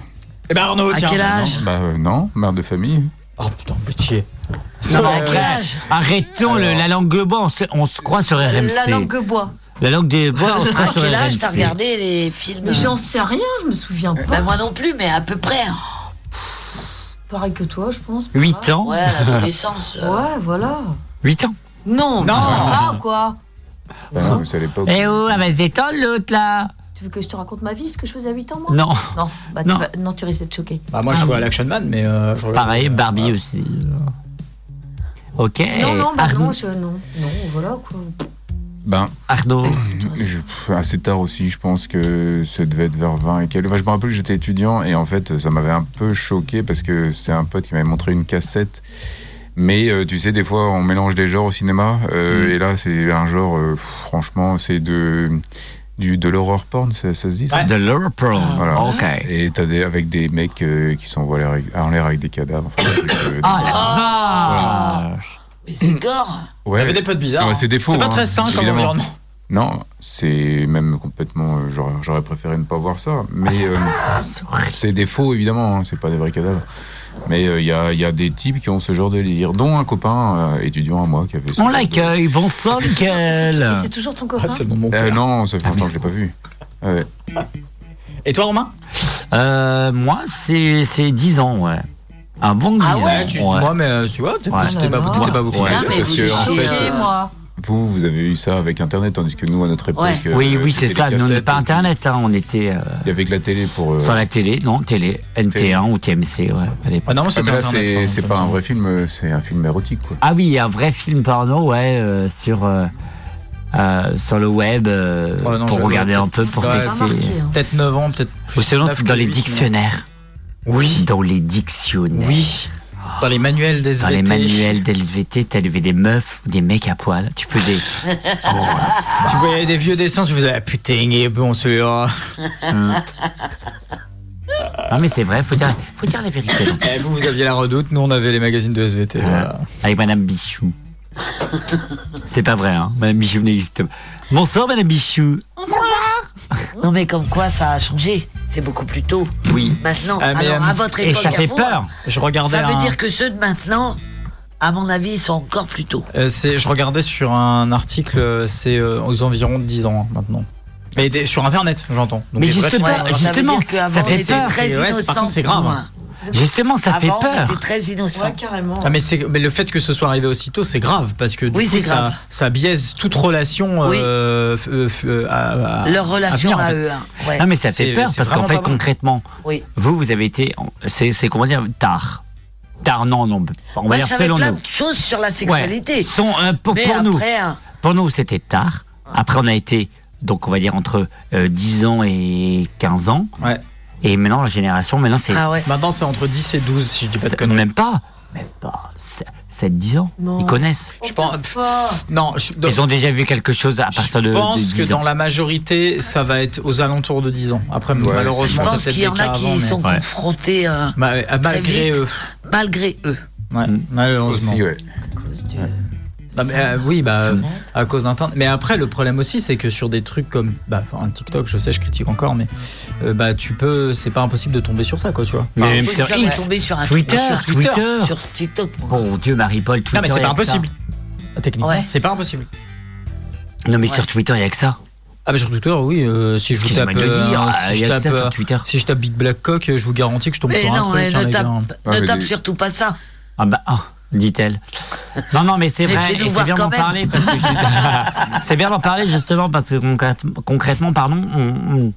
[SPEAKER 3] Eh ben Arnaud,
[SPEAKER 2] À
[SPEAKER 3] tiens.
[SPEAKER 2] quel âge
[SPEAKER 14] Bah euh, non, mère de famille.
[SPEAKER 3] Oh putain, vous chier.
[SPEAKER 1] Non, mais
[SPEAKER 3] Euh,
[SPEAKER 1] arrête- Arrêtons le- la langue bois, on se, on se croit sur RMC.
[SPEAKER 4] La langue bois.
[SPEAKER 1] La langue des bois, on se croit
[SPEAKER 2] À
[SPEAKER 1] sur
[SPEAKER 2] quel âge
[SPEAKER 1] RMC.
[SPEAKER 2] t'as regardé les films
[SPEAKER 4] Mais j'en sais rien, je me souviens
[SPEAKER 2] Bah,
[SPEAKER 4] pas.
[SPEAKER 2] moi non plus, mais à peu près. hein.
[SPEAKER 4] Pareil que toi, je pense.
[SPEAKER 1] 8 ans
[SPEAKER 2] Ouais, à l'adolescence. euh,
[SPEAKER 4] Ouais, voilà.
[SPEAKER 1] 8 ans
[SPEAKER 4] Non, mais ça va, quoi.
[SPEAKER 14] Bah non, mais c'est à l'époque.
[SPEAKER 1] Eh oh, elle va se détendre l'autre là
[SPEAKER 4] Tu veux que je te raconte ma vie, ce que je faisais à 8 ans, moi
[SPEAKER 1] Non.
[SPEAKER 4] Non, bah, tu
[SPEAKER 1] Non.
[SPEAKER 4] vas- non, tu risques d'être choqué.
[SPEAKER 3] Bah moi je joue à l'Action Man mais euh, je regarde-
[SPEAKER 1] Pareil, Barbie aussi. Ok.
[SPEAKER 4] Non, non, bah
[SPEAKER 1] Arnaud.
[SPEAKER 4] non, je, non, non, voilà quoi.
[SPEAKER 14] Ben,
[SPEAKER 1] Arnaud.
[SPEAKER 14] je- pff, assez tard aussi, je pense que ça devait être vers 20 et quelques. Enfin, je me rappelle que j'étais étudiant et en fait, ça m'avait un peu choqué parce que c'est un pote qui m'avait montré une cassette. Mais euh, tu sais, des fois, on mélange des genres au cinéma. euh, Et là, c'est un genre, euh, pff, franchement, c'est de, du, de l'horror porn, ça, ça se dit ça
[SPEAKER 1] The Lure Pearl.
[SPEAKER 14] Voilà.
[SPEAKER 1] Ok.
[SPEAKER 14] Et t'as des, avec des mecs euh, qui s'envoient l'air avec- en l'air avec des cadavres. Enfin, des trucs, euh,
[SPEAKER 1] Ah la vache
[SPEAKER 2] Ah. Mais c'est gore.
[SPEAKER 14] ouais.
[SPEAKER 3] T'avais des potes bizarres.
[SPEAKER 14] Ouais, c'est des faux,
[SPEAKER 3] C'est pas
[SPEAKER 14] hein,
[SPEAKER 3] très sain comme
[SPEAKER 14] évidemment.
[SPEAKER 3] environnement.
[SPEAKER 14] Non, c'est même complètement. euh, J'aurais j'aurais préféré ne pas voir ça. Mais euh,
[SPEAKER 1] Ah,
[SPEAKER 14] c'est des faux, évidemment. hein, c'est pas des vrais cadavres. Mais euh, il y, a, y a des types qui ont ce genre de délire, dont un copain euh, étudiant à moi qui avait. ce
[SPEAKER 1] On
[SPEAKER 14] genre de- Ah,
[SPEAKER 1] l'accueille, bon sang, Michael Ah,
[SPEAKER 4] Et c'est toujours ton copain
[SPEAKER 3] mon
[SPEAKER 14] Euh, non, ça fait longtemps que je l'ai pas vu. Ouais.
[SPEAKER 3] Et toi Romain
[SPEAKER 1] Euh, Moi, c'est c'est 10 ans, ouais. Un bon 10
[SPEAKER 2] Ah ouais,
[SPEAKER 1] ans.
[SPEAKER 3] tu,
[SPEAKER 1] ouais.
[SPEAKER 3] Moi mais euh, tu vois, t'es
[SPEAKER 1] Ouais.
[SPEAKER 3] t'es pas, t'étais pas beaucoup.
[SPEAKER 14] Ouais,
[SPEAKER 2] Ah, mais
[SPEAKER 14] parce
[SPEAKER 2] vous
[SPEAKER 14] que, en
[SPEAKER 1] euh,
[SPEAKER 2] chiez.
[SPEAKER 14] fait,
[SPEAKER 4] Choqué, moi.
[SPEAKER 14] vous, vous avez eu ça avec Internet, tandis que nous, à notre époque.
[SPEAKER 2] Ouais.
[SPEAKER 14] euh,
[SPEAKER 1] Oui, oui, c'est
[SPEAKER 14] c'était
[SPEAKER 1] ça.
[SPEAKER 14] les
[SPEAKER 1] Nous, on n'est
[SPEAKER 14] cassettes,
[SPEAKER 1] pas
[SPEAKER 14] donc,
[SPEAKER 1] Internet, hein, on était euh,
[SPEAKER 14] Il y avait que la télé pour. euh,
[SPEAKER 1] sur la télé, non, télé, NT1 ou TMC, ouais, à l'époque.
[SPEAKER 3] Ah non, moi,
[SPEAKER 14] Ah,
[SPEAKER 3] c'était
[SPEAKER 14] mais là,
[SPEAKER 3] Internet,
[SPEAKER 14] c'est
[SPEAKER 3] pardon,
[SPEAKER 14] c'est pas
[SPEAKER 3] ça me
[SPEAKER 14] un
[SPEAKER 3] semble.
[SPEAKER 14] vrai film, euh, c'est un film érotique, quoi.
[SPEAKER 1] Ah oui, un vrai film porno, ouais, euh, sur, euh, euh, sur le web, euh,
[SPEAKER 3] Ouais, Oh non,
[SPEAKER 1] pour
[SPEAKER 3] j'avais
[SPEAKER 1] regarder
[SPEAKER 3] peut-être
[SPEAKER 1] un peu, pour
[SPEAKER 3] ça, ouais.
[SPEAKER 1] tester.
[SPEAKER 4] Remarqué, hein.
[SPEAKER 3] Peut-être 9 ans, peut-être plus.
[SPEAKER 1] Ou sinon,
[SPEAKER 3] neuf
[SPEAKER 1] c'est dans
[SPEAKER 3] que
[SPEAKER 1] les
[SPEAKER 3] huit,
[SPEAKER 1] dictionnaires.
[SPEAKER 3] Oui.
[SPEAKER 1] Dans les dictionnaires.
[SPEAKER 3] Oui. Dans les manuels des
[SPEAKER 1] Dans les manuels d'LVT, t'as levé des meufs ou des mecs à poil. Tu peux des.
[SPEAKER 3] Tu voyais des vieux dessins, tu faisais ah, putain, il est bon celui-là.
[SPEAKER 1] Non, Hein. Ah, mais c'est vrai, faut dire, faut dire la vérité. donc.
[SPEAKER 3] Eh, vous, vous aviez la redoute, nous on avait les magazines de SVT. voilà.
[SPEAKER 1] Avec Madame Bichou. C'est pas vrai, hein. Madame Bichou n'existe pas. Bonsoir, Madame Bichou.
[SPEAKER 2] Non, mais comme quoi ça a changé. C'est beaucoup plus tôt.
[SPEAKER 1] Oui.
[SPEAKER 2] Maintenant,
[SPEAKER 3] Ah, mais,
[SPEAKER 2] alors
[SPEAKER 3] euh,
[SPEAKER 2] à votre
[SPEAKER 1] Et
[SPEAKER 2] époque,
[SPEAKER 1] ça
[SPEAKER 2] à
[SPEAKER 1] fait
[SPEAKER 2] vous,
[SPEAKER 1] peur.
[SPEAKER 3] Je regardais
[SPEAKER 2] Ça veut
[SPEAKER 3] un-
[SPEAKER 2] dire que ceux de maintenant, à mon avis, ils sont encore plus tôt.
[SPEAKER 3] Euh, c'est- je regardais sur un article, euh, c'est euh, aux environs de 10 ans hein, maintenant. Mais des- sur internet, j'entends. Donc
[SPEAKER 1] Mais
[SPEAKER 3] des
[SPEAKER 1] juste
[SPEAKER 3] vrais
[SPEAKER 1] pas-
[SPEAKER 3] films.
[SPEAKER 2] ça veut
[SPEAKER 1] Justement,
[SPEAKER 2] dire qu'avant,
[SPEAKER 1] ça fait
[SPEAKER 2] on était
[SPEAKER 1] peur.
[SPEAKER 2] très
[SPEAKER 3] Ouais, c'est- par
[SPEAKER 2] innocent.
[SPEAKER 3] contre, c'est grave,
[SPEAKER 2] pour moi.
[SPEAKER 3] hein.
[SPEAKER 1] Justement, ça
[SPEAKER 2] Avant,
[SPEAKER 1] fait
[SPEAKER 2] on
[SPEAKER 1] peur.
[SPEAKER 2] était très innocent.
[SPEAKER 4] Ouais, carrément.
[SPEAKER 3] Ah, mais, c'est- mais le fait que ce soit arrivé aussitôt, c'est grave parce que du
[SPEAKER 2] Oui,
[SPEAKER 3] coup,
[SPEAKER 2] c'est
[SPEAKER 3] ça,
[SPEAKER 2] grave.
[SPEAKER 3] ça biaise toute relation.
[SPEAKER 2] Oui.
[SPEAKER 3] euh, f- euh, f- euh, à- à-
[SPEAKER 2] Leur
[SPEAKER 1] Ah,
[SPEAKER 2] relation
[SPEAKER 3] venir, en
[SPEAKER 2] à
[SPEAKER 3] fait.
[SPEAKER 2] eux. hein. Ouais.
[SPEAKER 1] Non, mais ça fait
[SPEAKER 3] C'est-
[SPEAKER 1] peur
[SPEAKER 3] c'est
[SPEAKER 1] parce qu'en
[SPEAKER 3] vraiment
[SPEAKER 1] fait,
[SPEAKER 3] pas bon.
[SPEAKER 1] concrètement,
[SPEAKER 2] Oui.
[SPEAKER 1] vous, vous avez été. C'est c'est comment dire Tard. Tard, non, non. On va
[SPEAKER 2] Moi,
[SPEAKER 1] dire
[SPEAKER 2] je savais
[SPEAKER 1] selon
[SPEAKER 2] plein
[SPEAKER 1] nous.
[SPEAKER 2] de choses sur la sexualité.
[SPEAKER 1] Ouais. Sont, euh, pour,
[SPEAKER 2] Mais
[SPEAKER 1] pour nous,
[SPEAKER 2] après, hein,
[SPEAKER 1] pour nous c'était tard. Après, on a été donc on va dire entre euh, 10 ans et 15 ans.
[SPEAKER 3] Ouais.
[SPEAKER 1] Et maintenant, la génération, maintenant c'est.
[SPEAKER 2] Ah
[SPEAKER 3] Maintenant, c'est entre 10 et 12, si je dis pas de
[SPEAKER 1] c'est-
[SPEAKER 3] conneries.
[SPEAKER 1] Même pas. Même pas. 7-10 ans.
[SPEAKER 3] Non.
[SPEAKER 1] Ils connaissent.
[SPEAKER 3] Je pense. Non, je-
[SPEAKER 1] Ils ont déjà vu quelque chose à partir de,
[SPEAKER 3] Je
[SPEAKER 1] de
[SPEAKER 3] pense que
[SPEAKER 1] 10 ans.
[SPEAKER 3] dans la majorité, ça va être aux alentours de 10 ans. Après, malheureusement,
[SPEAKER 2] je
[SPEAKER 3] ça
[SPEAKER 2] pense
[SPEAKER 3] peut être
[SPEAKER 2] qu'il y
[SPEAKER 3] des
[SPEAKER 2] en
[SPEAKER 3] cas
[SPEAKER 2] a qui
[SPEAKER 3] avant, mais-
[SPEAKER 2] sont confrontés euh,
[SPEAKER 3] Bah, euh,
[SPEAKER 2] très
[SPEAKER 3] malgré
[SPEAKER 2] vite,
[SPEAKER 3] eux.
[SPEAKER 2] malgré eux.
[SPEAKER 3] Ouais, malheureusement.
[SPEAKER 14] Mm. Aussi, ouais.
[SPEAKER 3] Ouais. Non, mais, euh, oui, bah, euh, à cause d'internet. Mais après, le problème aussi, c'est que sur des trucs comme bah, enfin, un TikTok, je sais, je critique encore, mais euh, bah, tu peux, c'est pas impossible de tomber sur ça, quoi, tu vois.
[SPEAKER 1] Mais
[SPEAKER 3] Enfin,
[SPEAKER 1] même
[SPEAKER 3] oui,
[SPEAKER 1] sur
[SPEAKER 3] ça va
[SPEAKER 1] X,
[SPEAKER 3] tomber sur un truc-
[SPEAKER 1] Twitter,
[SPEAKER 3] sur Twitter.
[SPEAKER 2] Sur TikTok.
[SPEAKER 1] Bon Dieu, Marie-Paul, Twitter. hein.
[SPEAKER 3] Non, mais c'est
[SPEAKER 1] y a
[SPEAKER 3] pas
[SPEAKER 1] que ça.
[SPEAKER 3] impossible. Techniquement, c'est pas impossible.
[SPEAKER 1] Non, mais
[SPEAKER 3] Ouais.
[SPEAKER 1] sur Twitter, il n'y a que ça.
[SPEAKER 3] Ah, mais sur Twitter, oui, euh, si je vous tape.
[SPEAKER 1] Excuse-moi de le dire,
[SPEAKER 3] euh,
[SPEAKER 1] ah,
[SPEAKER 3] si
[SPEAKER 1] y
[SPEAKER 3] je
[SPEAKER 1] a que
[SPEAKER 3] tape,
[SPEAKER 1] ça sur
[SPEAKER 3] euh,
[SPEAKER 1] Twitter.
[SPEAKER 3] si je tape Big Black Cock, je vous garantis que je tombe
[SPEAKER 2] Mais
[SPEAKER 3] sur
[SPEAKER 2] non,
[SPEAKER 3] un truc.
[SPEAKER 2] mais
[SPEAKER 3] hein,
[SPEAKER 2] ne
[SPEAKER 3] les
[SPEAKER 2] tape,
[SPEAKER 3] gars.
[SPEAKER 2] ne tape surtout pas ça.
[SPEAKER 1] Ah bah, ah, dit-elle. Non, non, mais c'est
[SPEAKER 2] Mais
[SPEAKER 1] vrai,
[SPEAKER 2] fais-nous
[SPEAKER 1] et c'est
[SPEAKER 2] voir
[SPEAKER 1] bien
[SPEAKER 2] quand
[SPEAKER 1] d'en
[SPEAKER 2] même.
[SPEAKER 1] parler. parce que juste- c'est bien d'en parler justement parce que concrète- concrètement, pardon, on, on-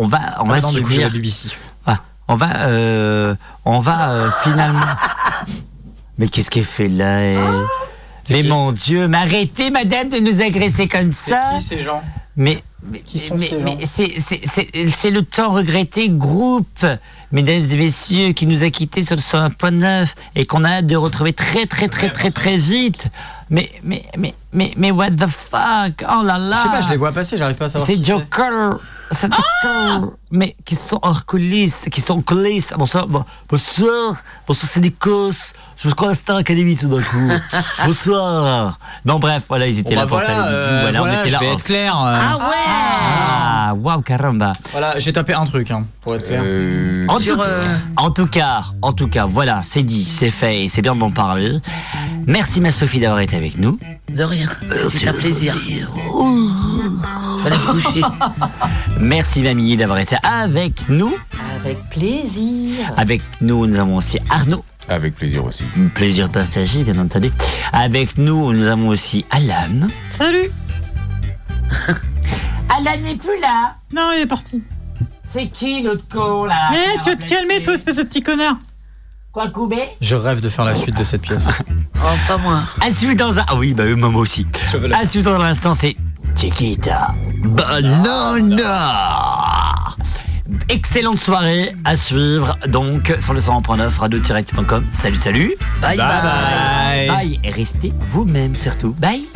[SPEAKER 1] on va, on
[SPEAKER 3] Ah,
[SPEAKER 1] va
[SPEAKER 3] non, du coup, j'ai
[SPEAKER 1] subir-
[SPEAKER 3] la BBC.
[SPEAKER 1] Ah, on va, euh, on va euh, finalement. Mais qu'est-ce qu'elle fait là eh
[SPEAKER 3] Ah,
[SPEAKER 1] elle Mais mon Dieu, mais arrêtez, Madame, de nous agresser comme ça.
[SPEAKER 3] Qui ces gens
[SPEAKER 1] Mais, mais, mais-
[SPEAKER 3] ces gens
[SPEAKER 1] mais c'est- c'est- c'est c'est le temps regretté groupe, mesdames et messieurs, qui nous a quittés sur le 101.9 et qu'on a hâte de retrouver très très très très très, vite. Mais mais mais mais mais what the fuck Oh là là
[SPEAKER 3] Je sais pas, je les vois passer, j'arrive pas à savoir.
[SPEAKER 1] C'est
[SPEAKER 3] qui
[SPEAKER 1] Joker C'est
[SPEAKER 2] Ah
[SPEAKER 1] Joker Mais qui sont hors coulisses Qui sont en coulisses Bonsoir, bon- bonsoir Bonsoir, c'est Nikos Je me crois à Star Academy tout d'un coup Bonsoir Non bref, voilà, ils étaient
[SPEAKER 3] Bon,
[SPEAKER 1] là
[SPEAKER 3] bah
[SPEAKER 1] pour
[SPEAKER 3] voilà,
[SPEAKER 1] faire les bisous
[SPEAKER 3] euh,
[SPEAKER 1] Voilà,
[SPEAKER 3] voilà,
[SPEAKER 1] on était là
[SPEAKER 3] je vais
[SPEAKER 1] hors-
[SPEAKER 3] être clair, euh. Ah ouais
[SPEAKER 1] Ah, waouh, caramba
[SPEAKER 3] Voilà, j'ai tapé un truc, hein, pour être clair.
[SPEAKER 2] Euh,
[SPEAKER 1] en, tout, en tout cas, en tout cas, voilà, c'est dit, c'est fait, et c'est bien de m'en parler. Merci ma Sophie d'avoir été avec nous. Euh,
[SPEAKER 2] De rien. C'est un plaisir.
[SPEAKER 1] Merci mamie d'avoir été avec nous.
[SPEAKER 4] Avec plaisir.
[SPEAKER 1] Avec nous, nous avons aussi Arnaud.
[SPEAKER 14] Avec plaisir aussi.
[SPEAKER 1] Plaisir partagé, bien entendu. Avec nous, nous avons aussi Alan.
[SPEAKER 12] Salut
[SPEAKER 1] Alan n'est plus là.
[SPEAKER 12] Non, il est parti.
[SPEAKER 1] C'est qui l'autre con là
[SPEAKER 12] Eh, tu vas te calmer, faut ce petit connard
[SPEAKER 1] Quoi couper
[SPEAKER 3] Je rêve de faire la suite de cette pièce.
[SPEAKER 1] Oh, pas moi. À suivre dans un. Ah oui, bah eux, moi aussi. À suivre dans un instant, c'est Chiquita Banana. Excellente soirée à suivre donc sur le 101.9 radio-direct.com. Salut, salut.
[SPEAKER 2] Bye,
[SPEAKER 1] bye. Bye. Et restez vous-même surtout. Bye.